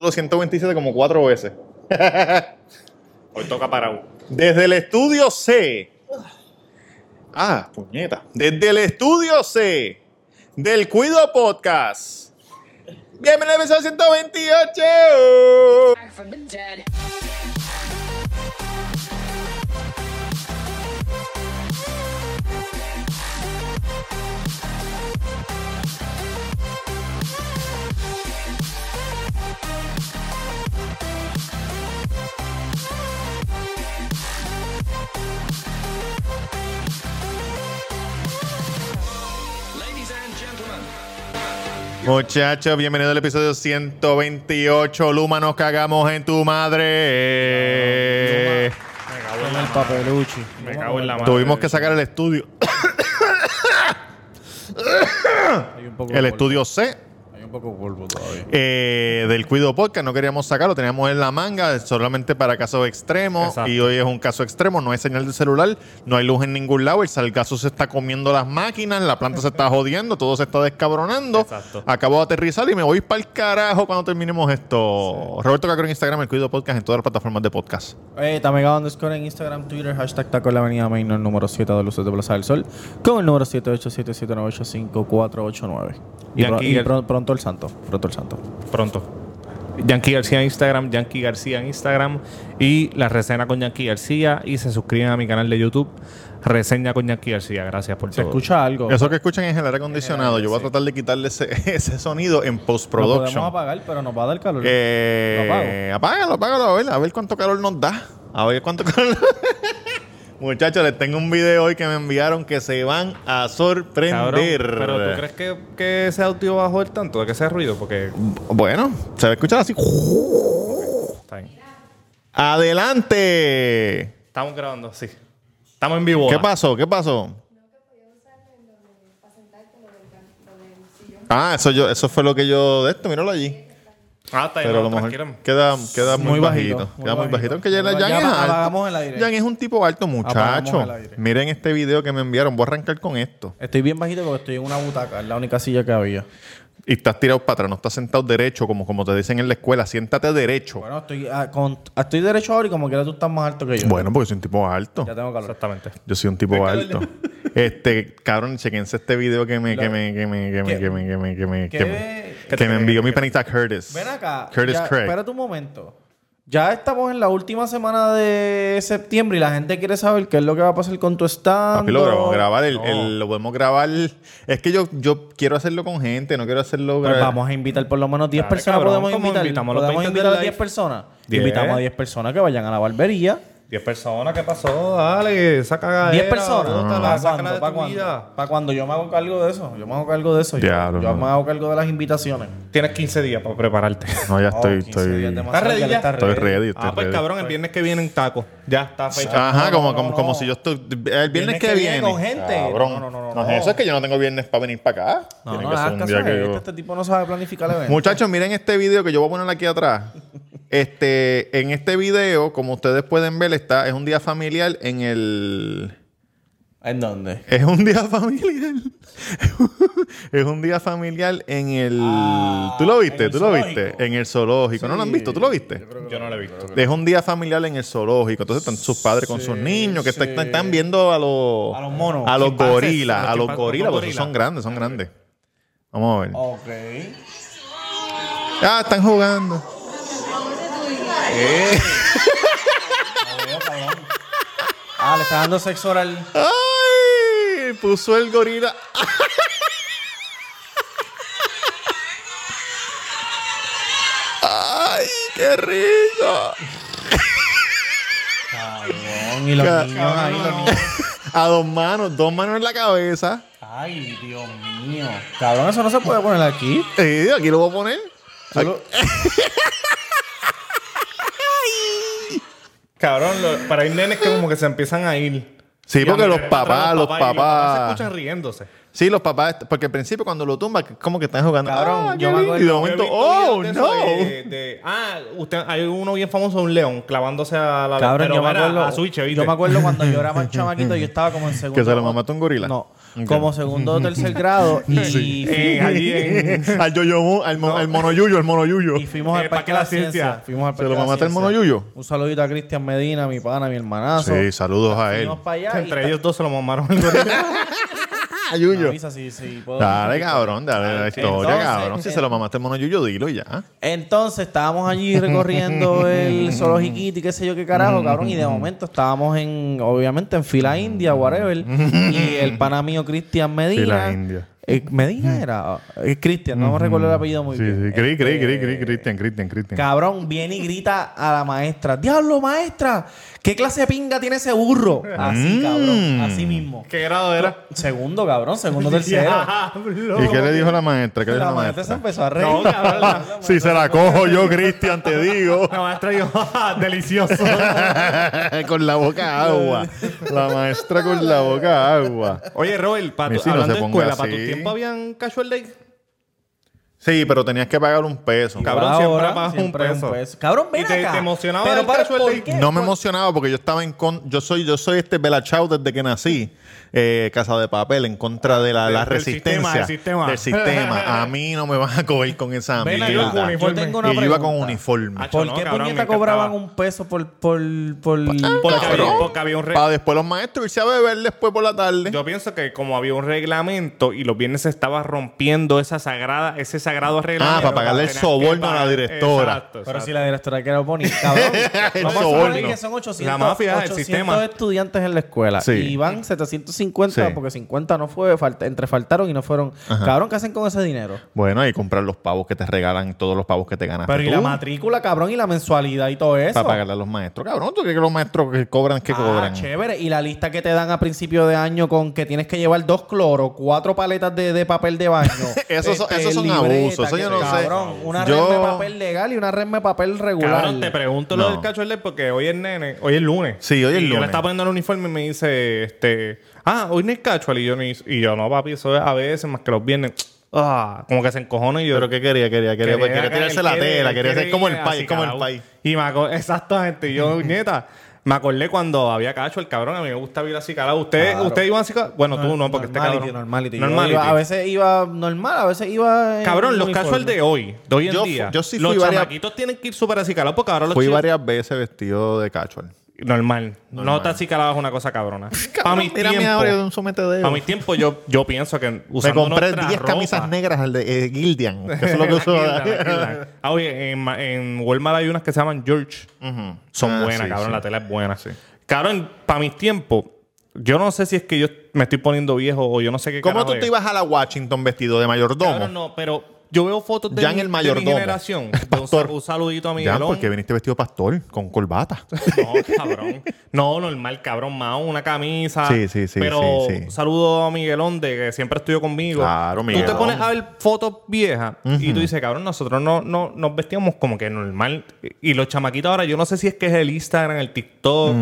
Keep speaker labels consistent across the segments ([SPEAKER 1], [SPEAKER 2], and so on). [SPEAKER 1] los 127 como cuatro veces.
[SPEAKER 2] Hoy toca parado.
[SPEAKER 1] Desde el estudio C. Ah, puñeta. Desde el estudio C del Cuido Podcast. Bienvenido al episodio 128.
[SPEAKER 3] from the dead.
[SPEAKER 1] Muchachos, bienvenido al episodio 128. Luma, nos cagamos en tu
[SPEAKER 2] Ah,
[SPEAKER 1] madre.
[SPEAKER 2] Me cago
[SPEAKER 4] Con
[SPEAKER 2] en
[SPEAKER 4] el
[SPEAKER 2] la madre.
[SPEAKER 4] papeluchi.
[SPEAKER 2] Me cago en la madre.
[SPEAKER 1] Tuvimos que sacar el estudio,
[SPEAKER 4] Hay un poco de
[SPEAKER 1] el
[SPEAKER 4] polvo.
[SPEAKER 1] estudio C
[SPEAKER 4] Hay un poco de polvo todavía.
[SPEAKER 1] eh, del Cuido Podcast. No queríamos sacarlo, teníamos en la manga solamente para casos extremos.
[SPEAKER 2] Exacto.
[SPEAKER 1] Y hoy es un caso extremo: no hay señal de celular, no hay luz en ningún lado. El salgazo se está comiendo las máquinas, la planta se está jodiendo, todo se está descabronando.
[SPEAKER 2] Exacto.
[SPEAKER 1] Acabo de aterrizar y me voy para el carajo cuando terminemos esto. Roberto Cacro en Instagram, el Cuido Podcast, en todas las plataformas de podcast.
[SPEAKER 4] Eh, Tamega underscore en Instagram, Twitter, hashtag taco en la avenida Main, el número 7 de Luces de Plaza del Sol, con el número 787-798-5489. Y, pro-
[SPEAKER 2] Yankee
[SPEAKER 4] y
[SPEAKER 2] Girl.
[SPEAKER 4] pro- pronto el santo, pronto el santo.
[SPEAKER 2] Pronto. Yankee García en Instagram, Yankee García en Instagram y la reseña con Yankee García y se suscriben a mi canal de YouTube Reseña con Yankee García. Gracias por
[SPEAKER 4] ¿Se
[SPEAKER 2] todo.
[SPEAKER 4] escucha algo?
[SPEAKER 1] Eso que escuchan es el aire acondicionado. Yo voy a tratar de quitarle ese, ese sonido en
[SPEAKER 4] Lo podemos
[SPEAKER 1] postproduction.
[SPEAKER 4] apagar, pero nos va a dar calor.
[SPEAKER 1] Eh, apágalo, apágalo, a ver, a ver cuánto calor nos da. A ver cuánto calor. Muchachos, les tengo un video hoy que me enviaron que se van a
[SPEAKER 2] Cabrón,
[SPEAKER 1] sorprender.
[SPEAKER 2] pero ¿tú crees que, que ese audio bajó el tanto? ¿De que ese ruido? Porque
[SPEAKER 1] Bueno, se va a escuchar así.
[SPEAKER 2] está bien.
[SPEAKER 1] ¡Adelante!
[SPEAKER 2] Estamos grabando, sí. Estamos en vivo.
[SPEAKER 1] ¿Qué pasó? ¿Qué pasó? Ah, eso yo, eso fue lo que yo de esto, míralo allí.
[SPEAKER 2] Ah, está bien.
[SPEAKER 1] Pero a lo
[SPEAKER 2] no,
[SPEAKER 1] mejor
[SPEAKER 2] tranquilo.
[SPEAKER 1] queda, queda muy,
[SPEAKER 4] Muy
[SPEAKER 1] bajito.
[SPEAKER 4] bajito,
[SPEAKER 1] Queda
[SPEAKER 4] muy
[SPEAKER 1] muy bajito.
[SPEAKER 4] bajito.
[SPEAKER 1] Aunque ya,
[SPEAKER 4] Muy
[SPEAKER 1] Jan
[SPEAKER 4] bajito.
[SPEAKER 1] es
[SPEAKER 4] Ya
[SPEAKER 1] alto.
[SPEAKER 4] apagamos el aire.
[SPEAKER 1] Jan es un tipo alto, muchacho.
[SPEAKER 4] Apagamos el aire.
[SPEAKER 1] Miren este video que me enviaron. Voy a arrancar con esto.
[SPEAKER 4] Estoy bien bajito porque estoy en una butaca, es la única silla que había.
[SPEAKER 1] Y estás tirado para atrás. No estás sentado derecho, como, como te dicen en la escuela. Siéntate derecho. Bueno,
[SPEAKER 4] Bueno, estoy, ah, con- estoy derecho ahora y como quiera tú estás más alto que yo.
[SPEAKER 1] porque soy un tipo alto.
[SPEAKER 4] Ya tengo calor.
[SPEAKER 2] Exactamente.
[SPEAKER 1] Yo soy un tipo alto. Este, cabrón, chequense este video que me, que me, que me, que me,
[SPEAKER 4] ¿Qué?
[SPEAKER 1] que me, que me, que me, que me,
[SPEAKER 4] ¿Qué?
[SPEAKER 1] que me envió mi panita Curtis.
[SPEAKER 4] Ven acá.
[SPEAKER 1] Curtis
[SPEAKER 4] ya,
[SPEAKER 1] Craig.
[SPEAKER 4] Espérate un momento. Ya estamos en la última semana de septiembre y la gente quiere saber qué es lo que va a pasar con tu stand.
[SPEAKER 1] Papi, lo podemos grabar. El,
[SPEAKER 4] No.
[SPEAKER 1] el- lo podemos grabar. Es que yo, yo quiero hacerlo con gente, no quiero hacerlo.
[SPEAKER 4] Pues
[SPEAKER 1] gra-
[SPEAKER 4] vamos a invitar por lo menos 10
[SPEAKER 2] Dale,
[SPEAKER 4] personas.
[SPEAKER 2] cabrón,
[SPEAKER 4] podemos
[SPEAKER 2] ¿cómo
[SPEAKER 4] invitar,
[SPEAKER 2] invitamos a los
[SPEAKER 4] podemos
[SPEAKER 2] 20
[SPEAKER 4] invitar
[SPEAKER 2] del
[SPEAKER 4] a 10
[SPEAKER 2] live?
[SPEAKER 4] personas.
[SPEAKER 2] Diez.
[SPEAKER 4] Invitamos a 10 personas que vayan a la barbería.
[SPEAKER 2] 10 personas, ¿qué pasó? Dale, saca
[SPEAKER 4] 10 personas.
[SPEAKER 2] Bótala,
[SPEAKER 1] Ah.
[SPEAKER 4] ¿Para
[SPEAKER 2] sácala
[SPEAKER 4] cuándo? ¿Para
[SPEAKER 2] de tu vida.
[SPEAKER 4] cuándo? ¿Para cuándo? Yo me hago cargo de eso. Yo me hago cargo de eso. Yo,
[SPEAKER 1] Diablo,
[SPEAKER 4] yo
[SPEAKER 1] no.
[SPEAKER 4] me hago cargo de las invitaciones.
[SPEAKER 2] Tienes 15 días para prepararte.
[SPEAKER 1] No, ya
[SPEAKER 4] Oh,
[SPEAKER 1] estoy,
[SPEAKER 4] 15
[SPEAKER 1] estoy.
[SPEAKER 4] días es demasiado,
[SPEAKER 2] ready
[SPEAKER 4] ya le
[SPEAKER 2] ya?
[SPEAKER 4] estás
[SPEAKER 1] Estoy ready, estoy
[SPEAKER 2] Ah, pues
[SPEAKER 1] ready.
[SPEAKER 2] cabrón, el viernes que viene en taco. Ya está fecha.
[SPEAKER 1] Ajá,
[SPEAKER 4] No,
[SPEAKER 1] como,
[SPEAKER 4] no,
[SPEAKER 1] como,
[SPEAKER 4] no,
[SPEAKER 1] como
[SPEAKER 4] no.
[SPEAKER 1] si yo estoy. El viernes,
[SPEAKER 4] Viernes
[SPEAKER 1] que,
[SPEAKER 4] que
[SPEAKER 1] viene.
[SPEAKER 4] viene con gente.
[SPEAKER 1] Cabrón.
[SPEAKER 4] No, no, no, no,
[SPEAKER 1] es
[SPEAKER 4] no.
[SPEAKER 1] Eso es que yo no tengo viernes para venir para acá.
[SPEAKER 4] No,
[SPEAKER 1] Tiene
[SPEAKER 4] no,
[SPEAKER 1] que ser
[SPEAKER 4] hagas
[SPEAKER 1] un
[SPEAKER 4] caso
[SPEAKER 1] día
[SPEAKER 4] de
[SPEAKER 1] que
[SPEAKER 4] este,
[SPEAKER 1] yo-
[SPEAKER 4] este tipo no sabe planificar el evento.
[SPEAKER 1] Muchachos, miren este video que yo voy a poner aquí atrás. Este, en este video, como ustedes pueden ver, está, es un día familiar en el.
[SPEAKER 4] ¿En dónde?
[SPEAKER 1] Es un día familiar. es un día familiar en el.
[SPEAKER 4] Ah,
[SPEAKER 1] ¿Tú lo viste?
[SPEAKER 4] en el
[SPEAKER 1] ¿Tú lo viste?
[SPEAKER 4] zoológico.
[SPEAKER 1] En el zoológico. ¿No lo han visto? ¿Tú lo viste?
[SPEAKER 2] Yo no lo he visto.
[SPEAKER 1] Es un día familiar en el zoológico. Entonces están sus padres con
[SPEAKER 4] Sí,
[SPEAKER 1] sus niños que
[SPEAKER 4] sí.
[SPEAKER 1] están, están chimpancés, a los.
[SPEAKER 4] A los monos.
[SPEAKER 1] A los gorilas.
[SPEAKER 2] los
[SPEAKER 1] A los
[SPEAKER 2] chimpan-
[SPEAKER 1] gorilas,
[SPEAKER 2] los
[SPEAKER 1] porque esos son
[SPEAKER 2] gorilas.
[SPEAKER 1] grandes, son grandes. Vamos a
[SPEAKER 4] Oh.
[SPEAKER 1] ver.
[SPEAKER 4] Ok.
[SPEAKER 1] Ah, están jugando.
[SPEAKER 4] Ah, le está dando sexo oral.
[SPEAKER 1] ¡Ay! Puso el gorila. ¡Ay! ¡Qué rico!
[SPEAKER 4] Cabrón, y los
[SPEAKER 1] Ca-
[SPEAKER 4] niños ahí, los niños.
[SPEAKER 1] A dos manos, dos manos en la cabeza.
[SPEAKER 4] Ay, Dios mío. Cabrón, eso no se puede poner aquí.
[SPEAKER 1] Eh, aquí lo voy a poner.
[SPEAKER 4] Tú lo-
[SPEAKER 2] Cabrón, lo- para ir nenes que como que se empiezan a ir.
[SPEAKER 1] Sí,
[SPEAKER 2] Y
[SPEAKER 1] porque
[SPEAKER 2] a mí
[SPEAKER 1] los
[SPEAKER 2] me
[SPEAKER 1] papás,
[SPEAKER 2] entran
[SPEAKER 1] los
[SPEAKER 2] y
[SPEAKER 1] papás.
[SPEAKER 2] se escuchan riéndose.
[SPEAKER 1] Sí, los papás, porque al principio cuando lo tumba, como que están jugando.
[SPEAKER 4] Cabrón,
[SPEAKER 1] Ah, qué
[SPEAKER 4] yo me
[SPEAKER 1] lindo.
[SPEAKER 4] acuerdo-
[SPEAKER 1] Y de
[SPEAKER 4] yo he
[SPEAKER 1] momento,
[SPEAKER 2] Yo he
[SPEAKER 1] ¡oh,
[SPEAKER 2] visto videos de eso de-
[SPEAKER 1] no!
[SPEAKER 2] de- ah, usted, hay uno bien famoso de un león clavándose a la
[SPEAKER 4] Cabrón,
[SPEAKER 2] pero
[SPEAKER 4] yo me
[SPEAKER 2] era
[SPEAKER 4] acuerdo.
[SPEAKER 2] a Switch, ¿viste?
[SPEAKER 4] yo me acuerdo cuando yo era más chamaquito, yo estaba como en segundo.
[SPEAKER 1] Que se lo mamó a un gorila.
[SPEAKER 4] No. como segundo o tercer grado. Y,
[SPEAKER 2] Eh, allí en-
[SPEAKER 1] al yoyomu, al, mo- al monoyuyo, al monoyuyo.
[SPEAKER 4] y fuimos al
[SPEAKER 2] Eh,
[SPEAKER 4] Parque de la Ciencia. Fuimos al
[SPEAKER 1] ¿Se
[SPEAKER 4] Parque
[SPEAKER 1] lo
[SPEAKER 4] de la
[SPEAKER 1] mamaste al
[SPEAKER 4] Ciencia.
[SPEAKER 1] mono Yuyo?
[SPEAKER 4] Un saludito a Cristian Medina, mi pana, mi hermanazo.
[SPEAKER 1] Sí, saludos a él.
[SPEAKER 4] Fuimos para allá.
[SPEAKER 2] Entre
[SPEAKER 4] y
[SPEAKER 2] ellos dos se lo mamaron. Pero
[SPEAKER 1] Ah, Yuyo.
[SPEAKER 4] Avisa si- si puedo-
[SPEAKER 1] Dale, cabrón, dale la historia,
[SPEAKER 4] entonces,
[SPEAKER 1] cabrón. Si
[SPEAKER 4] eh,
[SPEAKER 1] se lo mamaste al mono Yuyo, dilo ya.
[SPEAKER 4] Entonces estábamos allí recorriendo el zoologiquito y qué sé yo qué carajo, cabrón. Y
[SPEAKER 1] Mm.
[SPEAKER 4] de momento estábamos en, obviamente, en fila india, whatever. y el pana mío Cristian Medina.
[SPEAKER 1] Fila india.
[SPEAKER 4] Eh, Medina era. eh, Cristian, no recuerdo el apellido muy bien.
[SPEAKER 1] Cri, cri, cri,
[SPEAKER 4] Este,
[SPEAKER 1] cri, Cristian, Cristian, Cristian.
[SPEAKER 4] Cabrón, viene y grita a la maestra: ¡Diablo, maestra! ¿Qué clase de pinga tiene ese burro? Así, cabrón,
[SPEAKER 1] Mm.
[SPEAKER 4] así mismo.
[SPEAKER 2] ¿Qué grado era? Ah,
[SPEAKER 4] Segundo, cabrón, segundo, tercero.
[SPEAKER 2] Diablo.
[SPEAKER 1] ¿Y qué le dijo la maestra? ¿Qué le dijo
[SPEAKER 4] La
[SPEAKER 1] la
[SPEAKER 4] maestra se
[SPEAKER 1] maestra? Ah,
[SPEAKER 4] empezó a reír.
[SPEAKER 2] No, cabrón. la-
[SPEAKER 1] Si se la cojo yo, Cristian, te digo.
[SPEAKER 2] La maestra dijo, "Ah, delicioso.
[SPEAKER 1] con la boca agua. La maestra con la boca agua.
[SPEAKER 2] Oye, Robert, para
[SPEAKER 1] Mi
[SPEAKER 2] tu,
[SPEAKER 1] sí no
[SPEAKER 2] hablando
[SPEAKER 1] se
[SPEAKER 2] de
[SPEAKER 1] ponga
[SPEAKER 2] escuela, ¿para tu
[SPEAKER 1] así.
[SPEAKER 2] tiempo habían casual day?
[SPEAKER 1] Sí, pero tenías que pagar un peso.
[SPEAKER 2] Cabrón, siempre pagas un
[SPEAKER 4] siempre es
[SPEAKER 2] peso.
[SPEAKER 4] Cabrón, ven
[SPEAKER 2] Y te-
[SPEAKER 4] acá.
[SPEAKER 2] te emocionaba
[SPEAKER 4] Pero
[SPEAKER 2] el
[SPEAKER 4] para-
[SPEAKER 2] casual
[SPEAKER 4] ¿por
[SPEAKER 2] de-
[SPEAKER 4] qué?
[SPEAKER 1] No me
[SPEAKER 4] ¿Por-
[SPEAKER 1] emocionaba porque yo estaba en con, yo soy yo soy este Belachau desde que nací, eh, Casa de Papel en contra de la,
[SPEAKER 2] Del-
[SPEAKER 1] la
[SPEAKER 2] del
[SPEAKER 1] resistencia
[SPEAKER 2] sistema, del
[SPEAKER 1] del
[SPEAKER 2] sistema.
[SPEAKER 1] sistema. A mí no me vas a coger con esa
[SPEAKER 2] Ven acá,
[SPEAKER 1] mierda.
[SPEAKER 2] con uniforme.
[SPEAKER 4] Yo tengo una
[SPEAKER 1] y yo iba con
[SPEAKER 4] pregunta.
[SPEAKER 1] uniforme.
[SPEAKER 2] Ah,
[SPEAKER 4] ¿Por
[SPEAKER 2] No,
[SPEAKER 4] qué
[SPEAKER 2] cabrón, me
[SPEAKER 4] puñeta
[SPEAKER 2] encantaba.
[SPEAKER 4] cobraban un peso por por por,
[SPEAKER 2] Porque
[SPEAKER 1] Cabrón.
[SPEAKER 2] había, porque había un re-
[SPEAKER 1] Para después los maestros irse a beber después por la tarde.
[SPEAKER 2] Yo pienso que como había un reglamento y los viernes se estaba rompiendo esa sagrada, ese sagrado reglamento.
[SPEAKER 1] Ah, para pagarle el
[SPEAKER 2] tenías que
[SPEAKER 1] soborno a la
[SPEAKER 2] pagar.
[SPEAKER 1] directora.
[SPEAKER 2] Exacto,
[SPEAKER 4] Pero
[SPEAKER 2] exacto.
[SPEAKER 4] si la directora quiere oponer, cabrón.
[SPEAKER 1] El
[SPEAKER 4] Vamos a suponer
[SPEAKER 1] soborno.
[SPEAKER 4] que son 800,
[SPEAKER 2] La mafia, el
[SPEAKER 4] 800
[SPEAKER 2] sistema.
[SPEAKER 4] estudiantes en la escuela.
[SPEAKER 1] Sí.
[SPEAKER 4] Y van 750,
[SPEAKER 1] Sí.
[SPEAKER 4] porque 50 no fue, falta, entre faltaron y no fueron. Cabrón, ¿qué hacen con ese dinero?
[SPEAKER 1] Bueno, y comprar los pavos que te regalan, todos los pavos que te ganas.
[SPEAKER 4] Pero y la matrícula, cabrón, y la mensualidad y todo eso.
[SPEAKER 1] Para pagarle a los maestros. Cabrón, ¿tú crees que los maestros que cobran, que
[SPEAKER 4] ah,
[SPEAKER 1] cobran?
[SPEAKER 4] chévere. Y la lista que te dan a principio de año con que tienes que llevar dos cloros, cuatro paletas de, de papel de baño. Este,
[SPEAKER 1] Esos son- esos son abusos, eso
[SPEAKER 4] que
[SPEAKER 1] yo
[SPEAKER 4] se-
[SPEAKER 1] no sé.
[SPEAKER 4] Cabrón, una
[SPEAKER 1] Yo-
[SPEAKER 4] red de papel legal y una red de papel regular.
[SPEAKER 2] Cabrón, te pregunto lo
[SPEAKER 1] No.
[SPEAKER 2] del casual day porque hoy es nene, hoy es lunes.
[SPEAKER 1] Sí, hoy es
[SPEAKER 2] Y Yo
[SPEAKER 1] lunes.
[SPEAKER 2] le estaba poniendo el uniforme y me dice, este, ah, hoy no es casual. Y yo, ni- y yo no, papi, eso es a veces más que los viernes. Ah, como que se encojona y yo
[SPEAKER 1] Pero que quería, quería, quería. Quería,
[SPEAKER 2] Quería
[SPEAKER 1] tirarse
[SPEAKER 2] él
[SPEAKER 1] la
[SPEAKER 2] quiere-
[SPEAKER 1] tela,
[SPEAKER 2] él
[SPEAKER 1] quería ser
[SPEAKER 2] quiere
[SPEAKER 1] como
[SPEAKER 2] ir
[SPEAKER 1] el país,
[SPEAKER 2] así,
[SPEAKER 1] como el
[SPEAKER 2] carajo.
[SPEAKER 1] país.
[SPEAKER 2] Y me acordé, exactamente, yo, nieta, me acordé cuando había cacho el cabrón, a mí me gusta vivir así, carajo. Ustedes
[SPEAKER 4] Claro.
[SPEAKER 2] ustedes iban así, ca- bueno, tú no, porque este
[SPEAKER 4] Normality,
[SPEAKER 2] cabrón.
[SPEAKER 4] normality. Yo
[SPEAKER 2] Normality.
[SPEAKER 4] iba- a veces iba normal, a veces iba. en
[SPEAKER 2] Cabrón, los
[SPEAKER 4] uniforme.
[SPEAKER 2] casual de hoy, de hoy en
[SPEAKER 1] Yo fu-
[SPEAKER 2] día.
[SPEAKER 1] yo sí
[SPEAKER 2] los
[SPEAKER 1] fui varias-
[SPEAKER 2] chamaquitos tienen que ir súper así, carajo, porque ahora los
[SPEAKER 1] Fui
[SPEAKER 2] chicos-
[SPEAKER 1] varias veces vestido de casual.
[SPEAKER 2] Normal. No te así calado es una cosa cabrona. Para
[SPEAKER 1] Cabrón,
[SPEAKER 2] mis
[SPEAKER 1] mírame ahora, de un
[SPEAKER 2] tiempos.
[SPEAKER 1] sometedeo.
[SPEAKER 2] Para mis tiempos, yo, yo pienso que
[SPEAKER 1] Me
[SPEAKER 2] usando
[SPEAKER 1] compré
[SPEAKER 2] nuestra
[SPEAKER 1] 10
[SPEAKER 2] ropa-
[SPEAKER 1] camisas negras al de eh, Gildian, que es lo que uso.
[SPEAKER 2] Aquí en la- aquí en la- Ah, oye, en, ma- en Walmart hay unas que se llaman George. Son
[SPEAKER 1] Ah,
[SPEAKER 2] buenas,
[SPEAKER 1] sí,
[SPEAKER 2] cabrón.
[SPEAKER 1] sí.
[SPEAKER 2] La tela es buena. Cabrón, para mis tiempos, yo no sé si es que yo me estoy poniendo viejo o yo no sé qué
[SPEAKER 1] ¿Cómo
[SPEAKER 2] carajo
[SPEAKER 1] tú te
[SPEAKER 2] es.
[SPEAKER 1] ibas a la Washington vestido de
[SPEAKER 2] Cabrón,
[SPEAKER 1] mayordomo?
[SPEAKER 2] no, pero yo veo fotos de,
[SPEAKER 1] Jan
[SPEAKER 2] mi,
[SPEAKER 1] el
[SPEAKER 2] de mi
[SPEAKER 1] mayordomo.
[SPEAKER 2] generación.
[SPEAKER 1] El
[SPEAKER 2] De un, sal-
[SPEAKER 1] pastor.
[SPEAKER 2] un saludito a mi
[SPEAKER 1] Ya, porque viniste vestido de pastor, con corbata.
[SPEAKER 2] No, cabrón. No, normal, cabrón. Más una camisa.
[SPEAKER 1] Sí, sí, sí,
[SPEAKER 2] Pero
[SPEAKER 1] sí, sí.
[SPEAKER 2] saludo a Miguelón de que siempre estudió conmigo.
[SPEAKER 1] Claro, Miguelón.
[SPEAKER 2] Tú te pones a ver fotos viejas y tú dices, cabrón, nosotros no, no, nos vestíamos como que normal. Y los chamaquitos ahora, yo no sé si es que es el Instagram, el TikTok,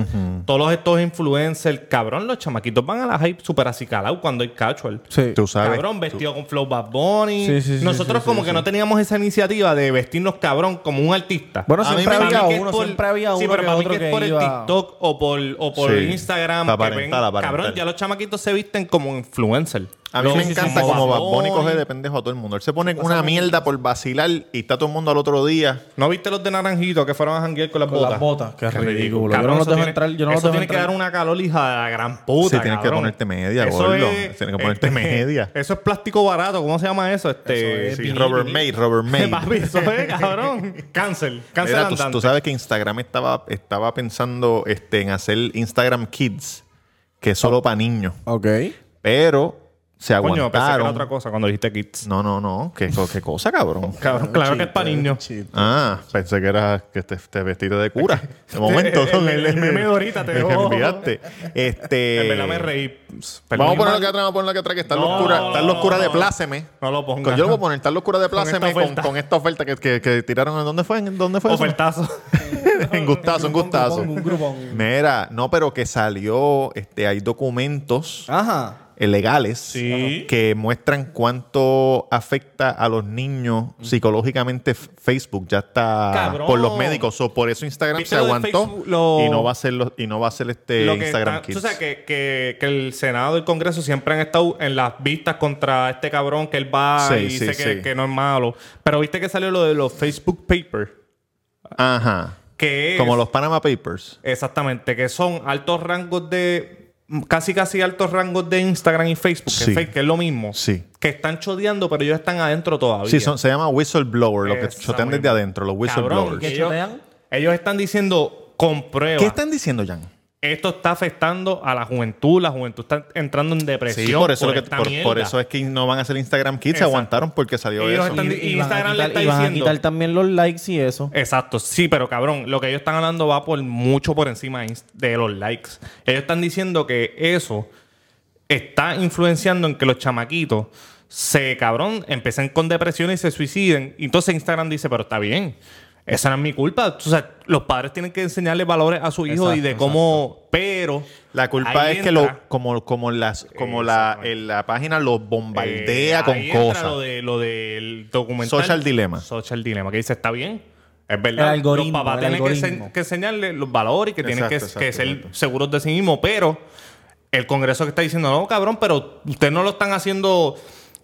[SPEAKER 2] todos estos influencers. Cabrón, los chamaquitos van a la hype súper acicalados cuando hay casual.
[SPEAKER 4] Sí.
[SPEAKER 1] Tú sabes.
[SPEAKER 2] Cabrón, vestido con Flow Bad Bunny.
[SPEAKER 4] Sí, sí, sí,
[SPEAKER 2] Nosotros
[SPEAKER 4] sí,
[SPEAKER 2] como
[SPEAKER 4] sí,
[SPEAKER 2] que no teníamos esa iniciativa de vestirnos cabrón como un artista.
[SPEAKER 4] Bueno,
[SPEAKER 1] A mí
[SPEAKER 4] siempre
[SPEAKER 1] me
[SPEAKER 4] había
[SPEAKER 2] Para mí que es
[SPEAKER 4] uno,
[SPEAKER 2] por-
[SPEAKER 4] siempre había uno.
[SPEAKER 2] Sí, pero
[SPEAKER 4] que
[SPEAKER 2] para mí
[SPEAKER 4] otro
[SPEAKER 2] que es por el
[SPEAKER 4] iba-
[SPEAKER 2] TikTok o por, o por
[SPEAKER 1] Sí,
[SPEAKER 2] Instagram.
[SPEAKER 1] para
[SPEAKER 2] que ven-
[SPEAKER 1] aparentar, aparentar.
[SPEAKER 2] Cabrón, ya los chamaquitos se visten como influencer.
[SPEAKER 1] A mí
[SPEAKER 2] Los-
[SPEAKER 1] me encanta como Bad Bunny coge de
[SPEAKER 2] Bunny.
[SPEAKER 1] pendejo a todo el mundo. Él se pone una mierda por vacilar y está todo el mundo al otro día.
[SPEAKER 2] ¿No viste los de Naranjito que fueron a janguear con las
[SPEAKER 4] Con
[SPEAKER 2] botas?
[SPEAKER 4] las botas, qué ridículo. Yo
[SPEAKER 2] Cabrón,
[SPEAKER 4] no los
[SPEAKER 2] eso
[SPEAKER 4] dejo
[SPEAKER 2] tiene-
[SPEAKER 4] entrar, yo no los
[SPEAKER 2] Eso
[SPEAKER 4] dejo
[SPEAKER 2] tiene que
[SPEAKER 4] entrar.
[SPEAKER 2] dar una calor, hija de la gran puta,
[SPEAKER 1] Sí, tienes que
[SPEAKER 2] cabrón.
[SPEAKER 1] ponerte media,
[SPEAKER 2] Eso
[SPEAKER 1] gordo.
[SPEAKER 2] es- eh,
[SPEAKER 1] Tienes que ponerte media.
[SPEAKER 2] Eso es plástico barato. ¿Cómo se llama eso? Este,
[SPEAKER 1] Sí, Robert May, Robert May.
[SPEAKER 2] Papi, eso es, cabrón. Cancel. Cancel
[SPEAKER 1] Mira, tú,
[SPEAKER 2] andante.
[SPEAKER 1] tú sabes que Instagram estaba, estaba pensando este, en hacer Instagram Kids, que es solo para niños.
[SPEAKER 4] Ok.
[SPEAKER 1] Pero se
[SPEAKER 2] Oh. Coño, pensé que era
[SPEAKER 1] aguantaron.
[SPEAKER 2] otra cosa cuando dijiste kids.
[SPEAKER 1] no, no, no. ¿Qué, co- qué cosa, cabrón?
[SPEAKER 2] Cabrón, claro que es para niños.
[SPEAKER 1] Ah, pensé que era que te, te vestido de cura. De momento,
[SPEAKER 2] El-
[SPEAKER 1] con
[SPEAKER 2] el-
[SPEAKER 1] el,
[SPEAKER 2] el meme de ahorita te
[SPEAKER 1] el que
[SPEAKER 2] dejó.
[SPEAKER 1] enviaste. Este,
[SPEAKER 2] En verdad me reí.
[SPEAKER 1] Vamos a
[SPEAKER 2] Perdón.
[SPEAKER 1] poner lo que atrás, vamos a poner lo que atrás, que están
[SPEAKER 2] No,
[SPEAKER 1] los curas,
[SPEAKER 2] no,
[SPEAKER 1] están los
[SPEAKER 2] no,
[SPEAKER 1] curas de
[SPEAKER 2] no.
[SPEAKER 1] Pláceme.
[SPEAKER 2] No lo pongas.
[SPEAKER 1] Con- Yo lo voy a poner, están los curas de
[SPEAKER 2] Con esta
[SPEAKER 1] Pláceme con,
[SPEAKER 2] oferta.
[SPEAKER 1] con esta oferta que, que- que tiraron. ¿en ¿Dónde fue? ¿En ¿Dónde fue? eso?
[SPEAKER 2] Ofertazo.
[SPEAKER 1] en gustazo, en gustazo.
[SPEAKER 4] Un grupón.
[SPEAKER 1] Mira, no, pero que salió, este, hay documentos
[SPEAKER 4] Ajá.
[SPEAKER 1] eh, legales
[SPEAKER 2] Sí.
[SPEAKER 1] que muestran cuánto afecta a los niños psicológicamente f- Facebook ya está
[SPEAKER 2] Mm. Cabrón.
[SPEAKER 1] por los médicos o por eso Instagram
[SPEAKER 2] ¿Viste
[SPEAKER 1] se
[SPEAKER 2] lo de
[SPEAKER 1] aguantó
[SPEAKER 2] Facebook? Lo-
[SPEAKER 1] y no va a ser lo- y no va a ser este
[SPEAKER 2] Lo que
[SPEAKER 1] Instagram
[SPEAKER 2] está-
[SPEAKER 1] Kids
[SPEAKER 2] tú sabes que, que- que el Senado y el Congreso siempre han estado en las vistas contra este cabrón que él va
[SPEAKER 1] Sí,
[SPEAKER 2] y
[SPEAKER 1] sí,
[SPEAKER 2] dice que,
[SPEAKER 1] sí.
[SPEAKER 2] que no es malo. Pero viste que salió lo de los Facebook Papers.
[SPEAKER 1] ajá
[SPEAKER 2] Que es-
[SPEAKER 1] como los Panama Papers
[SPEAKER 2] Exactamente, que son altos rangos de. casi casi altos rangos de Instagram y Facebook, que,
[SPEAKER 1] Sí.
[SPEAKER 2] es, fake, que es lo mismo.
[SPEAKER 1] Sí.
[SPEAKER 2] Que están chodeando, pero ellos están adentro todavía.
[SPEAKER 1] sí son- se llama whistleblower lo que
[SPEAKER 2] Esa
[SPEAKER 1] chotean desde
[SPEAKER 2] misma.
[SPEAKER 1] adentro los
[SPEAKER 2] Cabrón,
[SPEAKER 1] whistleblowers
[SPEAKER 4] ¿qué
[SPEAKER 2] que ellos,
[SPEAKER 4] chotean?
[SPEAKER 2] ellos están diciendo con prueba.
[SPEAKER 1] ¿qué están diciendo Jan?
[SPEAKER 2] Esto está afectando a la juventud, la juventud está entrando en depresión.
[SPEAKER 1] Sí, por eso, lo que-
[SPEAKER 2] esta
[SPEAKER 1] por-
[SPEAKER 2] mierda.
[SPEAKER 1] por eso es que no van a hacer Instagram Kids. Se
[SPEAKER 2] Exacto.
[SPEAKER 1] aguantaron porque salió
[SPEAKER 2] Ellos
[SPEAKER 1] eso.
[SPEAKER 2] están-
[SPEAKER 4] Y,
[SPEAKER 2] Y
[SPEAKER 4] van a
[SPEAKER 2] Instagram le
[SPEAKER 4] quitar,
[SPEAKER 2] está
[SPEAKER 4] y van a
[SPEAKER 2] diciendo-
[SPEAKER 4] quitar también los likes y eso.
[SPEAKER 2] Exacto, sí, pero cabrón, lo que ellos están hablando va por mucho por encima de inst- de los likes. Ellos están diciendo que eso está influenciando en que los chamaquitos se, cabrón, empiecen con depresión y se suiciden. Y entonces Instagram dice, pero está bien, esa no es mi culpa. O sea, los padres tienen que enseñarle valores a su hijo y de
[SPEAKER 4] Exacto,
[SPEAKER 2] cómo, pero...
[SPEAKER 1] La culpa
[SPEAKER 2] ahí
[SPEAKER 1] es que
[SPEAKER 2] entra-
[SPEAKER 1] lo, como, como las, como la,
[SPEAKER 2] Exactamente.
[SPEAKER 1] en la página los bombardea
[SPEAKER 2] Eh,
[SPEAKER 1] con
[SPEAKER 2] ahí entra
[SPEAKER 1] cosas.
[SPEAKER 2] Lo, de, lo del documental.
[SPEAKER 1] Social Dilemma.
[SPEAKER 2] Social Dilemma, que dice, está bien. Es verdad.
[SPEAKER 4] El algoritmo,
[SPEAKER 2] los papás
[SPEAKER 4] el
[SPEAKER 2] tienen que,
[SPEAKER 4] algoritmo.
[SPEAKER 2] se- que enseñarle los valores y que tienen
[SPEAKER 1] Exacto,
[SPEAKER 2] que,
[SPEAKER 1] exacto,
[SPEAKER 2] que ser
[SPEAKER 1] exacto.
[SPEAKER 2] seguros de sí mismos, pero el Congreso que está diciendo, no, cabrón, pero ustedes no lo están haciendo.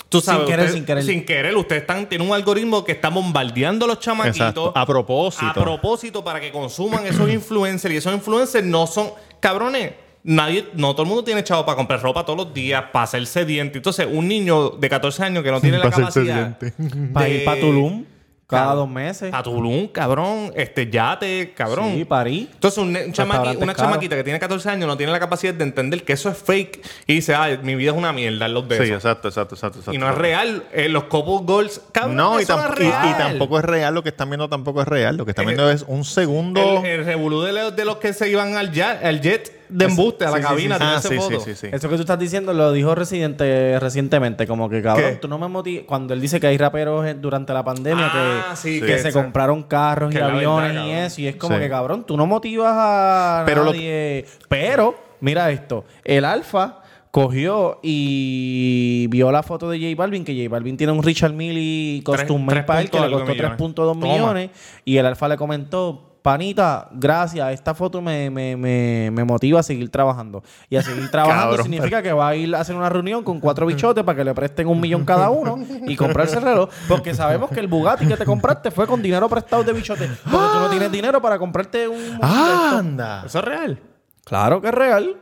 [SPEAKER 2] Tú
[SPEAKER 4] Sin
[SPEAKER 2] sabes,
[SPEAKER 4] querer,
[SPEAKER 2] ustedes-
[SPEAKER 4] sin querer.
[SPEAKER 2] Ustedes están, tienen un algoritmo que está bombardeando a los chamaquitos.
[SPEAKER 1] Exacto. A propósito.
[SPEAKER 2] A propósito, para que consuman esos influencers. Y esos influencers no son. Cabrones, nadie, no todo el mundo tiene chavo para comprar ropa todos los días, para hacerse diente. Entonces, un niño de 14 años que no tiene la
[SPEAKER 1] Para hacerse
[SPEAKER 2] capacidad.
[SPEAKER 1] diente.
[SPEAKER 4] Para ir para Tulum cada
[SPEAKER 2] Claro.
[SPEAKER 4] dos meses.
[SPEAKER 2] A Tulum, cabrón, este yate, cabrón.
[SPEAKER 4] Sí, París.
[SPEAKER 2] Entonces, un ne- un chamaqui-
[SPEAKER 4] Restaurantes
[SPEAKER 2] una
[SPEAKER 4] caros.
[SPEAKER 2] chamaquita que tiene 14 años no tiene la capacidad de entender que eso es fake y dice, ay, mi vida es una mierda, los de
[SPEAKER 1] Sí,
[SPEAKER 2] eso".
[SPEAKER 1] exacto, exacto, exacto, exacto.
[SPEAKER 2] Y no es real. eh, los Copos Goals, cabrón,
[SPEAKER 1] No, y,
[SPEAKER 2] eso
[SPEAKER 1] tam-
[SPEAKER 2] no es
[SPEAKER 1] y- y
[SPEAKER 2] real. Eh,
[SPEAKER 1] tampoco es real. Lo que están viendo tampoco es real. Lo que están
[SPEAKER 2] El-
[SPEAKER 1] viendo es un segundo.
[SPEAKER 2] El, el revolú de, los- de los que se iban al jet, al jet de embuste, a la
[SPEAKER 1] Sí, sí, sí,
[SPEAKER 2] cabina,
[SPEAKER 1] sí.
[SPEAKER 2] tiene
[SPEAKER 1] Ah,
[SPEAKER 2] esa
[SPEAKER 1] sí,
[SPEAKER 2] foto.
[SPEAKER 1] sí, sí, sí.
[SPEAKER 4] Eso que tú estás diciendo lo dijo Residente recientemente, como que cabrón,
[SPEAKER 2] ¿Qué?
[SPEAKER 4] tú no me motivas. Cuando él dice que hay raperos eh, durante la pandemia
[SPEAKER 2] Ah,
[SPEAKER 4] que,
[SPEAKER 2] sí,
[SPEAKER 4] que
[SPEAKER 2] que
[SPEAKER 4] se
[SPEAKER 2] esa-
[SPEAKER 4] compraron carros
[SPEAKER 2] que
[SPEAKER 4] y
[SPEAKER 2] la verdad,
[SPEAKER 4] aviones y
[SPEAKER 2] cabrón.
[SPEAKER 4] eso, y es como
[SPEAKER 1] Sí.
[SPEAKER 4] que cabrón, tú no motivas a
[SPEAKER 1] Pero lo-
[SPEAKER 4] nadie. Pero, mira esto, el Alfa cogió y vio la foto de J Balvin, que J Balvin tiene un Richard Mille
[SPEAKER 2] Tres-
[SPEAKER 4] costume
[SPEAKER 2] tres
[SPEAKER 4] made para él que
[SPEAKER 2] punto
[SPEAKER 4] le
[SPEAKER 2] algo
[SPEAKER 4] costó
[SPEAKER 2] millones.
[SPEAKER 4] 3.2
[SPEAKER 2] Toma.
[SPEAKER 4] millones, y el Alfa le comentó... Panita, gracias. Esta foto me, me, me, me motiva a seguir trabajando. Y a seguir trabajando
[SPEAKER 1] Cabrón,
[SPEAKER 4] significa significa que va a ir a hacer una reunión con cuatro bichotes para que le presten un millón cada uno y comprarse el reloj. Porque sabemos que el Bugatti que te compraste fue con dinero prestado de bichotes. Porque tú no tienes dinero para comprarte un.
[SPEAKER 1] Ah, anda.
[SPEAKER 2] Eso es real.
[SPEAKER 4] Claro que es real.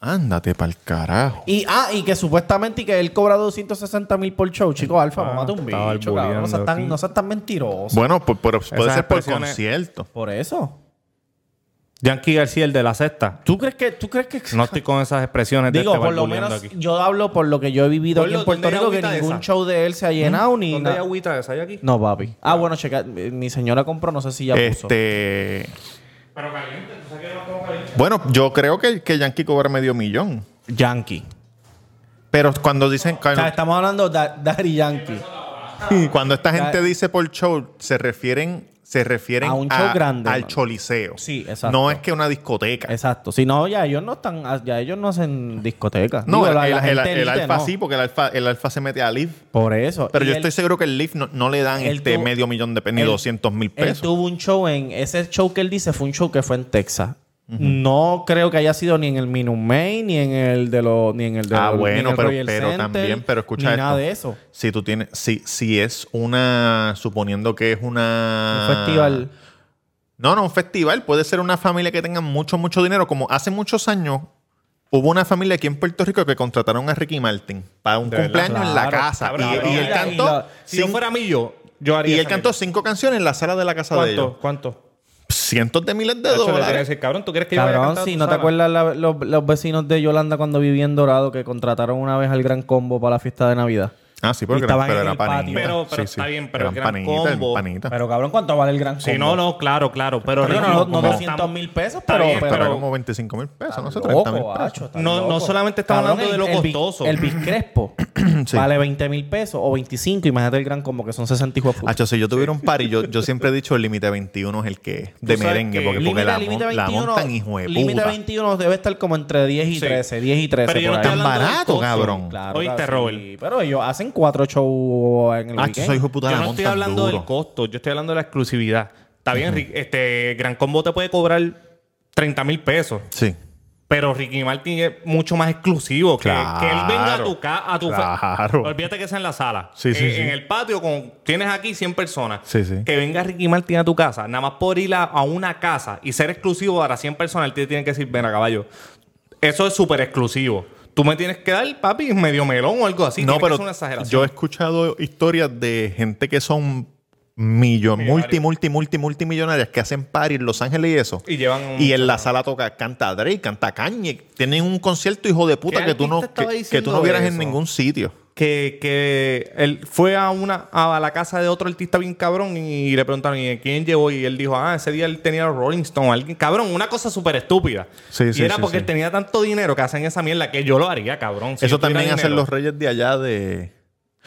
[SPEAKER 1] Ándate para el carajo.
[SPEAKER 4] Y, ah, y que supuestamente y que él cobra 260 mil por show. Chicos, Alfa, mamate un
[SPEAKER 2] Ah, estaba
[SPEAKER 4] bicho, cabrón. No seas
[SPEAKER 2] bulleando aquí.
[SPEAKER 4] tan, no seas tan mentiroso.
[SPEAKER 1] Bueno, por- por- puede
[SPEAKER 2] Esas
[SPEAKER 1] ser por
[SPEAKER 2] expresiones-
[SPEAKER 1] concierto.
[SPEAKER 4] Por eso.
[SPEAKER 2] Yankee García, el de la cesta.
[SPEAKER 4] ¿Tú crees que.? ¿Tú crees que.?
[SPEAKER 2] No estoy con esas expresiones de
[SPEAKER 4] Digo,
[SPEAKER 2] este
[SPEAKER 4] por lo
[SPEAKER 2] barbuleando
[SPEAKER 4] menos
[SPEAKER 2] aquí.
[SPEAKER 4] yo hablo por lo que yo he vivido
[SPEAKER 2] Ponlo,
[SPEAKER 4] aquí en Puerto
[SPEAKER 2] ¿dónde hay
[SPEAKER 4] Rico, que
[SPEAKER 2] agüita
[SPEAKER 4] ningún
[SPEAKER 2] esa?
[SPEAKER 4] show de él se ha llenado ni
[SPEAKER 2] ¿Dónde hay
[SPEAKER 4] na-
[SPEAKER 2] agüita de esa hay aquí?
[SPEAKER 4] No, papi. Ah, bueno, checa. eh, Mi señora compró, no sé si ya puso.
[SPEAKER 1] Este. Bueno, yo creo que, que Yankee cobra medio millón.
[SPEAKER 4] Yankee.
[SPEAKER 1] Pero cuando dicen.
[SPEAKER 4] O sea,
[SPEAKER 1] Cuando,
[SPEAKER 4] estamos hablando de Daddy Yankee.
[SPEAKER 1] cuando esta gente
[SPEAKER 4] Ya-
[SPEAKER 1] dice por show, se refieren, se refieren
[SPEAKER 4] A un show grande,
[SPEAKER 1] al
[SPEAKER 4] ¿no?
[SPEAKER 1] choliseo.
[SPEAKER 4] Sí, exacto.
[SPEAKER 1] No es que una discoteca.
[SPEAKER 4] Exacto. Si no, ya ellos no están, ya ellos no hacen discotecas.
[SPEAKER 1] No,
[SPEAKER 4] Digo,
[SPEAKER 1] el,
[SPEAKER 4] la- la
[SPEAKER 1] el- el-
[SPEAKER 4] gente
[SPEAKER 1] el
[SPEAKER 4] elite,
[SPEAKER 1] alfa
[SPEAKER 4] no.
[SPEAKER 1] sí, porque el alfa, el alfa se mete a Leaf.
[SPEAKER 4] Por eso.
[SPEAKER 1] Pero
[SPEAKER 4] Y
[SPEAKER 1] yo
[SPEAKER 4] él-
[SPEAKER 1] estoy seguro que el Leaf no, no le dan
[SPEAKER 4] él
[SPEAKER 1] este
[SPEAKER 4] tuvo-
[SPEAKER 1] medio millón de pe- ni
[SPEAKER 4] él-
[SPEAKER 1] 200 mil
[SPEAKER 4] Él
[SPEAKER 1] pesos.
[SPEAKER 4] tuvo un show en. Ese show que él dice fue un show que fue en Texas. No creo que haya sido ni en el Minum Main, ni en el de los. Ni en el de
[SPEAKER 1] Ah,
[SPEAKER 4] los- ni en
[SPEAKER 1] bueno,
[SPEAKER 4] el
[SPEAKER 1] pero,
[SPEAKER 4] Royal
[SPEAKER 1] pero
[SPEAKER 4] Center,
[SPEAKER 1] también, pero escucha
[SPEAKER 4] ni
[SPEAKER 1] esto.
[SPEAKER 4] nada de eso.
[SPEAKER 1] Si tú tienes, si, si es una, suponiendo que es una...
[SPEAKER 4] Un festival.
[SPEAKER 1] No, no, un festival. Puede ser una familia que tenga mucho, mucho dinero. Como hace muchos años hubo una familia aquí en Puerto Rico que contrataron a Ricky Martin para un
[SPEAKER 2] De verdad,
[SPEAKER 1] cumpleaños en la
[SPEAKER 4] claro,
[SPEAKER 1] casa.
[SPEAKER 2] Cabrón,
[SPEAKER 1] y, y
[SPEAKER 2] cabrón.
[SPEAKER 1] él cantó...
[SPEAKER 4] la-
[SPEAKER 2] Si yo
[SPEAKER 1] cin-
[SPEAKER 2] fuera mí, yo, yo haría
[SPEAKER 1] y él
[SPEAKER 2] esa
[SPEAKER 1] cantó
[SPEAKER 2] mierda.
[SPEAKER 1] cinco canciones en la sala de la casa de ellos.
[SPEAKER 2] ¿Cuánto? ¿Cuánto?
[SPEAKER 1] Cientos de miles de
[SPEAKER 2] Eso le tiene que
[SPEAKER 1] dólares.
[SPEAKER 2] decir, cabrón, ¿tú quieres que yo vaya a
[SPEAKER 4] Cabrón,
[SPEAKER 2] cantar
[SPEAKER 4] si
[SPEAKER 2] tú
[SPEAKER 4] no te
[SPEAKER 2] sola?
[SPEAKER 4] acuerdas la- los, los vecinos de Yolanda cuando vivía en Dorado que contrataron una vez al Gran Combo para la fiesta de Navidad.
[SPEAKER 1] Ah, sí, porque
[SPEAKER 4] Y
[SPEAKER 1] era,
[SPEAKER 4] estaban
[SPEAKER 1] pero
[SPEAKER 4] en
[SPEAKER 1] era
[SPEAKER 4] el
[SPEAKER 1] panita.
[SPEAKER 4] patio.
[SPEAKER 2] Pero- pero está bien, pero Gran Combo.
[SPEAKER 1] panita.
[SPEAKER 4] Pero cabrón, ¿cuánto vale el Gran Combo?
[SPEAKER 2] Sí, no, no, claro, claro. Pero
[SPEAKER 4] Pero
[SPEAKER 2] Ricky,
[SPEAKER 4] no,
[SPEAKER 2] como
[SPEAKER 4] no
[SPEAKER 2] estamos-
[SPEAKER 4] 200 mil pesos, pero...
[SPEAKER 2] bien,
[SPEAKER 1] Pero era
[SPEAKER 2] pero-
[SPEAKER 1] como 25 mil pesos, no sé,
[SPEAKER 4] loco,
[SPEAKER 1] 30 mil pesos.
[SPEAKER 4] bacho, estás
[SPEAKER 2] No- no
[SPEAKER 4] loco.
[SPEAKER 2] solamente estamos hablando de lo
[SPEAKER 4] el- el Vic-
[SPEAKER 2] costoso.
[SPEAKER 4] El Vic Crespo
[SPEAKER 1] Sí.
[SPEAKER 4] vale 20 mil pesos o 25, imagínate el gran como que son 60 hijos de puta.
[SPEAKER 1] Hacho, si yo tuviera un party, yo, yo siempre he dicho el límite 21 es el que es de
[SPEAKER 2] Tú sabes
[SPEAKER 1] merengue,
[SPEAKER 2] que
[SPEAKER 1] porque, porque
[SPEAKER 4] Límite-
[SPEAKER 1] la,
[SPEAKER 4] límite
[SPEAKER 1] mon- la
[SPEAKER 4] 21,
[SPEAKER 1] montan hijo de
[SPEAKER 4] Límite
[SPEAKER 1] puta.
[SPEAKER 4] 21 debe estar como entre 10 y
[SPEAKER 2] Sí.
[SPEAKER 4] 13, 10 y 13.
[SPEAKER 2] Pero yo
[SPEAKER 4] por
[SPEAKER 2] no
[SPEAKER 4] ahí.
[SPEAKER 1] Tan
[SPEAKER 2] hablando del
[SPEAKER 1] barato,
[SPEAKER 2] costo.
[SPEAKER 1] cabrón.
[SPEAKER 4] Claro,
[SPEAKER 2] Oíste,
[SPEAKER 4] claro, sí. Pero ellos hacen cuatro shows en el
[SPEAKER 1] Ah,
[SPEAKER 4] weekend.
[SPEAKER 1] soy hijo de puta,
[SPEAKER 2] yo
[SPEAKER 1] la
[SPEAKER 2] no estoy
[SPEAKER 1] montan
[SPEAKER 2] hablando
[SPEAKER 1] duro.
[SPEAKER 2] del costo, yo estoy hablando de la exclusividad. Está bien, Rick, este Gran Combo te puede cobrar 30 mil pesos.
[SPEAKER 1] Sí.
[SPEAKER 2] Pero Ricky Martin es mucho más exclusivo. Que,
[SPEAKER 1] Claro.
[SPEAKER 2] que él venga a tu casa, a tu fa-
[SPEAKER 1] Claro.
[SPEAKER 2] Olvídate que sea en la sala.
[SPEAKER 1] Sí, sí,
[SPEAKER 2] en,
[SPEAKER 1] sí.
[SPEAKER 2] en el patio con, tienes aquí 100 personas.
[SPEAKER 1] Sí, sí.
[SPEAKER 2] Que venga Ricky Martin a tu casa. Nada más por ir a, a una casa y ser exclusivo para 100 personas, él te tiene que decir, ven a caballo. Eso es súper exclusivo. Tú me tienes que dar, papi, medio melón o algo así.
[SPEAKER 1] no,
[SPEAKER 2] Tiene que
[SPEAKER 1] pero
[SPEAKER 2] ser una exageración.
[SPEAKER 1] yo he escuchado historias de gente que son millon, multi, multi, multi, multimillonarias que hacen party en Los Ángeles y eso.
[SPEAKER 2] Y llevan un-
[SPEAKER 1] Y en la sala toca, canta Drake, canta Kanye. Tienen un concierto, hijo de puta,
[SPEAKER 2] ¿Qué
[SPEAKER 1] que tú, no,
[SPEAKER 2] artista estaba
[SPEAKER 1] que, que tú
[SPEAKER 2] diciendo
[SPEAKER 1] no vieras en
[SPEAKER 2] eso?
[SPEAKER 1] ningún sitio.
[SPEAKER 2] que, que él fue a una a la casa de otro artista bien cabrón y le preguntaron ¿y quién llevó? Y él dijo, ah, ese día él tenía los Rolling Stone, alguien cabrón, una cosa súper estúpida.
[SPEAKER 1] Sí,
[SPEAKER 2] y
[SPEAKER 1] sí,
[SPEAKER 2] era
[SPEAKER 1] sí,
[SPEAKER 2] porque
[SPEAKER 1] sí.
[SPEAKER 2] tenía tanto dinero que hacen esa mierda que yo lo haría, cabrón. Si
[SPEAKER 1] eso
[SPEAKER 2] yo tuviera
[SPEAKER 1] también hacen
[SPEAKER 2] dinero.
[SPEAKER 1] los reyes de allá de...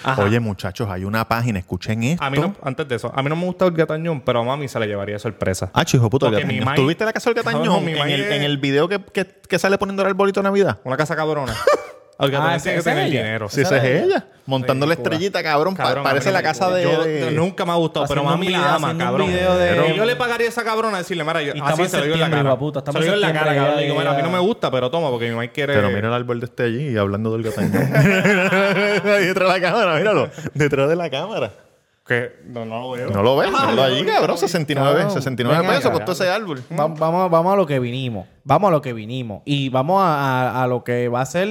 [SPEAKER 2] Ajá.
[SPEAKER 1] Oye, muchachos, hay una página, escuchen esto.
[SPEAKER 2] A mí no, antes de eso, a mí no me gusta el gatañón, pero a mami se la llevaría de sorpresa.
[SPEAKER 1] Ah, hijo de puta, el
[SPEAKER 2] Porque mi
[SPEAKER 1] Gatañón.
[SPEAKER 2] mai-
[SPEAKER 1] ¿Tú viste la casa del Gatañón
[SPEAKER 2] Cabrón, mi
[SPEAKER 1] en,
[SPEAKER 2] mai
[SPEAKER 1] el,
[SPEAKER 2] es-
[SPEAKER 1] en el video que, que, que sale poniendo el arbolito de Navidad?
[SPEAKER 2] Una casa cabrona. El gatañón
[SPEAKER 4] Ah, ¿esa-
[SPEAKER 2] tiene que
[SPEAKER 4] esa es
[SPEAKER 2] tener
[SPEAKER 4] ella?
[SPEAKER 2] dinero.
[SPEAKER 1] Si esa es ella. Montando la
[SPEAKER 4] Ridícula.
[SPEAKER 1] estrellita, cabrón. pa-
[SPEAKER 2] pues, Cabrón,
[SPEAKER 1] parece
[SPEAKER 2] a mí no
[SPEAKER 1] la
[SPEAKER 2] me
[SPEAKER 1] casa
[SPEAKER 2] gusta.
[SPEAKER 1] de...
[SPEAKER 2] Yo-
[SPEAKER 1] de-
[SPEAKER 2] nunca me ha gustado,
[SPEAKER 4] Haciendo
[SPEAKER 2] pero
[SPEAKER 4] un
[SPEAKER 2] mami
[SPEAKER 4] video-
[SPEAKER 2] la ama,
[SPEAKER 4] haciendo un
[SPEAKER 2] cabrón.
[SPEAKER 4] video de-
[SPEAKER 2] Pero yo le pagaría a esa cabrona a decirle, mira, yo,
[SPEAKER 4] Y
[SPEAKER 2] así
[SPEAKER 4] estamos
[SPEAKER 2] se
[SPEAKER 4] en
[SPEAKER 2] lo digo en la
[SPEAKER 4] septiembre,
[SPEAKER 2] cara.
[SPEAKER 4] hijueputa,
[SPEAKER 2] Se
[SPEAKER 4] estamos
[SPEAKER 2] lo digo en la
[SPEAKER 4] en
[SPEAKER 2] cara,
[SPEAKER 4] septiembre,
[SPEAKER 2] cabrón. Le digo,
[SPEAKER 4] ya,
[SPEAKER 2] mira, a mí
[SPEAKER 4] ya.
[SPEAKER 2] no me gusta, pero toma, porque mi mamá quiere...
[SPEAKER 1] Pero mira el árbol de este allí y hablando del gatañón. Ahí detrás de la cámara, míralo. Detrás de la cámara.
[SPEAKER 2] Que no, no lo veo.
[SPEAKER 1] No lo ves, míralo allí, cabrón. 69,
[SPEAKER 4] Cabrón,
[SPEAKER 1] 69
[SPEAKER 4] venga
[SPEAKER 1] pesos
[SPEAKER 4] acá,
[SPEAKER 1] costó ese árbol.
[SPEAKER 4] Va- Mm. vamos, vamos a lo que vinimos. Vamos a lo que vinimos. Y vamos a, a- a lo que va a ser.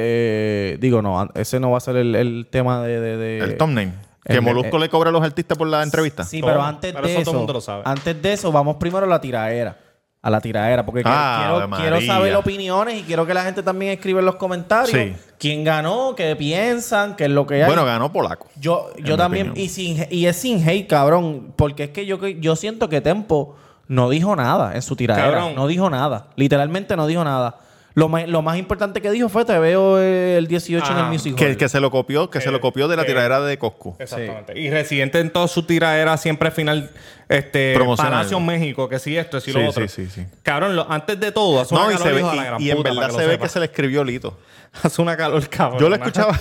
[SPEAKER 4] eh, digo, no, ese no va a ser el, el tema de. de- de-
[SPEAKER 1] Eh, El eh, thumbnail. Que
[SPEAKER 4] el-
[SPEAKER 1] Molusco le cobra a los artistas por la entrevista.
[SPEAKER 4] Sí,
[SPEAKER 2] Todo.
[SPEAKER 4] pero antes
[SPEAKER 2] Pero
[SPEAKER 4] de
[SPEAKER 2] eso
[SPEAKER 4] eso.
[SPEAKER 2] todo el mundo lo sabe.
[SPEAKER 4] Antes de eso, vamos primero a la tiraera. A la tiraera, porque quiero-
[SPEAKER 1] Ah, Ave
[SPEAKER 4] quiero, quiero
[SPEAKER 1] María.
[SPEAKER 4] saber opiniones y quiero que la gente también escriba en los comentarios
[SPEAKER 1] Sí.
[SPEAKER 4] quién ganó, qué piensan, qué es lo que hay.
[SPEAKER 1] Bueno, ganó Polaco.
[SPEAKER 4] Yo, yo
[SPEAKER 1] mi
[SPEAKER 4] también,
[SPEAKER 1] opinión.
[SPEAKER 4] y, sin, y es sin hate, cabrón, porque es que yo, yo siento que Tempo no dijo nada en su tiradera.
[SPEAKER 2] Cabrón.
[SPEAKER 4] No dijo nada. Literalmente no dijo nada. Lo más, lo más importante que dijo fue te veo eh, el 18 en el
[SPEAKER 2] Ah,
[SPEAKER 4] Music
[SPEAKER 1] Que,
[SPEAKER 4] Hall".
[SPEAKER 1] que se lo copió, que se lo copió de la
[SPEAKER 2] eh,
[SPEAKER 1] tiradera de Coscu.
[SPEAKER 2] Exactamente. Y Residente en toda su tiradera siempre al final este
[SPEAKER 1] Promocional.
[SPEAKER 2] Palacio México, que sí esto, que sí
[SPEAKER 1] Sí,
[SPEAKER 2] lo otro.
[SPEAKER 1] sí, sí, sí.
[SPEAKER 2] Cabrón, lo- antes de todo, hace una
[SPEAKER 1] No, y,
[SPEAKER 2] calor
[SPEAKER 1] se ve,
[SPEAKER 2] hijo de la gran
[SPEAKER 1] y, y en
[SPEAKER 2] puta, para
[SPEAKER 1] verdad
[SPEAKER 2] lo
[SPEAKER 1] se ve
[SPEAKER 2] sepa.
[SPEAKER 1] que se le escribió Lito.
[SPEAKER 2] hace una calor cabrón.
[SPEAKER 1] Yo lo escuchaba.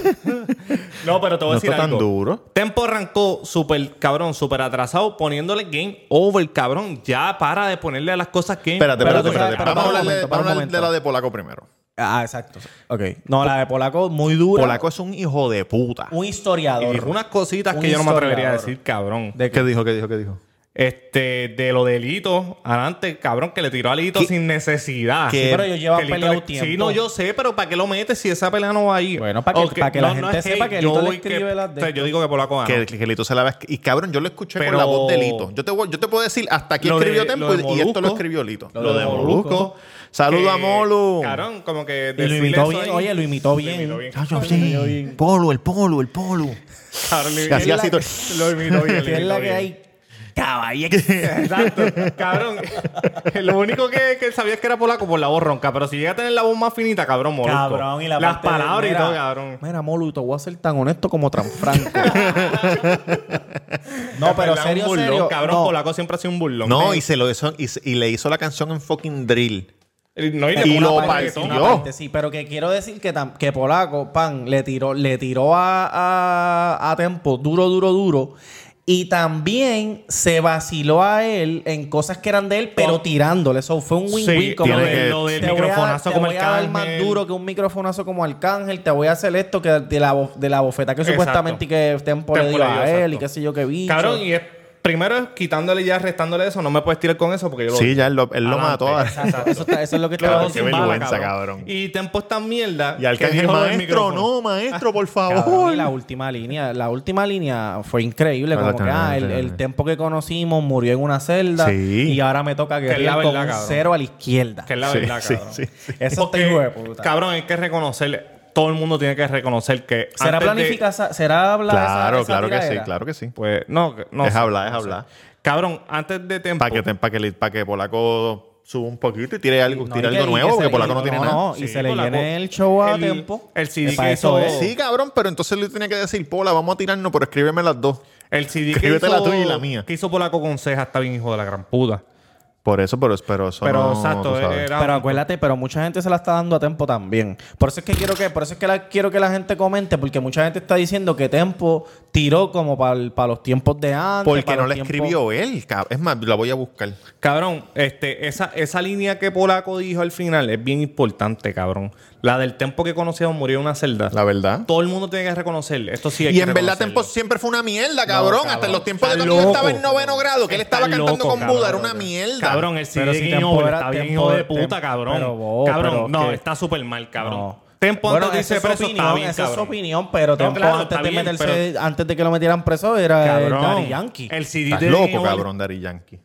[SPEAKER 2] No, pero te voy
[SPEAKER 1] No
[SPEAKER 2] a decir
[SPEAKER 1] está tan
[SPEAKER 2] algo.
[SPEAKER 1] duro.
[SPEAKER 2] Tempo arrancó súper cabrón, súper atrasado, poniéndole game over, cabrón. Ya para de ponerle a las cosas game.
[SPEAKER 1] Espérate,
[SPEAKER 4] Pero
[SPEAKER 1] espérate,
[SPEAKER 4] tú sabes,
[SPEAKER 1] espérate.
[SPEAKER 4] pero
[SPEAKER 1] Vamos a
[SPEAKER 4] para un
[SPEAKER 1] hablar de-
[SPEAKER 4] momento,
[SPEAKER 1] vamos
[SPEAKER 4] para
[SPEAKER 1] a
[SPEAKER 4] un
[SPEAKER 1] hablar de
[SPEAKER 4] momento.
[SPEAKER 1] la de Polaco primero.
[SPEAKER 4] Ah, exacto. Ok. No, la de Polaco muy dura.
[SPEAKER 1] Polaco es un hijo de puta.
[SPEAKER 4] Un
[SPEAKER 2] Y
[SPEAKER 4] historiador.
[SPEAKER 2] dijo unas cositas
[SPEAKER 4] Un
[SPEAKER 2] que yo no me atrevería a
[SPEAKER 4] historiador.
[SPEAKER 2] decir, cabrón.
[SPEAKER 4] De
[SPEAKER 1] ¿Qué dijo? ¿Qué dijo? ¿Qué dijo?
[SPEAKER 2] Este, de lo de Lito, adelante, cabrón, que le tiró a Lito
[SPEAKER 1] ¿Qué?
[SPEAKER 2] sin necesidad.
[SPEAKER 1] ¿Qué?
[SPEAKER 4] Sí, pero ellos llevan
[SPEAKER 2] Que Lito
[SPEAKER 4] peleado
[SPEAKER 2] le-
[SPEAKER 4] tiempo.
[SPEAKER 2] Sí, no, yo sé, pero ¿para qué lo metes si esa pelea no va a ir?
[SPEAKER 4] Bueno, para que-
[SPEAKER 2] Ok,
[SPEAKER 4] para que la gente
[SPEAKER 2] es
[SPEAKER 4] sepa
[SPEAKER 2] hate,
[SPEAKER 4] que Lito
[SPEAKER 2] yo
[SPEAKER 4] le
[SPEAKER 2] voy que-
[SPEAKER 4] escribe las de
[SPEAKER 2] o sea, Yo digo que Polaco ganó.
[SPEAKER 1] Que, que Lito se la va a escri- Y cabrón, yo lo escuché
[SPEAKER 2] Pero-
[SPEAKER 1] con la voz de Lito. Yo te, voy- yo te puedo decir hasta aquí
[SPEAKER 2] Lo de-
[SPEAKER 1] escribió
[SPEAKER 2] lo
[SPEAKER 1] Tempo y-
[SPEAKER 2] de
[SPEAKER 1] y esto lo
[SPEAKER 2] Molusco.
[SPEAKER 1] escribió Lito.
[SPEAKER 4] Lo
[SPEAKER 1] Lo,
[SPEAKER 4] de
[SPEAKER 1] de Molusco.
[SPEAKER 4] Molusco.
[SPEAKER 1] Saludo a Molu.
[SPEAKER 2] Cabrón, como que.
[SPEAKER 4] Y lo
[SPEAKER 2] decirle
[SPEAKER 4] imitó
[SPEAKER 2] eso
[SPEAKER 4] bien.
[SPEAKER 2] ahí-
[SPEAKER 4] Oye, lo imitó bien.
[SPEAKER 2] Lo imitó bien.
[SPEAKER 1] Ay, yo sí. Polo, el polo, el polo.
[SPEAKER 2] Cabrón, lo-
[SPEAKER 1] Así,
[SPEAKER 2] él
[SPEAKER 1] así,
[SPEAKER 2] la-
[SPEAKER 1] todo.
[SPEAKER 2] Lo imitó bien. lo
[SPEAKER 4] que es la
[SPEAKER 2] imitó
[SPEAKER 4] que
[SPEAKER 2] bien.
[SPEAKER 4] hay.
[SPEAKER 2] Exacto, cabrón. Lo único que, que él sabía es que era polaco por la voz ronca, pero si llega a tener la voz más finita, cabrón, molusco.
[SPEAKER 4] Cabrón, y la
[SPEAKER 2] Las
[SPEAKER 4] parte de-
[SPEAKER 2] palabras y
[SPEAKER 4] mira,
[SPEAKER 2] todo, cabrón.
[SPEAKER 4] Mira, Molu, te voy a ser tan honesto como Tranfranco. no,
[SPEAKER 2] En
[SPEAKER 4] pero
[SPEAKER 2] verdad, un
[SPEAKER 4] serio,
[SPEAKER 2] burlón,
[SPEAKER 4] serio.
[SPEAKER 2] Cabrón,
[SPEAKER 4] no.
[SPEAKER 2] polaco siempre ha sido un burlón.
[SPEAKER 1] No, y, se lo hizo, y, se- y le hizo la canción en fucking drill.
[SPEAKER 2] Y- no, y le
[SPEAKER 1] y
[SPEAKER 2] puso
[SPEAKER 1] lo
[SPEAKER 2] una parte de todo.
[SPEAKER 1] partió.
[SPEAKER 4] Una parte, sí, pero que quiero decir que, tam- que Polaco, pan, le tiró, le tiró a, a, a Tempo duro, duro, duro. Y también se vaciló a él en cosas que eran de él, pero
[SPEAKER 2] Con-
[SPEAKER 4] tirándole. Eso fue un
[SPEAKER 2] Sí,
[SPEAKER 4] win-win. como
[SPEAKER 1] tiene
[SPEAKER 4] de-
[SPEAKER 1] que-
[SPEAKER 2] lo del
[SPEAKER 4] te voy a-
[SPEAKER 2] microfonazo
[SPEAKER 4] te
[SPEAKER 2] como
[SPEAKER 4] voy a dar
[SPEAKER 2] Arcángel.
[SPEAKER 4] más duro que un microfonazo como Arcángel. Te voy a hacer esto que de la, bo- de la bofeta que supuestamente y que Tempo, le
[SPEAKER 2] Tempo
[SPEAKER 4] dio
[SPEAKER 2] le dio,
[SPEAKER 4] a él
[SPEAKER 2] exacto.
[SPEAKER 4] y qué sé yo qué bicho.
[SPEAKER 2] Cabrón, y es, primero es quitándole ya, restándole eso, no me puedes tirar con eso porque yo lo Ah,
[SPEAKER 1] Sí, ya él lo, él lo
[SPEAKER 2] Adelante.
[SPEAKER 1] mató. ahora.
[SPEAKER 4] Exacto, eso, está- eso es lo que
[SPEAKER 2] Claro,
[SPEAKER 4] estaba
[SPEAKER 1] qué
[SPEAKER 2] sin
[SPEAKER 4] diciendo.
[SPEAKER 2] bala,
[SPEAKER 1] vergüenza, cabrón.
[SPEAKER 2] Y Tempo esta mierda.
[SPEAKER 1] Y al
[SPEAKER 2] que dijo del
[SPEAKER 1] maestro,
[SPEAKER 2] micrófono.
[SPEAKER 1] no, maestro, por
[SPEAKER 4] Cabrón,
[SPEAKER 1] favor.
[SPEAKER 4] y la última línea, la última línea fue increíble.
[SPEAKER 1] No,
[SPEAKER 4] como
[SPEAKER 1] la
[SPEAKER 4] que
[SPEAKER 1] tenemos,
[SPEAKER 4] ah,
[SPEAKER 1] la
[SPEAKER 4] el,
[SPEAKER 1] tenemos.
[SPEAKER 4] el tiempo que conocimos murió en una celda
[SPEAKER 1] Sí.
[SPEAKER 4] y ahora me toca
[SPEAKER 2] es la
[SPEAKER 4] guerrear con
[SPEAKER 2] verdad,
[SPEAKER 4] un
[SPEAKER 2] cabrón.
[SPEAKER 4] cero a la izquierda.
[SPEAKER 2] Que es la
[SPEAKER 1] Sí,
[SPEAKER 2] verdad,
[SPEAKER 1] sí,
[SPEAKER 2] cabrón.
[SPEAKER 1] sí, sí.
[SPEAKER 4] Eso está
[SPEAKER 2] Porque,
[SPEAKER 4] hijo de puta.
[SPEAKER 2] Cabrón, hay que reconocerle. Todo el mundo tiene que reconocer que.
[SPEAKER 4] ¿Será
[SPEAKER 2] antes de-
[SPEAKER 4] planificación? ¿Será habla
[SPEAKER 1] Claro,
[SPEAKER 4] esa- esa
[SPEAKER 1] claro que sí,
[SPEAKER 4] tiradera?
[SPEAKER 1] claro que sí.
[SPEAKER 2] Pues no, no.
[SPEAKER 1] Es
[SPEAKER 2] sé,
[SPEAKER 1] hablar, es
[SPEAKER 2] no sé.
[SPEAKER 1] hablar.
[SPEAKER 2] Cabrón, antes de Tempo.
[SPEAKER 1] Para que, pa' que, pa' que Polaco suba un poquito y tire algo,
[SPEAKER 4] No,
[SPEAKER 1] tire
[SPEAKER 4] y que-
[SPEAKER 1] algo
[SPEAKER 4] y que
[SPEAKER 1] nuevo,
[SPEAKER 4] se-
[SPEAKER 1] porque Polaco
[SPEAKER 4] y-
[SPEAKER 1] no tiene
[SPEAKER 4] no,
[SPEAKER 1] nada.
[SPEAKER 4] No, y
[SPEAKER 2] Sí,
[SPEAKER 4] se le
[SPEAKER 2] Polaco.
[SPEAKER 4] llena el show a
[SPEAKER 2] El-
[SPEAKER 4] tiempo.
[SPEAKER 2] el CD
[SPEAKER 4] Es para
[SPEAKER 2] que
[SPEAKER 4] eso
[SPEAKER 2] hizo-
[SPEAKER 4] es.
[SPEAKER 1] Sí, cabrón, pero entonces le tenía que decir, Pola, vamos a tirarnos, pero escríbeme las dos.
[SPEAKER 2] El CD que
[SPEAKER 1] Escríbete
[SPEAKER 2] hizo,
[SPEAKER 1] la tuya y la mía.
[SPEAKER 2] que hizo Polaco con ceja está bien hijo de la gran puta.
[SPEAKER 1] Por eso, pero, pero eso
[SPEAKER 2] Pero
[SPEAKER 1] no, tú
[SPEAKER 2] exacto,
[SPEAKER 1] sabes.
[SPEAKER 2] era
[SPEAKER 4] Pero acuérdate, pero mucha gente se la está dando a Tempo también. Por eso es que quiero que, por eso es que la, quiero que la gente comente, porque mucha gente está diciendo que Tempo tiró como para los tiempos de antes.
[SPEAKER 1] Porque
[SPEAKER 4] pa'
[SPEAKER 1] no
[SPEAKER 4] los
[SPEAKER 1] le
[SPEAKER 4] tiempos-
[SPEAKER 1] escribió él, cab- Es más, la voy a buscar.
[SPEAKER 2] Cabrón, este, esa, esa línea que Polaco dijo al final es bien importante, cabrón. La del tempo que conocíamos murió en una celda.
[SPEAKER 1] La verdad.
[SPEAKER 2] Todo el mundo tiene que reconocerle. Esto sí hay
[SPEAKER 1] Y
[SPEAKER 2] que
[SPEAKER 1] en verdad
[SPEAKER 2] reconocerlo.
[SPEAKER 1] Tempo siempre fue una mierda, cabrón. Hasta en los tiempos de
[SPEAKER 2] Está
[SPEAKER 1] cuando yo estaba
[SPEAKER 2] loco.
[SPEAKER 1] en noveno grado, que él estaba
[SPEAKER 2] Está
[SPEAKER 1] cantando
[SPEAKER 2] loco,
[SPEAKER 1] con
[SPEAKER 2] cabrón.
[SPEAKER 1] Buda, era una mierda.
[SPEAKER 2] Cabrón, el
[SPEAKER 4] Pero
[SPEAKER 2] CD
[SPEAKER 4] si
[SPEAKER 2] que
[SPEAKER 4] Tempo
[SPEAKER 2] Ñoble
[SPEAKER 4] era-
[SPEAKER 2] está bien
[SPEAKER 4] Tempo-
[SPEAKER 2] hijo de puta,
[SPEAKER 4] Tem-
[SPEAKER 2] cabrón.
[SPEAKER 4] pero, bo, pero
[SPEAKER 2] cabrón, no,
[SPEAKER 4] que-
[SPEAKER 2] está súper mal, cabrón.
[SPEAKER 4] No.
[SPEAKER 2] Tempo
[SPEAKER 4] Bueno,
[SPEAKER 2] antes
[SPEAKER 4] esa
[SPEAKER 2] de
[SPEAKER 4] es su
[SPEAKER 2] irse preso está
[SPEAKER 4] opinión,
[SPEAKER 2] bien,
[SPEAKER 4] esa es su
[SPEAKER 2] cabrón.
[SPEAKER 4] opinión, pero
[SPEAKER 2] No,
[SPEAKER 4] Tempo
[SPEAKER 2] claro,
[SPEAKER 4] antes,
[SPEAKER 2] está
[SPEAKER 4] de
[SPEAKER 2] bien,
[SPEAKER 4] meterse,
[SPEAKER 2] pero-
[SPEAKER 4] antes de que lo metieran preso era el Eh, Daddy
[SPEAKER 2] Cabrón,
[SPEAKER 4] Yankee.
[SPEAKER 2] el CD
[SPEAKER 1] Estás
[SPEAKER 2] de
[SPEAKER 1] loco,
[SPEAKER 2] Ñoble-
[SPEAKER 1] cabrón, Dari Yankee.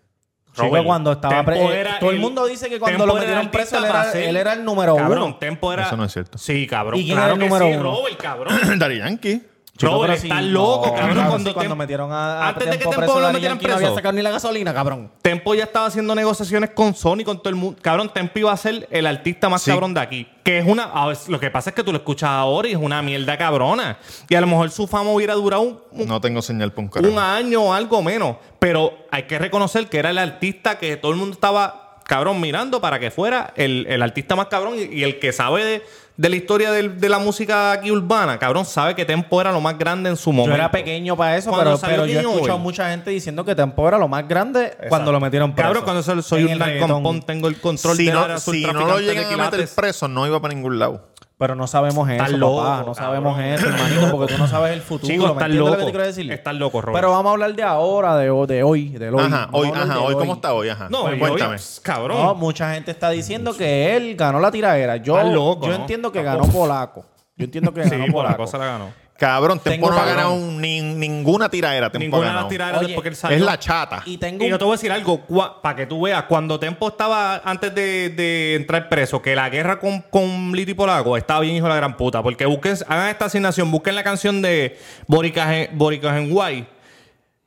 [SPEAKER 4] Chico,
[SPEAKER 2] Robert,
[SPEAKER 4] cuando estaba
[SPEAKER 2] Tempo
[SPEAKER 4] pre- eh,
[SPEAKER 2] era
[SPEAKER 4] todo el mundo dice que cuando lo
[SPEAKER 2] Tempo era
[SPEAKER 4] metieron
[SPEAKER 2] el
[SPEAKER 4] preso, él
[SPEAKER 2] artista
[SPEAKER 4] era-
[SPEAKER 2] para ser-
[SPEAKER 4] él era el número uno.
[SPEAKER 2] Cabrón, Tempo era...
[SPEAKER 1] Eso no es cierto.
[SPEAKER 2] Sí, cabrón.
[SPEAKER 4] ¿Y quién era
[SPEAKER 2] claro
[SPEAKER 4] el
[SPEAKER 2] que
[SPEAKER 4] número
[SPEAKER 2] sí,
[SPEAKER 4] uno?
[SPEAKER 2] Robert, cabrón.
[SPEAKER 1] Dari Yankee.
[SPEAKER 4] Chico,
[SPEAKER 2] Robert,
[SPEAKER 4] pero si
[SPEAKER 2] estás
[SPEAKER 4] no,
[SPEAKER 2] loco, cabrón.
[SPEAKER 4] claro,
[SPEAKER 2] cuando
[SPEAKER 4] si cuando
[SPEAKER 2] Tem-
[SPEAKER 4] metieron a, a
[SPEAKER 2] Antes de que
[SPEAKER 4] Tempo
[SPEAKER 2] Tempo lo
[SPEAKER 4] Daddy
[SPEAKER 2] metieran
[SPEAKER 4] Yankee no había
[SPEAKER 2] preso.
[SPEAKER 4] sacado ni la gasolina, cabrón.
[SPEAKER 2] Tempo ya estaba haciendo negociaciones con Sony, con todo el mundo. Cabrón, Tempo iba a ser el artista más
[SPEAKER 1] Sí.
[SPEAKER 2] cabrón de aquí. Que es una. a ver, Lo que pasa es que tú lo escuchas ahora y es una mierda cabrona. Y a lo mejor su fama hubiera durado un, un-
[SPEAKER 1] No tengo señal para un
[SPEAKER 2] un
[SPEAKER 1] carajo.
[SPEAKER 2] año o algo menos. Pero hay que reconocer que era el artista que todo el mundo estaba cabrón mirando para que fuera el, el artista más cabrón. Y, y el que sabe de, de la historia del- de la música aquí urbana, cabrón, sabe que Tempo era lo más grande en su momento.
[SPEAKER 4] Yo era pequeño para eso,
[SPEAKER 2] Cuando
[SPEAKER 4] pero,
[SPEAKER 2] salió
[SPEAKER 4] pero yo he
[SPEAKER 2] Niño
[SPEAKER 4] escuchado
[SPEAKER 2] Boy.
[SPEAKER 4] mucha gente diciendo que Tempo era lo más grande cuando lo metieron preso.
[SPEAKER 2] Cabrón, cuando soy, soy
[SPEAKER 4] En
[SPEAKER 2] un
[SPEAKER 4] el reggaetón.
[SPEAKER 2] narcompón, tengo el control
[SPEAKER 1] Si
[SPEAKER 2] de
[SPEAKER 1] no,
[SPEAKER 2] área, soy
[SPEAKER 1] si no
[SPEAKER 2] traficante
[SPEAKER 1] lo
[SPEAKER 2] de
[SPEAKER 1] llegan a meter
[SPEAKER 2] quilates.
[SPEAKER 1] preso, no iba para ningún lado.
[SPEAKER 4] Pero no sabemos eso,
[SPEAKER 2] Estás
[SPEAKER 4] papá.
[SPEAKER 2] loco,
[SPEAKER 4] no
[SPEAKER 2] cabrón.
[SPEAKER 4] sabemos eso, hermanito, porque tú no sabes el futuro.
[SPEAKER 2] Chico,
[SPEAKER 4] ¿me
[SPEAKER 2] estás
[SPEAKER 4] entiendes lo que
[SPEAKER 2] loco.
[SPEAKER 4] te quiero decir?
[SPEAKER 2] Estás loco, Robert.
[SPEAKER 4] Pero vamos a hablar de ahora, de, ho- de hoy, del hoy.
[SPEAKER 1] Ajá,
[SPEAKER 4] Vamos
[SPEAKER 1] hoy,
[SPEAKER 4] a hablar
[SPEAKER 1] ajá,
[SPEAKER 4] del
[SPEAKER 1] hoy, ¿cómo está hoy? Ajá.
[SPEAKER 2] No, y
[SPEAKER 1] pues cuéntame.
[SPEAKER 2] oye, cabrón.
[SPEAKER 4] No, mucha gente está diciendo que él ganó la tiradera. Yo,
[SPEAKER 2] Estás loco,
[SPEAKER 4] yo
[SPEAKER 2] ¿no?
[SPEAKER 4] entiendo que
[SPEAKER 2] Estás
[SPEAKER 4] ganó
[SPEAKER 2] loco.
[SPEAKER 4] Polaco. Yo entiendo que ganó
[SPEAKER 2] sí, por la
[SPEAKER 4] Polaco.
[SPEAKER 2] cosa la ganó.
[SPEAKER 1] Cabrón, Tempo
[SPEAKER 4] Tengo
[SPEAKER 1] no ha
[SPEAKER 4] cabrón.
[SPEAKER 1] ganado un- ni- ninguna tiradera. Tempo
[SPEAKER 2] Ninguna
[SPEAKER 1] ha
[SPEAKER 2] de las
[SPEAKER 1] ganado.
[SPEAKER 2] tiraderas
[SPEAKER 4] Oye,
[SPEAKER 2] después que él salió.
[SPEAKER 1] Es la chata.
[SPEAKER 4] Y tengo
[SPEAKER 2] Y yo
[SPEAKER 4] un
[SPEAKER 2] te voy a decir algo, para que tú veas, cuando Tempo estaba antes de, de entrar preso, que la guerra con, con Liti Polaco estaba bien hijo de la gran puta, porque busquen, hagan esta asignación, busquen la canción de Boricua en- Boricua en Guay.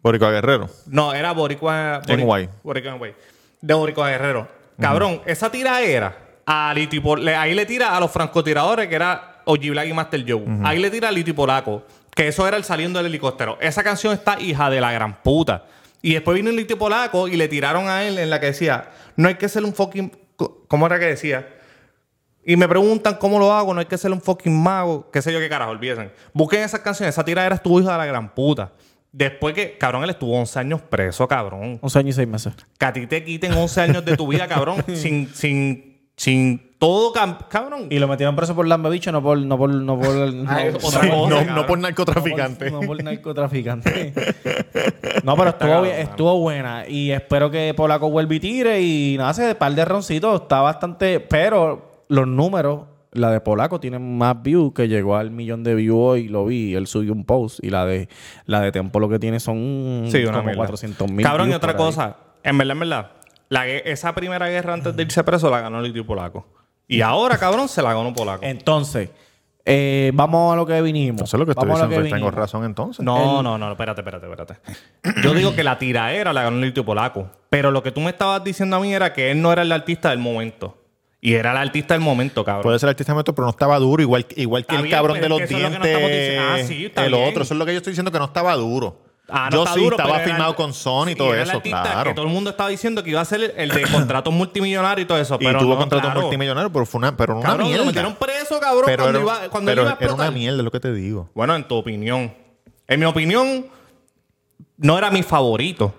[SPEAKER 1] Boricua Guerrero.
[SPEAKER 2] No, era Boricua
[SPEAKER 1] En
[SPEAKER 2] Boric-
[SPEAKER 1] Guay.
[SPEAKER 2] Boricua en Guay. De Boricua Guerrero. Cabrón, esa tira era a Liti Pol- le- ahí le tira a los francotiradores que era Oji Black y Master Joe. Ahí le tira a Liti Polaco, que eso era el saliendo del helicóptero. Esa canción está hija de la gran puta. Y después vino Liti Polaco y le tiraron a él en la que decía, no hay que ser un fucking co- ¿cómo era que decía? Y me preguntan cómo lo hago, no hay que ser un fucking mago, qué sé yo qué carajo, olviden. Busquen esas canciones, esa tira era estuvo hija de la gran puta. Después que, cabrón, él estuvo 11 años preso, cabrón.
[SPEAKER 4] 11 años y 6 meses.
[SPEAKER 2] Que a ti te quiten 11 años de tu vida, cabrón, sin, sin, sin todo, cam- cabrón.
[SPEAKER 4] Y lo metieron preso por lambebicho, no por... No por, no por, no-
[SPEAKER 2] Ah, es
[SPEAKER 4] no
[SPEAKER 2] otra
[SPEAKER 4] por-
[SPEAKER 2] cosa,
[SPEAKER 1] no,
[SPEAKER 2] cabrón.
[SPEAKER 1] no por narcotraficante.
[SPEAKER 4] No por, narcotraficante. no, pero estuvo,
[SPEAKER 2] cabrón,
[SPEAKER 4] bien-
[SPEAKER 2] mano.
[SPEAKER 4] estuvo buena. Y espero que Polaco vuelva y tire. Y nada, hace un par de roncitos. Está bastante. Pero los números, la de Polaco tiene más views que llegó al millón de views hoy. Lo vi. Él subió un post. Y la de la de Tempo lo que tiene son
[SPEAKER 2] Sí, una
[SPEAKER 4] como
[SPEAKER 2] mierda.
[SPEAKER 4] 400 mil.
[SPEAKER 2] Cabrón, y otra cosa. En verdad, en verdad. la gue- esa primera guerra antes de irse preso la ganó el tío polaco. Y ahora, cabrón, se la ganó polaco.
[SPEAKER 4] Entonces, eh, vamos a lo que vinimos.
[SPEAKER 1] No sé lo que estoy
[SPEAKER 4] Vamos a
[SPEAKER 1] diciendo.
[SPEAKER 4] vinimos.
[SPEAKER 1] Tengo razón entonces. Eh,
[SPEAKER 2] No, no, no, espérate, espérate, espérate. Yo digo que la tiraera la ganó el tío polaco. Pero lo que tú me estabas diciendo a mí era que él no era el artista del momento. Y era el artista del momento, cabrón.
[SPEAKER 1] Puede ser artista momento, pero no estaba duro, igual, igual que
[SPEAKER 2] Está
[SPEAKER 1] el
[SPEAKER 2] bien,
[SPEAKER 1] cabrón
[SPEAKER 2] pero
[SPEAKER 1] de los
[SPEAKER 2] es que eso es lo que no
[SPEAKER 1] dientes.
[SPEAKER 2] estamos diciendo. Ah, sí, está
[SPEAKER 1] el
[SPEAKER 2] bien.
[SPEAKER 1] otro, eso es lo que yo estoy diciendo que no estaba duro.
[SPEAKER 2] Ah, no
[SPEAKER 1] yo
[SPEAKER 2] está
[SPEAKER 1] sí
[SPEAKER 2] duro, pero
[SPEAKER 1] estaba
[SPEAKER 2] era
[SPEAKER 1] firmado
[SPEAKER 2] el-
[SPEAKER 1] con Sony y
[SPEAKER 2] sí,
[SPEAKER 1] todo
[SPEAKER 2] era el
[SPEAKER 1] eso,
[SPEAKER 2] artista
[SPEAKER 1] claro.
[SPEAKER 2] Que todo el mundo estaba diciendo que iba a ser el de contratos multimillonarios y todo eso.
[SPEAKER 1] Y
[SPEAKER 2] pero
[SPEAKER 1] tuvo
[SPEAKER 2] no,
[SPEAKER 1] contrato
[SPEAKER 2] claro.
[SPEAKER 1] multimillonario, pero fue una, pero una
[SPEAKER 2] Cabrón,
[SPEAKER 1] mierda.
[SPEAKER 2] lo metieron preso, cabrón,
[SPEAKER 1] pero
[SPEAKER 2] cuando
[SPEAKER 1] era,
[SPEAKER 2] iba, cuando
[SPEAKER 1] pero
[SPEAKER 2] iba a
[SPEAKER 1] era una
[SPEAKER 2] explotar.
[SPEAKER 1] mierda, es lo que te digo.
[SPEAKER 2] Bueno, en tu opinión. En mi opinión, no era mi favorito.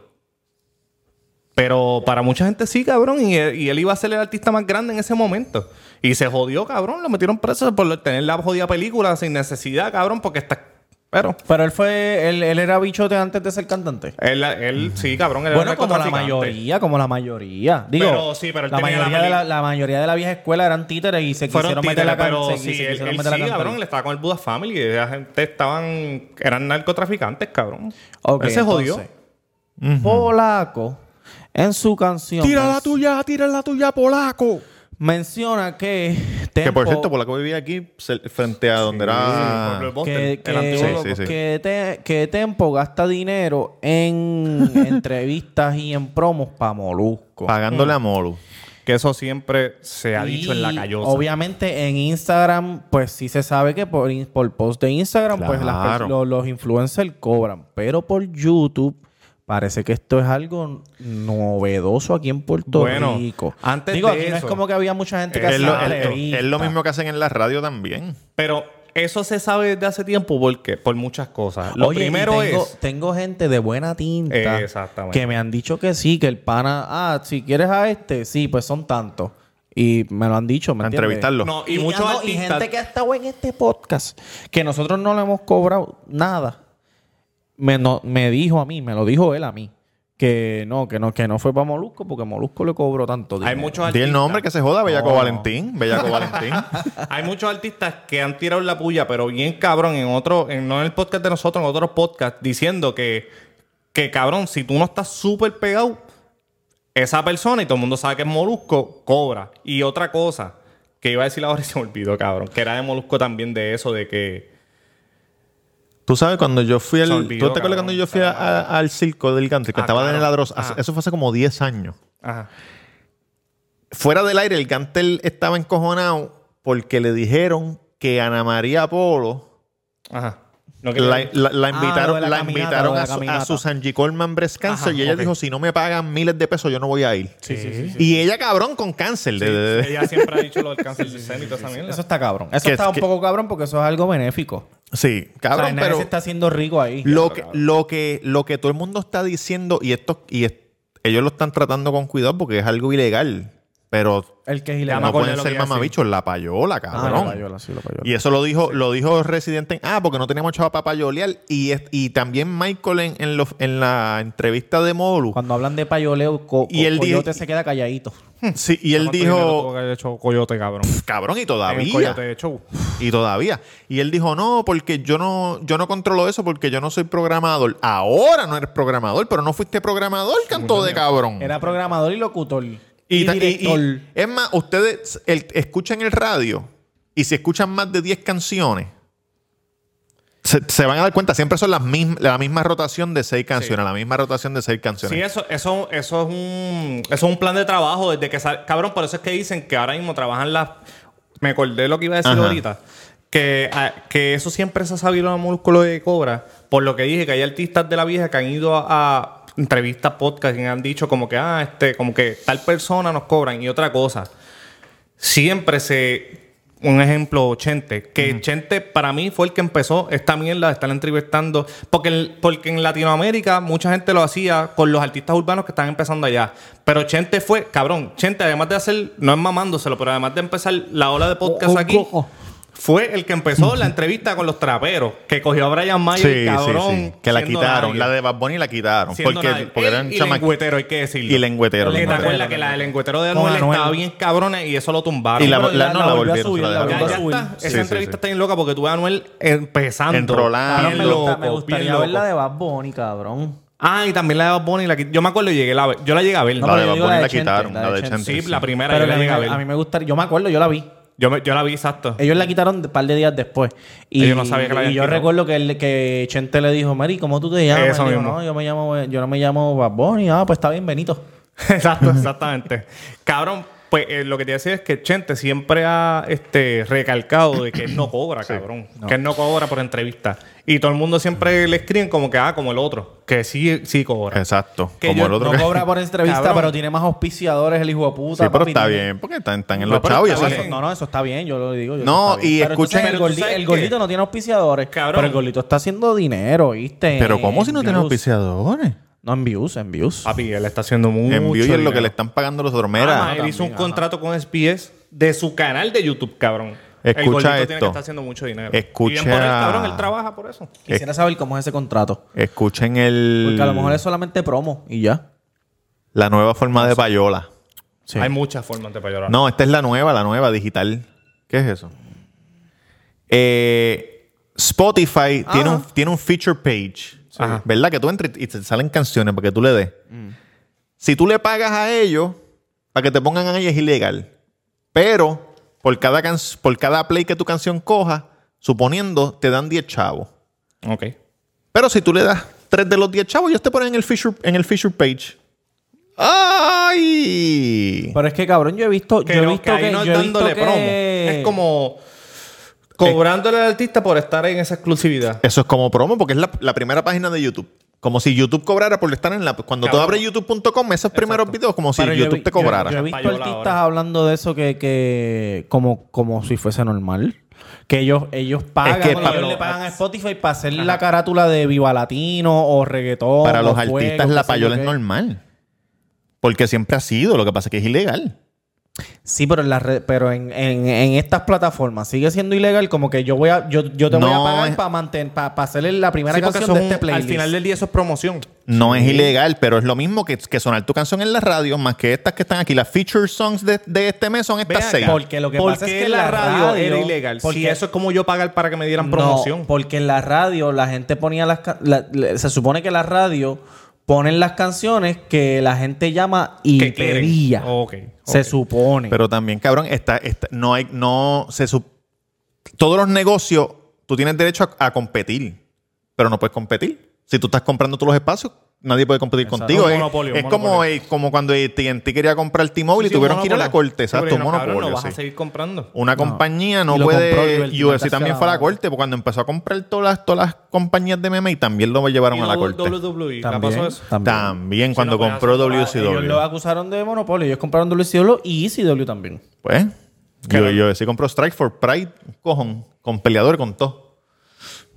[SPEAKER 2] Pero para mucha gente sí, cabrón. Y él, y él iba a ser el artista más grande en ese momento. Y se jodió, cabrón. Lo metieron preso por tener la jodida película sin necesidad, cabrón, porque está. Pero.
[SPEAKER 4] Pero él fue. Él, él era bichote antes de ser cantante.
[SPEAKER 2] Él, él sí, cabrón. Él
[SPEAKER 4] Bueno,
[SPEAKER 2] era
[SPEAKER 4] como la
[SPEAKER 2] narcotraficante.
[SPEAKER 4] mayoría, como la mayoría. Digo,
[SPEAKER 2] Pero sí, pero él
[SPEAKER 4] la,
[SPEAKER 2] tenía la
[SPEAKER 4] mayoría de la,
[SPEAKER 2] mali-
[SPEAKER 4] la mayoría de la vieja escuela eran títeres y se
[SPEAKER 2] Fueron
[SPEAKER 4] quisieron
[SPEAKER 2] títeres,
[SPEAKER 4] meter la can-
[SPEAKER 2] pero
[SPEAKER 4] se-
[SPEAKER 2] sí,
[SPEAKER 4] se
[SPEAKER 2] él,
[SPEAKER 4] quisieron
[SPEAKER 2] él
[SPEAKER 4] meter la
[SPEAKER 2] sí,
[SPEAKER 4] cantar.
[SPEAKER 2] cabrón, él estaba con el Buda Family y esa gente estaban, eran narcotraficantes, cabrón.
[SPEAKER 4] Ok,
[SPEAKER 2] él se jodió.
[SPEAKER 4] entonces, Polaco, en su canción. men-
[SPEAKER 1] tuya, tira la tuya, polaco.
[SPEAKER 4] Menciona que.
[SPEAKER 1] Que por
[SPEAKER 4] Tempo-
[SPEAKER 1] cierto, polaco vivía aquí cel- frente a donde era.
[SPEAKER 2] Sí, por el Boston,
[SPEAKER 4] que, que-
[SPEAKER 2] el antiguo-
[SPEAKER 1] Sí, sí, sí.
[SPEAKER 4] que te- que Tempo gasta dinero en entrevistas y en promos para Molusco.
[SPEAKER 1] Mm. pagándole a Molu.
[SPEAKER 2] que eso siempre se ha dicho en la
[SPEAKER 4] Y
[SPEAKER 2] callosa.
[SPEAKER 4] Obviamente en Instagram, pues sí se sabe que por, in- por post de Instagram, pues las
[SPEAKER 1] Claro.
[SPEAKER 4] pers- lo- los influencers cobran. Pero por YouTube parece que esto es algo novedoso aquí en Puerto
[SPEAKER 2] Bueno,
[SPEAKER 4] Rico.
[SPEAKER 2] antes
[SPEAKER 4] Digo,
[SPEAKER 2] de
[SPEAKER 4] aquí no es
[SPEAKER 2] eso-
[SPEAKER 4] como que había mucha gente que
[SPEAKER 1] Es lo,
[SPEAKER 4] hacía
[SPEAKER 1] es- es- es lo
[SPEAKER 4] entrevistas.
[SPEAKER 1] mismo que hacen en la radio también.
[SPEAKER 2] Pero eso se sabe desde hace tiempo porque por muchas cosas. Lo
[SPEAKER 4] Oye, y
[SPEAKER 2] primero
[SPEAKER 4] tengo,
[SPEAKER 2] es
[SPEAKER 4] Tengo gente de buena tinta.
[SPEAKER 2] Eh, exactamente.
[SPEAKER 4] Que me han dicho que sí, que el pana. Ah, si quieres a este, sí, pues son tantos. Y me lo han dicho. ¿me
[SPEAKER 1] A
[SPEAKER 4] entiendes?
[SPEAKER 1] entrevistarlo.
[SPEAKER 2] No, y muchos
[SPEAKER 4] ah, no, y
[SPEAKER 2] artistas-
[SPEAKER 4] gente que ha estado en este podcast, que nosotros no le hemos cobrado nada. Me, no- me dijo a mí, me lo dijo él a mí. Que no, que no, que no fue para Molusco, porque Molusco le cobró tanto
[SPEAKER 2] hay
[SPEAKER 4] dinero.
[SPEAKER 2] muchos
[SPEAKER 1] Di el
[SPEAKER 2] artistas,
[SPEAKER 1] nombre que se joda, Bellaco
[SPEAKER 4] No.
[SPEAKER 1] Valentín. Bellaco Valentín.
[SPEAKER 2] hay muchos artistas que han tirado la puya, pero bien cabrón en otro, en, no en el podcast de nosotros, en otros podcasts diciendo que que cabrón, si tú no estás súper pegado, esa persona y todo el mundo sabe que es Molusco cobra. Y otra cosa que iba a decir ahora y se me olvidó, cabrón, que era de Molusco también de eso de que
[SPEAKER 1] Tú sabes, cuando yo fui al.
[SPEAKER 2] Se
[SPEAKER 1] ¿Tú
[SPEAKER 2] olvidó,
[SPEAKER 1] te acuerdas
[SPEAKER 2] cabrón,
[SPEAKER 1] cuando yo fui a- a- al circo del Gantry? Que
[SPEAKER 2] Ah,
[SPEAKER 1] estaba
[SPEAKER 2] claro.
[SPEAKER 1] Daniel Adros.
[SPEAKER 2] Ah.
[SPEAKER 1] Eso fue hace como 10 años.
[SPEAKER 2] ajá,
[SPEAKER 1] Fuera del aire, el Gantel estaba encojonado porque le dijeron que Ana María Polo
[SPEAKER 2] ajá. No quería-
[SPEAKER 1] la, la- la
[SPEAKER 4] Ah, lo de
[SPEAKER 1] invitaron,
[SPEAKER 4] la
[SPEAKER 1] la
[SPEAKER 4] caminata,
[SPEAKER 1] invitaron
[SPEAKER 4] lo de la
[SPEAKER 1] a, su,
[SPEAKER 4] caminata.
[SPEAKER 1] a Susan G. Coleman Breast Cancer
[SPEAKER 2] Ajá,
[SPEAKER 1] y ella
[SPEAKER 2] ok.
[SPEAKER 1] dijo: si no me pagan miles de pesos, yo no voy a ir.
[SPEAKER 2] Sí, sí, sí, sí.
[SPEAKER 1] Y ella, cabrón, con cáncer. de- de- de-
[SPEAKER 2] Ella siempre ha dicho lo del cáncer de seno y toda esa mierda.
[SPEAKER 4] Eso está cabrón. Eso
[SPEAKER 1] Que-
[SPEAKER 4] está un
[SPEAKER 1] que-
[SPEAKER 4] poco cabrón porque eso es algo benéfico.
[SPEAKER 1] Sí, cabrón,
[SPEAKER 4] o sea, nadie
[SPEAKER 1] pero.
[SPEAKER 4] se está haciendo rico ahí.
[SPEAKER 1] lo que, lo que lo que todo el mundo está diciendo y esto y es- ellos lo están tratando con cuidado porque es algo ilegal pero
[SPEAKER 4] El que es
[SPEAKER 2] Ya
[SPEAKER 4] ilegal.
[SPEAKER 2] me
[SPEAKER 1] no
[SPEAKER 2] acuerdo
[SPEAKER 1] pueden
[SPEAKER 2] lo
[SPEAKER 1] ser
[SPEAKER 2] que iba a
[SPEAKER 1] mamabichos la payola
[SPEAKER 4] Ah,
[SPEAKER 1] cabrón
[SPEAKER 4] la payola, sí, la payola.
[SPEAKER 1] y eso lo dijo lo dijo Residente en- ah porque no teníamos chava para payolear y, es- y también Michael en, en, los- en la entrevista de Módulo
[SPEAKER 4] Cuando hablan de payoleo, co
[SPEAKER 1] Y
[SPEAKER 4] co-
[SPEAKER 1] él dijo-
[SPEAKER 4] Coyote se queda calladito.
[SPEAKER 1] sí, y él
[SPEAKER 2] ¿Cuánto dinero
[SPEAKER 1] dijo
[SPEAKER 2] tuvo que haber hecho Coyote, cabrón.
[SPEAKER 1] cabrón y
[SPEAKER 2] En el
[SPEAKER 1] todavía
[SPEAKER 2] Coyote de show.
[SPEAKER 1] Y todavía. Y él dijo, no, porque yo no, yo no controlo eso porque yo no soy programador. Ahora no eres programador, pero no fuiste programador, canto de cabrón.
[SPEAKER 4] Era programador y locutor. Y,
[SPEAKER 1] Mm. Y, ta- y-
[SPEAKER 4] director.
[SPEAKER 1] y- es más, ustedes el- escuchan el radio y si escuchan más de 10 canciones, se, se van a dar cuenta, siempre son las mism- la misma rotación de 6 canciones, la misma rotación de 6 canciones.
[SPEAKER 2] Sí, eso, eso, eso es un eso es un plan de trabajo desde que sal- cabrón, por eso es que dicen que ahora mismo trabajan las me acordé lo que iba a decir
[SPEAKER 1] Ajá.
[SPEAKER 2] ahorita. Que, ah, que eso siempre se ha sabido en músculo de cobra. Por lo que dije, que hay artistas de la vieja que han ido a, a entrevistas, podcast, y han dicho como que, ah, este, como que tal persona nos cobran. Y otra cosa, siempre se. Un ejemplo, Chente. Que Chente, para mí, fue el que empezó esta mierda de estar entrevistando. Porque, el- porque en Latinoamérica mucha gente lo hacía con los artistas urbanos que están empezando allá. Pero Chente fue, cabrón, Chente, además de hacer, no es mamándoselo, pero además de empezar la ola de
[SPEAKER 1] Oh,
[SPEAKER 2] podcast aquí, fue el que empezó la entrevista con los traperos. Que cogió a Brian Mayer,
[SPEAKER 1] Sí, sí,
[SPEAKER 2] cabrón.
[SPEAKER 1] sí. Que la
[SPEAKER 2] siendo
[SPEAKER 1] quitaron,
[SPEAKER 2] nadie.
[SPEAKER 1] la de Bad Bunny la quitaron.
[SPEAKER 2] Siendo
[SPEAKER 1] Porque,
[SPEAKER 2] nadie.
[SPEAKER 1] porque
[SPEAKER 2] Él
[SPEAKER 1] eran
[SPEAKER 2] y
[SPEAKER 1] chamaquitos.
[SPEAKER 2] lengüetero, hay que decirlo.
[SPEAKER 1] Y lengüetero.
[SPEAKER 2] Que te
[SPEAKER 1] lengüetero.
[SPEAKER 2] acuerdas que la del lengüetero de
[SPEAKER 4] Con
[SPEAKER 2] Anuel
[SPEAKER 4] Anuel.
[SPEAKER 2] estaba bien cabrona y eso lo tumbaron.
[SPEAKER 1] Y la,
[SPEAKER 4] Pero
[SPEAKER 1] la-
[SPEAKER 4] la-
[SPEAKER 1] no,
[SPEAKER 4] la
[SPEAKER 1] la,
[SPEAKER 4] volvió a
[SPEAKER 1] volvieron.
[SPEAKER 4] subir,
[SPEAKER 1] se la
[SPEAKER 4] la
[SPEAKER 2] Ya,
[SPEAKER 1] dejaron
[SPEAKER 4] volvió a
[SPEAKER 2] ya
[SPEAKER 1] bajar.
[SPEAKER 4] subir.
[SPEAKER 2] está.
[SPEAKER 1] Sí,
[SPEAKER 2] Esa
[SPEAKER 1] sí,
[SPEAKER 2] entrevista
[SPEAKER 1] sí.
[SPEAKER 2] está bien loca porque tuve a Anuel empezando.
[SPEAKER 1] Enrolando.
[SPEAKER 2] Bien
[SPEAKER 4] me, gusta,
[SPEAKER 2] loco,
[SPEAKER 4] me gustaría
[SPEAKER 2] bien
[SPEAKER 4] ver la
[SPEAKER 2] loco.
[SPEAKER 4] de Bad Bunny, cabrón.
[SPEAKER 2] Ah, y también la de Bad Bunny. la que- yo me acuerdo, llegué la, yo la llegué a ver.
[SPEAKER 4] No,
[SPEAKER 1] La de
[SPEAKER 4] yo
[SPEAKER 1] Bad
[SPEAKER 4] digo
[SPEAKER 1] Bunny
[SPEAKER 4] la
[SPEAKER 1] la
[SPEAKER 4] de Chente,
[SPEAKER 1] quitaron.
[SPEAKER 4] la
[SPEAKER 1] La
[SPEAKER 4] de
[SPEAKER 1] de
[SPEAKER 2] sí,
[SPEAKER 1] Chente. sí.
[SPEAKER 2] la primera
[SPEAKER 4] Pero
[SPEAKER 2] yo
[SPEAKER 4] que
[SPEAKER 2] la
[SPEAKER 4] a mí,
[SPEAKER 2] llegué a
[SPEAKER 4] me-
[SPEAKER 2] ver.
[SPEAKER 4] a mí me gustaría. Yo me acuerdo, yo la vi.
[SPEAKER 2] yo, me- yo la vi, exacto.
[SPEAKER 4] Ellos la quitaron un par de días después. Y
[SPEAKER 2] Ah, Yo no sabía que la habían
[SPEAKER 4] y yo
[SPEAKER 2] quitado.
[SPEAKER 4] recuerdo que, él- que Chente le dijo, Mari, ¿cómo tú te llamas?
[SPEAKER 2] Eso
[SPEAKER 4] Él dijo,
[SPEAKER 2] mismo.
[SPEAKER 4] no, yo, me llamo, yo no me llamo Bad Bunny. Ah, pues está bien, Benito.
[SPEAKER 2] Exacto, exactamente. Cabrón, pues eh, lo que te decía es que Chente siempre ha este, recalcado de que él no cobra, cabrón. Que él no cobra por entrevista. Y todo el mundo siempre le escriben como que, ah, como el otro. Que sí, sí cobra.
[SPEAKER 1] Exacto.
[SPEAKER 2] Que
[SPEAKER 1] Como
[SPEAKER 2] yo
[SPEAKER 1] el otro
[SPEAKER 4] No
[SPEAKER 1] que-
[SPEAKER 4] cobra por entrevista,
[SPEAKER 2] Cabrón.
[SPEAKER 4] pero tiene más auspiciadores el hijo de puta.
[SPEAKER 1] Sí, pero
[SPEAKER 4] papi,
[SPEAKER 1] está
[SPEAKER 4] tiene-
[SPEAKER 1] bien, porque están, están en
[SPEAKER 2] No,
[SPEAKER 1] los
[SPEAKER 2] pero
[SPEAKER 1] chavos y
[SPEAKER 2] está
[SPEAKER 1] eso es-
[SPEAKER 2] bien.
[SPEAKER 4] No, no, eso está bien, yo lo digo. yo
[SPEAKER 1] No,
[SPEAKER 4] está bien.
[SPEAKER 1] y
[SPEAKER 4] Pero
[SPEAKER 1] escuchen-
[SPEAKER 4] entonces
[SPEAKER 2] Pero tú
[SPEAKER 4] el, gordi-
[SPEAKER 2] sabes
[SPEAKER 4] el
[SPEAKER 2] qué.
[SPEAKER 4] gordito no tiene auspiciadores.
[SPEAKER 2] Cabrón.
[SPEAKER 4] Pero el gordito está haciendo dinero, ¿viste?
[SPEAKER 1] Pero ¿cómo si no
[SPEAKER 4] En
[SPEAKER 1] tiene Ah,
[SPEAKER 4] views.
[SPEAKER 1] auspiciadores?
[SPEAKER 4] No, en views, en views.
[SPEAKER 2] Papi, él está haciendo mucho
[SPEAKER 1] En view y en lo
[SPEAKER 2] dinero.
[SPEAKER 1] que le están pagando los otros.
[SPEAKER 2] Ah,
[SPEAKER 1] Mira,
[SPEAKER 2] ma, él hizo un
[SPEAKER 4] también,
[SPEAKER 2] contrato con SBS de su canal de YouTube, cabrón. El
[SPEAKER 1] Escucha
[SPEAKER 2] gordito tiene
[SPEAKER 1] esto.
[SPEAKER 2] que estar haciendo mucho dinero.
[SPEAKER 1] Escucha-
[SPEAKER 2] Y bien por él, cabrón, él trabaja por eso.
[SPEAKER 4] Quisiera saber cómo es ese contrato.
[SPEAKER 1] escuchen eh. el...
[SPEAKER 4] Porque a lo mejor es solamente promo y ya.
[SPEAKER 1] La nueva forma de payola.
[SPEAKER 2] Hay muchas formas de payorar.
[SPEAKER 1] No, esta es la nueva, la nueva digital. ¿Qué es eso? Eh, Spotify tiene, un, tiene un feature page.
[SPEAKER 2] Ajá.
[SPEAKER 1] ¿Verdad? Que tú entres y te salen canciones para que tú le des. Si tú le pagas a ellos, para que te pongan ahí es ilegal. Pero por cada, can- por cada play que tu canción coja, suponiendo, te dan 10 chavos.
[SPEAKER 2] Ok.
[SPEAKER 1] Pero si tú le das 3 de los 10 chavos, ellos te ponen en el feature, en el feature page. ¡Ay! aquí.
[SPEAKER 4] Pero es que, cabrón, yo he visto.
[SPEAKER 2] Que
[SPEAKER 4] yo he
[SPEAKER 2] no-
[SPEAKER 4] visto
[SPEAKER 2] que
[SPEAKER 4] que,
[SPEAKER 2] ahí no es
[SPEAKER 4] yo he visto
[SPEAKER 2] dándole
[SPEAKER 4] que-
[SPEAKER 2] promo. Es como cobrándole al artista por estar en esa exclusividad.
[SPEAKER 1] Eso es como promo porque es la, la primera página de YouTube. Como si YouTube cobrara por estar en la... Cuando tú
[SPEAKER 2] Cabrón.
[SPEAKER 1] abres youtube.com, esos primeros videos, como si
[SPEAKER 4] Pero yo
[SPEAKER 1] YouTube
[SPEAKER 4] vi-
[SPEAKER 1] te cobrara.
[SPEAKER 4] Yo, yo he visto
[SPEAKER 2] Payola
[SPEAKER 4] artistas
[SPEAKER 2] ahora.
[SPEAKER 4] hablando de eso que, que como, como si fuese normal. Que ellos, ellos pagan,
[SPEAKER 1] Es que
[SPEAKER 4] o
[SPEAKER 1] para
[SPEAKER 4] ellos
[SPEAKER 2] los-
[SPEAKER 4] le pagan a Spotify para hacer la carátula de Viva Latino o reggaetón.
[SPEAKER 1] Para
[SPEAKER 4] o
[SPEAKER 1] los
[SPEAKER 4] fuego,
[SPEAKER 1] artistas
[SPEAKER 4] qué
[SPEAKER 1] la
[SPEAKER 4] sé
[SPEAKER 1] payola
[SPEAKER 4] yo
[SPEAKER 1] es
[SPEAKER 4] qué.
[SPEAKER 1] normal. Porque siempre ha sido. Lo que pasa es que es ilegal.
[SPEAKER 4] Sí, pero en, la red- pero en, en- en estas plataformas sigue siendo ilegal como que yo voy a yo, yo te voy a
[SPEAKER 1] No,
[SPEAKER 4] pagar
[SPEAKER 1] es-
[SPEAKER 4] para mantener para hacerle la primera
[SPEAKER 2] Sí, porque
[SPEAKER 4] canción
[SPEAKER 2] son
[SPEAKER 4] de
[SPEAKER 2] un-
[SPEAKER 4] este playlist.
[SPEAKER 2] al final del día eso es promoción.
[SPEAKER 1] No es ilegal, pero es lo mismo que, que sonar tu canción en la radio, más que estas que están aquí. Las feature songs de, de este mes son
[SPEAKER 2] Ve
[SPEAKER 1] estas
[SPEAKER 2] acá,
[SPEAKER 1] seis.
[SPEAKER 4] Por- Porque lo que
[SPEAKER 2] ¿por
[SPEAKER 4] pasa es
[SPEAKER 2] qué
[SPEAKER 4] que
[SPEAKER 2] la
[SPEAKER 4] la
[SPEAKER 2] radio, era
[SPEAKER 4] radio-
[SPEAKER 2] ilegal. Si
[SPEAKER 4] porque-
[SPEAKER 2] eso es como yo pagar para que me dieran
[SPEAKER 4] No,
[SPEAKER 2] promoción.
[SPEAKER 4] porque en la radio la gente ponía las ca- la- la- se supone que la radio ponen las canciones que la gente llama y
[SPEAKER 2] Que quieren.
[SPEAKER 4] pedía.
[SPEAKER 2] Ok,
[SPEAKER 4] Se
[SPEAKER 2] ok.
[SPEAKER 4] supone.
[SPEAKER 1] Pero también, cabrón, está, está- no hay, no se sup- todos los negocios, tú tienes derecho a, a competir, pero no puedes competir. Si tú estás comprando todos los espacios, nadie puede competir
[SPEAKER 4] Exacto.
[SPEAKER 1] contigo.
[SPEAKER 2] Un
[SPEAKER 1] Es-
[SPEAKER 2] monopolio, un
[SPEAKER 1] es como,
[SPEAKER 2] monopolio.
[SPEAKER 1] el- como cuando AT&T quería comprar T-Mobile y tuvieron que ir a la corte. Exacto, un monopolio.
[SPEAKER 2] no vas a
[SPEAKER 1] sí.
[SPEAKER 2] seguir comprando.
[SPEAKER 1] Una compañía no
[SPEAKER 4] Y lo compró
[SPEAKER 1] puede.
[SPEAKER 4] Liberty
[SPEAKER 1] Y UFC
[SPEAKER 4] Media
[SPEAKER 1] también
[SPEAKER 4] hacia
[SPEAKER 1] fue a la
[SPEAKER 4] abajo.
[SPEAKER 1] corte, porque cuando empezó a comprar todas las, todas las compañías de MMA, también lo llevaron
[SPEAKER 2] Y
[SPEAKER 1] a la
[SPEAKER 2] W- E,
[SPEAKER 1] corte.
[SPEAKER 2] WWE, ¿la
[SPEAKER 4] También,
[SPEAKER 2] pasó eso?
[SPEAKER 4] también.
[SPEAKER 1] También cuando
[SPEAKER 2] no puede
[SPEAKER 1] compró
[SPEAKER 2] hacer nada,
[SPEAKER 4] Ellos lo
[SPEAKER 1] WCW.
[SPEAKER 4] acusaron de monopolio. Ellos compraron WCW y ECW también.
[SPEAKER 1] Pues, yo,
[SPEAKER 2] Claro.
[SPEAKER 1] yo sí compró Strike for Pride, un cojón, con peleador, con todo.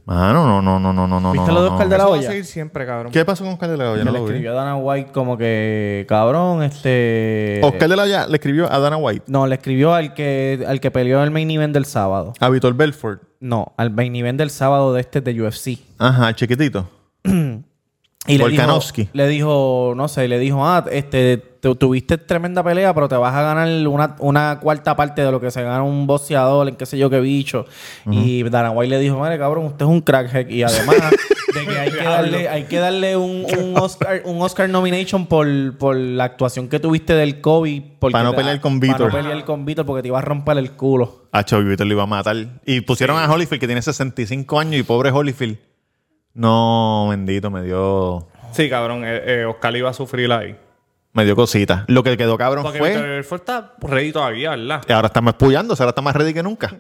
[SPEAKER 1] Mano, no, no, no, no, no, no.
[SPEAKER 4] ¿Viste
[SPEAKER 1] no,
[SPEAKER 4] lo de
[SPEAKER 1] no.
[SPEAKER 4] Oscar de la
[SPEAKER 2] Eso va a
[SPEAKER 4] olla.
[SPEAKER 2] seguir siempre, cabrón.
[SPEAKER 1] ¿Qué pasó con Oscar de la Hoya? No
[SPEAKER 4] Me le
[SPEAKER 1] lo vi.
[SPEAKER 4] escribió a Dana White como que, cabrón, este...
[SPEAKER 1] Oscar de la Hoya le escribió a Dana White,
[SPEAKER 4] No, le escribió al que, al que peleó el main event del sábado.
[SPEAKER 1] a Vitor Belfort.
[SPEAKER 4] No, al main event del sábado de este de UFC.
[SPEAKER 1] Ajá, chiquitito.
[SPEAKER 4] Y le dijo,
[SPEAKER 1] Volkanovski.
[SPEAKER 4] le dijo, no sé, le dijo, ah, este, tu- tuviste tremenda pelea, pero te vas a ganar una, una cuarta parte de lo que se gana un boxeador, en qué sé yo qué bicho. Y Dana White le dijo, mire, cabrón, usted es un crackhead. Y además de que hay que darle, hay que darle un, un Oscar, un Oscar nomination por, por la actuación que tuviste del Kobe. porque
[SPEAKER 1] Pa' no
[SPEAKER 4] te-
[SPEAKER 1] pelear con
[SPEAKER 4] Para
[SPEAKER 1] Vitor.
[SPEAKER 4] no pelear con Vitor porque te iba a romper el culo.
[SPEAKER 1] A Chovy Vitor lo iba a matar. Y pusieron a Holyfield, que tiene 65 años, y pobre Holyfield. No, bendito, me dio.
[SPEAKER 2] Sí, cabrón. eh, eh, Oscar iba a sufrir ahí.
[SPEAKER 1] Me dio cosita. Lo que quedó cabrón
[SPEAKER 2] Porque
[SPEAKER 1] fue.
[SPEAKER 2] Víctor Belfort está ready todavía, ¿verdad?
[SPEAKER 1] Ahora está más puyándose, ahora está más ready que nunca.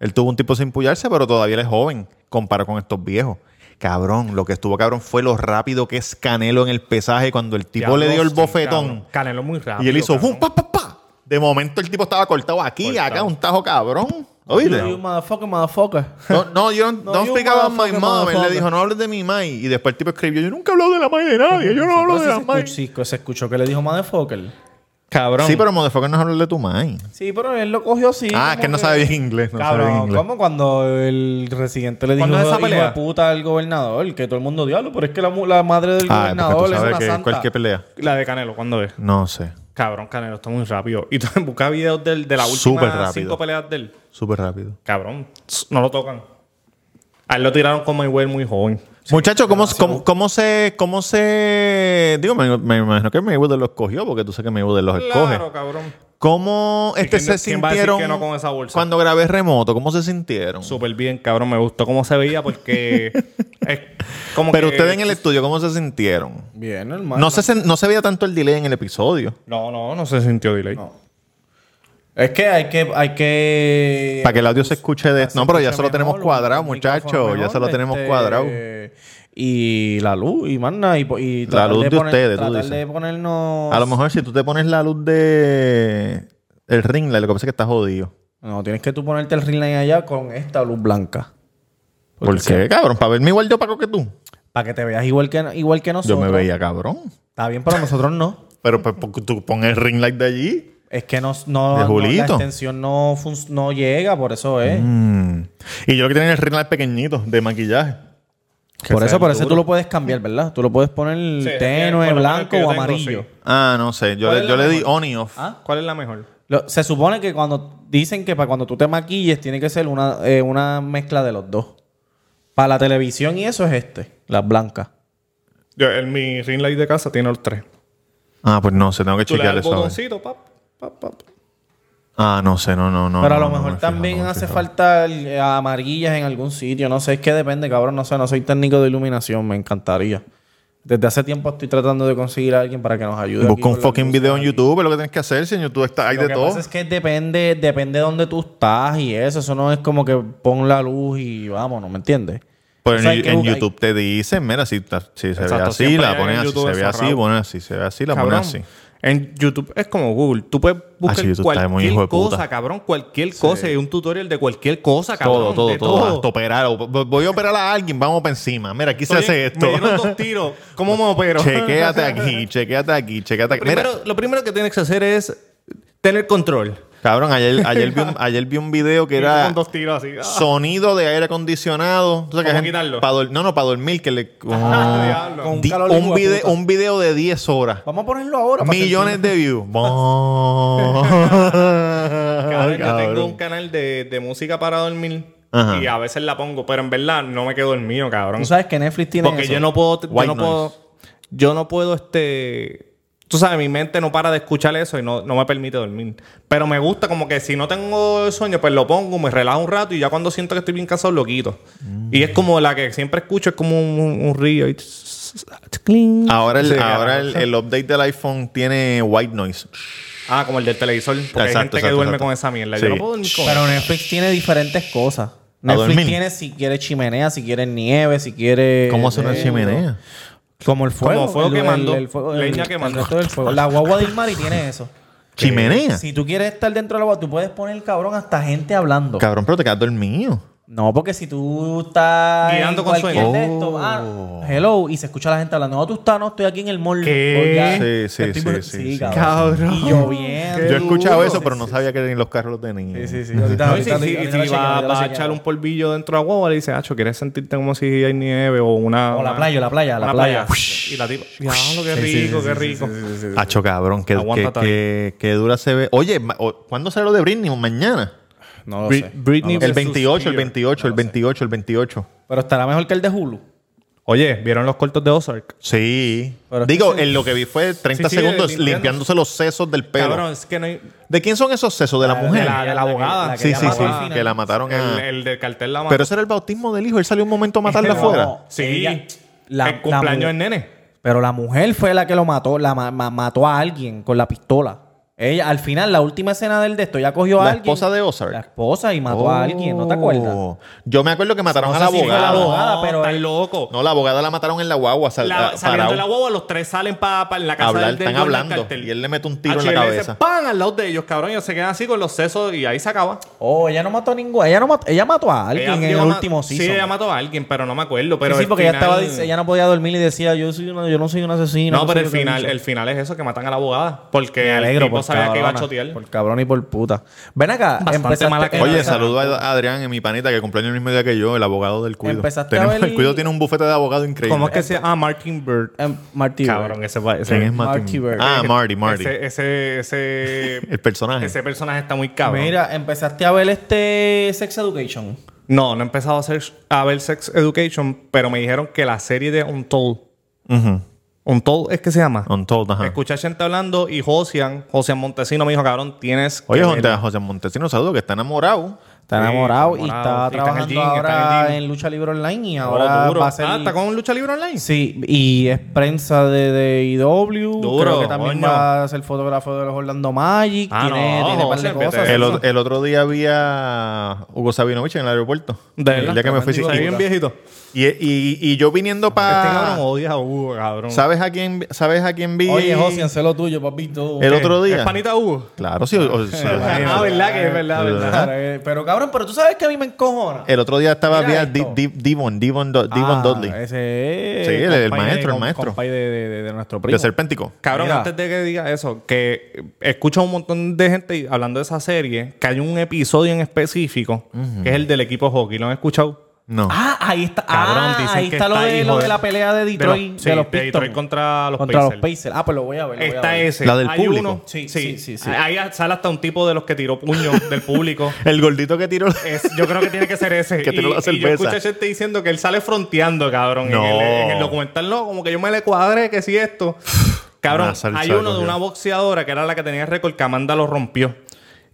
[SPEAKER 1] Él tuvo un tipo sin puyarse, pero todavía él es joven, comparado con estos viejos. Cabrón, lo que estuvo cabrón fue lo rápido que es Canelo en el pesaje cuando el tipo
[SPEAKER 2] Diablo,
[SPEAKER 1] le dio el
[SPEAKER 2] sí,
[SPEAKER 1] bofetón
[SPEAKER 2] cabrón. Canelo muy rápido.
[SPEAKER 1] y él hizo
[SPEAKER 2] cabrón.
[SPEAKER 1] ¡fum! pa, pa, pa! De momento el tipo estaba cortado aquí,
[SPEAKER 2] Cortado.
[SPEAKER 1] acá, un tajo cabrón. ¿Oíste?
[SPEAKER 4] You motherfucker, motherfucker.
[SPEAKER 1] No, no, yo no,
[SPEAKER 4] No,
[SPEAKER 1] don't
[SPEAKER 4] you
[SPEAKER 1] speak about my
[SPEAKER 4] motherfucker,
[SPEAKER 1] mom. Él le
[SPEAKER 4] motherfucker.
[SPEAKER 1] dijo, no hables de mi mãe. Y después el tipo escribió, yo nunca he hablado de la mãe de nadie, yo no hablo de
[SPEAKER 4] Entonces
[SPEAKER 1] la
[SPEAKER 4] se
[SPEAKER 1] mãe.
[SPEAKER 4] escuchó- sí, se escuchó que le dijo motherfucker.
[SPEAKER 2] Cabrón.
[SPEAKER 1] Sí, pero motherfucker no es hablar de tu mãe.
[SPEAKER 4] Sí, pero él lo cogió así.
[SPEAKER 1] Ah,
[SPEAKER 4] como
[SPEAKER 1] es que él no sabe bien inglés. No sabe bien
[SPEAKER 4] Cabrón,
[SPEAKER 1] inglés.
[SPEAKER 4] como cuando el residente le dijo
[SPEAKER 2] ¿Cuándo es esa
[SPEAKER 4] "Hijo
[SPEAKER 2] pelea?
[SPEAKER 4] de puta al gobernador, que todo el mundo diablo, pero es que la, mu- la madre del
[SPEAKER 1] Ah, porque
[SPEAKER 4] gobernador
[SPEAKER 1] tú
[SPEAKER 4] es
[SPEAKER 1] sabes
[SPEAKER 4] una
[SPEAKER 1] que
[SPEAKER 4] santa.
[SPEAKER 1] cualquier pelea.
[SPEAKER 2] La de Canelo, ¿cuándo es?
[SPEAKER 1] No sé.
[SPEAKER 2] Cabrón, Canelo está muy rápido. Y tú buscas videos del- de la
[SPEAKER 1] Súper
[SPEAKER 2] última
[SPEAKER 1] rápido.
[SPEAKER 2] cinco peleas del
[SPEAKER 1] Súper rápido.
[SPEAKER 2] Cabrón, no lo tocan. A él lo tiraron con Mayweather muy joven.
[SPEAKER 1] Muchachos, ¿cómo, cómo, cómo se, ¿cómo se...? Digo, me, me imagino que Mayweather los cogió, porque tú sabes que Mayweather los
[SPEAKER 2] Claro,
[SPEAKER 1] escoge.
[SPEAKER 2] cabrón.
[SPEAKER 1] ¿Cómo
[SPEAKER 2] ¿Y
[SPEAKER 1] este
[SPEAKER 2] quién-
[SPEAKER 1] se
[SPEAKER 2] quién va a decir
[SPEAKER 1] sintieron
[SPEAKER 2] que no con esa bolsa?
[SPEAKER 1] cuando grabé remoto? ¿Cómo se sintieron?
[SPEAKER 2] Súper bien, cabrón. Me gustó cómo se veía porque... es como
[SPEAKER 1] Pero
[SPEAKER 2] que-
[SPEAKER 1] ustedes en el estudio, ¿cómo se sintieron?
[SPEAKER 4] Bien, hermano.
[SPEAKER 1] No se, sen- no se veía tanto el delay en el episodio.
[SPEAKER 2] No, no, no se sintió delay.
[SPEAKER 4] Es que hay que... Hay que...
[SPEAKER 1] Para que el audio
[SPEAKER 2] Pues,
[SPEAKER 1] se escuche de... No, pero ya se lo
[SPEAKER 4] mejor,
[SPEAKER 1] tenemos
[SPEAKER 4] un
[SPEAKER 1] cuadrado,
[SPEAKER 4] micrófono
[SPEAKER 1] muchachos. Ya
[SPEAKER 4] mejor,
[SPEAKER 1] se lo tenemos
[SPEAKER 4] este,
[SPEAKER 1] cuadrado.
[SPEAKER 4] Y la luz, y manda, y, po- y
[SPEAKER 1] La
[SPEAKER 4] tratar
[SPEAKER 1] luz de
[SPEAKER 4] poner-
[SPEAKER 1] ustedes, tú
[SPEAKER 4] tratar
[SPEAKER 1] dices.
[SPEAKER 4] de ponernos...
[SPEAKER 1] A lo mejor si tú te pones la luz de... El ring light, lo que pasa es que está jodido.
[SPEAKER 4] No, tienes que tú ponerte el ring line allá con esta luz blanca.
[SPEAKER 1] ¿Por, qué, cabrón? ¿Para verme igual de opaco que tú?
[SPEAKER 4] Para que te veas igual que, igual que
[SPEAKER 1] Yo
[SPEAKER 4] nosotros.
[SPEAKER 1] me veía cabrón.
[SPEAKER 4] Está bien, pero nosotros no.
[SPEAKER 1] Pero pues, po- tú pon el ring light de allí.
[SPEAKER 4] Es que no, no,
[SPEAKER 1] De
[SPEAKER 4] no- la
[SPEAKER 1] Julito.
[SPEAKER 4] extensión no, fun- no llega, por eso es.
[SPEAKER 1] Mm. Y yo lo que tenía el ring light pequeñito de maquillaje. Que
[SPEAKER 4] por
[SPEAKER 1] sea
[SPEAKER 4] eso,
[SPEAKER 1] el
[SPEAKER 4] por eso
[SPEAKER 1] duro.
[SPEAKER 4] tú lo puedes cambiar, ¿verdad? Tú lo puedes poner
[SPEAKER 2] Sí,
[SPEAKER 4] tenue,
[SPEAKER 2] por lo menos el
[SPEAKER 4] blanco
[SPEAKER 2] que yo
[SPEAKER 4] o
[SPEAKER 2] tengo,
[SPEAKER 4] amarillo.
[SPEAKER 2] sí.
[SPEAKER 1] Ah, no sé. Yo,
[SPEAKER 2] ¿Cuál
[SPEAKER 1] le-
[SPEAKER 2] es
[SPEAKER 1] yo
[SPEAKER 2] la
[SPEAKER 1] le di
[SPEAKER 2] mejor?
[SPEAKER 1] on y off.
[SPEAKER 4] Ah.
[SPEAKER 2] ¿Cuál es la mejor?
[SPEAKER 4] Lo- se supone que cuando dicen que para cuando tú te maquilles tiene que ser una, eh, una mezcla de los dos. Para la televisión y eso es este, las blancas.
[SPEAKER 2] Yo, el, mi ring light de casa tiene los tres.
[SPEAKER 1] Ah, pues no sé. Tengo que
[SPEAKER 2] Tú le
[SPEAKER 1] chequear
[SPEAKER 2] das el
[SPEAKER 1] eso. ahora.
[SPEAKER 2] botoncito, pap, pap, pap.
[SPEAKER 1] Ah, no sé. No, no, no.
[SPEAKER 4] Pero a
[SPEAKER 1] no,
[SPEAKER 4] lo
[SPEAKER 1] no, no
[SPEAKER 4] mejor
[SPEAKER 1] me he fijado,
[SPEAKER 4] también
[SPEAKER 1] no me he
[SPEAKER 4] hace
[SPEAKER 1] fijado.
[SPEAKER 4] falta eh, amarillas en algún sitio. No sé, es que depende, cabrón. No sé, no soy técnico de iluminación. Me encantaría. Desde hace tiempo estoy tratando de conseguir a alguien para que nos ayude. aquí
[SPEAKER 1] Busca
[SPEAKER 4] con
[SPEAKER 1] un
[SPEAKER 4] la
[SPEAKER 1] fucking
[SPEAKER 4] música.
[SPEAKER 1] video en YouTube, es lo que tienes que hacer. Si en YouTube está, hay
[SPEAKER 4] Lo
[SPEAKER 1] de
[SPEAKER 4] que
[SPEAKER 1] todo.
[SPEAKER 4] pasa es que depende, depende de dónde tú estás y eso. Eso no es como que pon la luz y vámonos, ¿me entiendes?
[SPEAKER 1] Pero
[SPEAKER 4] O sea,
[SPEAKER 1] pues,
[SPEAKER 4] hay
[SPEAKER 1] en,
[SPEAKER 4] que
[SPEAKER 1] en
[SPEAKER 4] buscar-
[SPEAKER 1] YouTube te dicen, mira, si, ta- si se ve
[SPEAKER 2] Exacto,
[SPEAKER 1] así,
[SPEAKER 2] siempre
[SPEAKER 1] la
[SPEAKER 2] hay
[SPEAKER 1] ponen
[SPEAKER 2] en
[SPEAKER 1] así,
[SPEAKER 2] YouTube
[SPEAKER 1] se ve así,
[SPEAKER 2] encerrado.
[SPEAKER 1] ponen así, se ve así, la ponen
[SPEAKER 2] Cabrón,
[SPEAKER 1] así. Ah,
[SPEAKER 2] En YouTube es como Google. Tú puedes buscar
[SPEAKER 1] sí, YouTube está
[SPEAKER 2] cualquier
[SPEAKER 1] muy hijo de puta.
[SPEAKER 2] cosa, cabrón. Cualquier cosa. Hay un tutorial de cualquier cosa, cabrón.
[SPEAKER 1] todo, todo,
[SPEAKER 2] de
[SPEAKER 1] todo. Hasta operar. o- Voy a operar a alguien, vamos para encima. Mira, aquí se
[SPEAKER 2] Oye,
[SPEAKER 1] hace esto.
[SPEAKER 2] Me dieron dos tiros. ¿Cómo me opero?
[SPEAKER 1] chequéate aquí, chequéate aquí, chequéate aquí. Mira,
[SPEAKER 2] Primero, lo primero que tienes que hacer es tener control.
[SPEAKER 1] cabrón, ayer, ayer, vi, un, ayer vi un video que
[SPEAKER 2] Y tú
[SPEAKER 1] era
[SPEAKER 2] Con dos tiros así. Ah,
[SPEAKER 1] sonido de aire acondicionado. O sea, que
[SPEAKER 2] ¿Cómo
[SPEAKER 1] gente-
[SPEAKER 2] quitarlo? Ah,
[SPEAKER 1] pa' dor- no, no, para dormir. que le,
[SPEAKER 2] diablo.
[SPEAKER 4] Con un
[SPEAKER 1] Di-
[SPEAKER 4] calor hijo
[SPEAKER 1] un,
[SPEAKER 4] de
[SPEAKER 1] video,
[SPEAKER 4] puta.
[SPEAKER 1] un video de 10 horas.
[SPEAKER 4] Vamos a ponerlo ahora. para
[SPEAKER 1] Millones
[SPEAKER 4] sentir-
[SPEAKER 1] de views.
[SPEAKER 2] cabrón, yo tengo un
[SPEAKER 1] Cabrón.
[SPEAKER 2] canal de, de música para dormir.
[SPEAKER 1] Ajá.
[SPEAKER 2] Y a veces la pongo, pero en verdad no me quedo dormido, cabrón.
[SPEAKER 4] Tú sabes que Netflix tiene
[SPEAKER 2] Porque
[SPEAKER 4] eso.
[SPEAKER 2] yo no puedo, yo
[SPEAKER 1] White
[SPEAKER 2] no puedo,
[SPEAKER 1] noise.
[SPEAKER 2] yo no puedo, este, tú sabes, mi mente no para de escuchar eso y no, no me permite dormir. Pero me gusta como que si no tengo sueño, pues lo pongo, me relajo un rato y ya cuando siento que estoy bien cansado lo quito. Y es como la que siempre escucho, es como un, un río. y tss, tss, cling.
[SPEAKER 1] Ahora, el,
[SPEAKER 2] Sí,
[SPEAKER 1] ahora
[SPEAKER 2] claro.
[SPEAKER 1] el, el update del iPhone tiene white noise.
[SPEAKER 2] Ah, como el del televisor, porque hay
[SPEAKER 1] Exacto,
[SPEAKER 2] gente que
[SPEAKER 1] exacto,
[SPEAKER 2] duerme
[SPEAKER 1] exacto.
[SPEAKER 2] con esa mierda.
[SPEAKER 1] Sí.
[SPEAKER 2] Yo no puedo dormir con
[SPEAKER 4] Pero Netflix tiene diferentes cosas. Netflix
[SPEAKER 1] dormir.
[SPEAKER 4] tiene si quieres chimenea, si quieres nieve, si quieres...
[SPEAKER 1] ¿Cómo hace una
[SPEAKER 4] Eh,
[SPEAKER 1] chimenea?
[SPEAKER 4] Como el fuego.
[SPEAKER 2] Como fuego
[SPEAKER 4] el-
[SPEAKER 2] quemando,
[SPEAKER 4] el- el fuego- el-
[SPEAKER 2] leña
[SPEAKER 4] el
[SPEAKER 2] quemando.
[SPEAKER 4] resto del fuego. La guagua de Ismari tiene eso.
[SPEAKER 1] ¿Chimenea?
[SPEAKER 4] Si tú quieres estar dentro de la guagua, tú puedes poner, cabrón, hasta gente hablando.
[SPEAKER 1] Cabrón, pero te quedas dormido.
[SPEAKER 4] No, porque si tú estás
[SPEAKER 2] Guiando
[SPEAKER 4] en
[SPEAKER 2] con
[SPEAKER 4] cualquier
[SPEAKER 2] sueño.
[SPEAKER 4] de estos,
[SPEAKER 1] Oh.
[SPEAKER 4] ah, hello, y se escucha la gente hablando. No, tú estás, no, estoy aquí en el mall. Pues
[SPEAKER 2] ¿Qué?
[SPEAKER 1] Sí, sí, sí,
[SPEAKER 4] Estoy por-
[SPEAKER 1] sí, sí.
[SPEAKER 4] cabrón. Y lloviendo.
[SPEAKER 1] Yo he escuchado eso,
[SPEAKER 4] Sí,
[SPEAKER 1] pero
[SPEAKER 4] sí,
[SPEAKER 1] no
[SPEAKER 4] sí.
[SPEAKER 1] sabía que ni los carros lo tenían.
[SPEAKER 4] Sí, sí, sí. Ahorita-
[SPEAKER 2] No, y si,
[SPEAKER 4] ahorita-
[SPEAKER 2] si-
[SPEAKER 4] ahorita
[SPEAKER 2] si
[SPEAKER 4] lo chequeo,
[SPEAKER 2] va,
[SPEAKER 4] ahorita lo
[SPEAKER 2] va a
[SPEAKER 4] chequeo.
[SPEAKER 2] echar un polvillo dentro de agua, le dice, Acho, ¿quieres sentirte como si hay nieve o una.
[SPEAKER 4] O la
[SPEAKER 2] una-
[SPEAKER 4] playa, la playa, la
[SPEAKER 2] una
[SPEAKER 4] playa.
[SPEAKER 2] Y la tipa. Diablo, qué rico, qué rico. Ah,
[SPEAKER 1] Hacho, cabrón, que,
[SPEAKER 2] Aguanta
[SPEAKER 1] que,
[SPEAKER 2] hasta ahí.
[SPEAKER 1] que- que dura se ve. Oye, ma- o- ¿cuándo sale lo de Britney? ¿Mañana?
[SPEAKER 4] No lo
[SPEAKER 2] Brit-
[SPEAKER 4] sé.
[SPEAKER 2] Britney
[SPEAKER 1] El
[SPEAKER 2] versus
[SPEAKER 1] 28, el
[SPEAKER 2] Spears.
[SPEAKER 1] 28, el 28, el 28.
[SPEAKER 4] Pero estará mejor que el de Hulu.
[SPEAKER 2] Oye, ¿vieron los cortos de Ozark?
[SPEAKER 1] Sí.
[SPEAKER 4] Pero es
[SPEAKER 1] Digo,
[SPEAKER 4] que se-
[SPEAKER 1] en lo que vi fue 30
[SPEAKER 2] Sí, sí,
[SPEAKER 1] segundos
[SPEAKER 2] limpiándose.
[SPEAKER 1] limpiándose los sesos del pelo.
[SPEAKER 2] Cabrón, es que no hay.
[SPEAKER 1] ¿De quién son esos sesos? ¿De la mujer?
[SPEAKER 2] la- de abogada.
[SPEAKER 4] que- la que
[SPEAKER 1] sí, sí,
[SPEAKER 4] llama
[SPEAKER 1] sí.
[SPEAKER 4] al final.
[SPEAKER 1] Que la mataron
[SPEAKER 2] El,
[SPEAKER 1] a...
[SPEAKER 2] el del cartel la
[SPEAKER 1] Pero ese era el bautismo del hijo. Él salió un momento a matarla
[SPEAKER 4] No,
[SPEAKER 1] afuera.
[SPEAKER 2] Sí.
[SPEAKER 4] ella- la-
[SPEAKER 2] el cumpleaños
[SPEAKER 4] la-
[SPEAKER 2] del nene.
[SPEAKER 4] Pero la mujer fue la que lo mató, la ma- ma- mató a alguien con la pistola. Ella, al final, la última escena del de esto, ella cogió a
[SPEAKER 1] La
[SPEAKER 4] alguien.
[SPEAKER 1] esposa de Ozark.
[SPEAKER 4] La esposa y mató a alguien, ¿no te acuerdas?
[SPEAKER 1] Oh. Yo me acuerdo que mataron
[SPEAKER 4] No
[SPEAKER 1] a la
[SPEAKER 4] sé si fue
[SPEAKER 1] abogada.
[SPEAKER 4] la abogada,
[SPEAKER 2] No,
[SPEAKER 4] pero-
[SPEAKER 2] Están loco.
[SPEAKER 1] No, la abogada la mataron en la guagua. sal-
[SPEAKER 2] La-
[SPEAKER 1] a-
[SPEAKER 2] saliendo
[SPEAKER 1] parado.
[SPEAKER 2] de la guagua, los tres salen para la casa
[SPEAKER 1] Hablar,
[SPEAKER 2] del, del
[SPEAKER 1] están
[SPEAKER 2] dueño del
[SPEAKER 1] hablando,
[SPEAKER 2] cartel.
[SPEAKER 1] y él le mete un tiro en la
[SPEAKER 2] Acho, y él le
[SPEAKER 1] cabeza.
[SPEAKER 2] Dice, ¡Pan! Al lado de ellos, cabrón. Ellos se quedan así con los sesos y ahí se acaba.
[SPEAKER 4] Oh, ella no mató a ningún. Ella, no mató, ella mató a alguien en el
[SPEAKER 2] llegó a ma-
[SPEAKER 4] último
[SPEAKER 2] Sí,
[SPEAKER 4] season.
[SPEAKER 2] ella mató a alguien, pero no me acuerdo. Pero
[SPEAKER 4] sí, sí,
[SPEAKER 2] el
[SPEAKER 4] porque ella estaba
[SPEAKER 2] final-
[SPEAKER 4] dic- ella no podía dormir y decía, yo soy una, yo no soy un asesino.
[SPEAKER 2] No, pero
[SPEAKER 4] soy
[SPEAKER 2] el
[SPEAKER 4] lo que
[SPEAKER 2] final,
[SPEAKER 4] he
[SPEAKER 2] el
[SPEAKER 4] dicho".
[SPEAKER 2] final es eso, que matan a la abogada. Porque
[SPEAKER 4] Me
[SPEAKER 2] el
[SPEAKER 4] alegro
[SPEAKER 2] tipo
[SPEAKER 4] por
[SPEAKER 2] sabía que iba a
[SPEAKER 4] cabrona,
[SPEAKER 2] chotear.
[SPEAKER 4] Por cabrón y por puta. Ven acá,
[SPEAKER 2] Bastante
[SPEAKER 4] empezaste-
[SPEAKER 2] mala que-
[SPEAKER 1] Oye,
[SPEAKER 2] Esa-
[SPEAKER 1] saludo a Adrián, mi panita, que cumpleaños el mismo día que yo, el abogado del Cuido.
[SPEAKER 4] Empezaste
[SPEAKER 1] Tenemos-
[SPEAKER 4] a ver-
[SPEAKER 1] El Cuido tiene un bufete de abogado increíble.
[SPEAKER 2] ¿Cómo es que se llama? Ah, Martin Bird.
[SPEAKER 4] Em, Martí,
[SPEAKER 2] Cabrón, ese va- ese-
[SPEAKER 1] ¿Quién es Martin?
[SPEAKER 4] Marty Bird.
[SPEAKER 1] Ah, Marty, Marty.
[SPEAKER 2] Ese, ese, ese,
[SPEAKER 1] el personaje.
[SPEAKER 2] ese personaje está muy cabrón.
[SPEAKER 4] Mira, empezaste a ver este Sex Education.
[SPEAKER 2] No, no he empezado a, hacer, a ver Sex Education, pero me dijeron que la serie de Untold.
[SPEAKER 1] Ujú.
[SPEAKER 2] Untold es que se llama.
[SPEAKER 1] Untold, ajá.
[SPEAKER 2] Escuché a gente hablando y Josian, Josian Montesino me dijo, cabrón, tienes que
[SPEAKER 1] Oye,
[SPEAKER 2] ver-
[SPEAKER 1] José, José Montesino, saludo, que está enamorado.
[SPEAKER 4] Está
[SPEAKER 2] Sí,
[SPEAKER 4] enamorado y
[SPEAKER 2] enamorado.
[SPEAKER 4] está
[SPEAKER 2] Y está en el
[SPEAKER 4] trabajando
[SPEAKER 2] gym, está en
[SPEAKER 4] ahora
[SPEAKER 2] el
[SPEAKER 4] en,
[SPEAKER 2] gym.
[SPEAKER 4] Lucha Libre Online y
[SPEAKER 2] Oh,
[SPEAKER 4] ahora
[SPEAKER 2] duro.
[SPEAKER 4] va a ser...
[SPEAKER 2] Ah, ¿está con lucha libre online?
[SPEAKER 4] Sí, y es prensa de, de IW.
[SPEAKER 2] Duro,
[SPEAKER 4] Creo que también
[SPEAKER 2] coño.
[SPEAKER 4] va a ser fotógrafo de los Orlando Magic.
[SPEAKER 2] Ah,
[SPEAKER 4] tiene,
[SPEAKER 2] no,
[SPEAKER 4] tiene par de
[SPEAKER 2] José,
[SPEAKER 4] cosas.
[SPEAKER 2] vete.
[SPEAKER 1] El,
[SPEAKER 4] eso.
[SPEAKER 1] o- el otro día vi a Hugo Sabinovich en el aeropuerto.
[SPEAKER 2] De
[SPEAKER 1] el día que me fui. sí. Ah.
[SPEAKER 2] Está bien viejito.
[SPEAKER 1] Y, y- y yo viniendo
[SPEAKER 2] Este cabrón
[SPEAKER 1] para...
[SPEAKER 2] odia a Hugo, cabrón.
[SPEAKER 1] ¿Sabes a quién sabes a quién vi?
[SPEAKER 4] oh. Oye, José, sé lo tuyo, papito.
[SPEAKER 1] El otro
[SPEAKER 2] ¿Es
[SPEAKER 1] día.
[SPEAKER 2] panita Hugo?
[SPEAKER 1] Claro, sí. o- o- sí.
[SPEAKER 2] Ah, verdad que es verdad, verdad.
[SPEAKER 1] Ajá.
[SPEAKER 4] Pero, eh, pero, cabrón, pero tú sabes que a mí me encojona.
[SPEAKER 1] El otro día estaba vi
[SPEAKER 4] Mira
[SPEAKER 1] a Di-
[SPEAKER 4] esto.
[SPEAKER 1] Di- Devon, Devon, Do- Devon
[SPEAKER 4] Ah,
[SPEAKER 1] Dudley.
[SPEAKER 4] Ese es.
[SPEAKER 1] Sí, el- el
[SPEAKER 4] compay
[SPEAKER 1] maestro, el
[SPEAKER 4] com-
[SPEAKER 1] maestro.
[SPEAKER 4] compay de, de- de nuestro primo.
[SPEAKER 1] De Serpéntico.
[SPEAKER 2] Cabrón,
[SPEAKER 4] Mira.
[SPEAKER 2] antes de que diga eso, que escucho a un montón de gente hablando de esa serie, que hay un episodio en específico, que es el del equipo hockey. ¿Lo han escuchado?
[SPEAKER 1] No.
[SPEAKER 4] Ah, ahí está.
[SPEAKER 2] Cabrón,
[SPEAKER 4] ah,
[SPEAKER 2] dicen
[SPEAKER 4] ahí
[SPEAKER 2] que
[SPEAKER 4] está, lo,
[SPEAKER 2] está
[SPEAKER 4] de,
[SPEAKER 2] hijo
[SPEAKER 4] lo
[SPEAKER 2] de-
[SPEAKER 4] de la pelea de Detroit.
[SPEAKER 2] de los-
[SPEAKER 4] de
[SPEAKER 2] sí,
[SPEAKER 4] los
[SPEAKER 2] de
[SPEAKER 4] Pistons.
[SPEAKER 2] Detroit contra los
[SPEAKER 4] Contra
[SPEAKER 2] Pacers.
[SPEAKER 4] los Pacers. Ah, pues lo voy a ver. lo voy a
[SPEAKER 2] Está
[SPEAKER 4] ver.
[SPEAKER 2] ese.
[SPEAKER 1] La del
[SPEAKER 2] Hay
[SPEAKER 1] público.
[SPEAKER 2] uno-
[SPEAKER 4] Sí,
[SPEAKER 2] Sí,
[SPEAKER 4] sí, sí,
[SPEAKER 2] sí,
[SPEAKER 4] sí.
[SPEAKER 2] Ahí sale hasta un tipo de los que tiró puño del público.
[SPEAKER 1] El gordito que tiró.
[SPEAKER 2] Es- yo creo que tiene que ser ese.
[SPEAKER 1] Que tiró la cerveza.
[SPEAKER 2] yo escuché gente diciendo que él sale fronteando, cabrón.
[SPEAKER 1] No.
[SPEAKER 2] En, el, en el documental no, como que yo me le cuadré que si esto. Cabrón,
[SPEAKER 1] Una salsa
[SPEAKER 2] hay
[SPEAKER 1] de
[SPEAKER 2] uno de
[SPEAKER 1] cogió.
[SPEAKER 2] una boxeadora que era la que tenía el récord que Amanda lo rompió.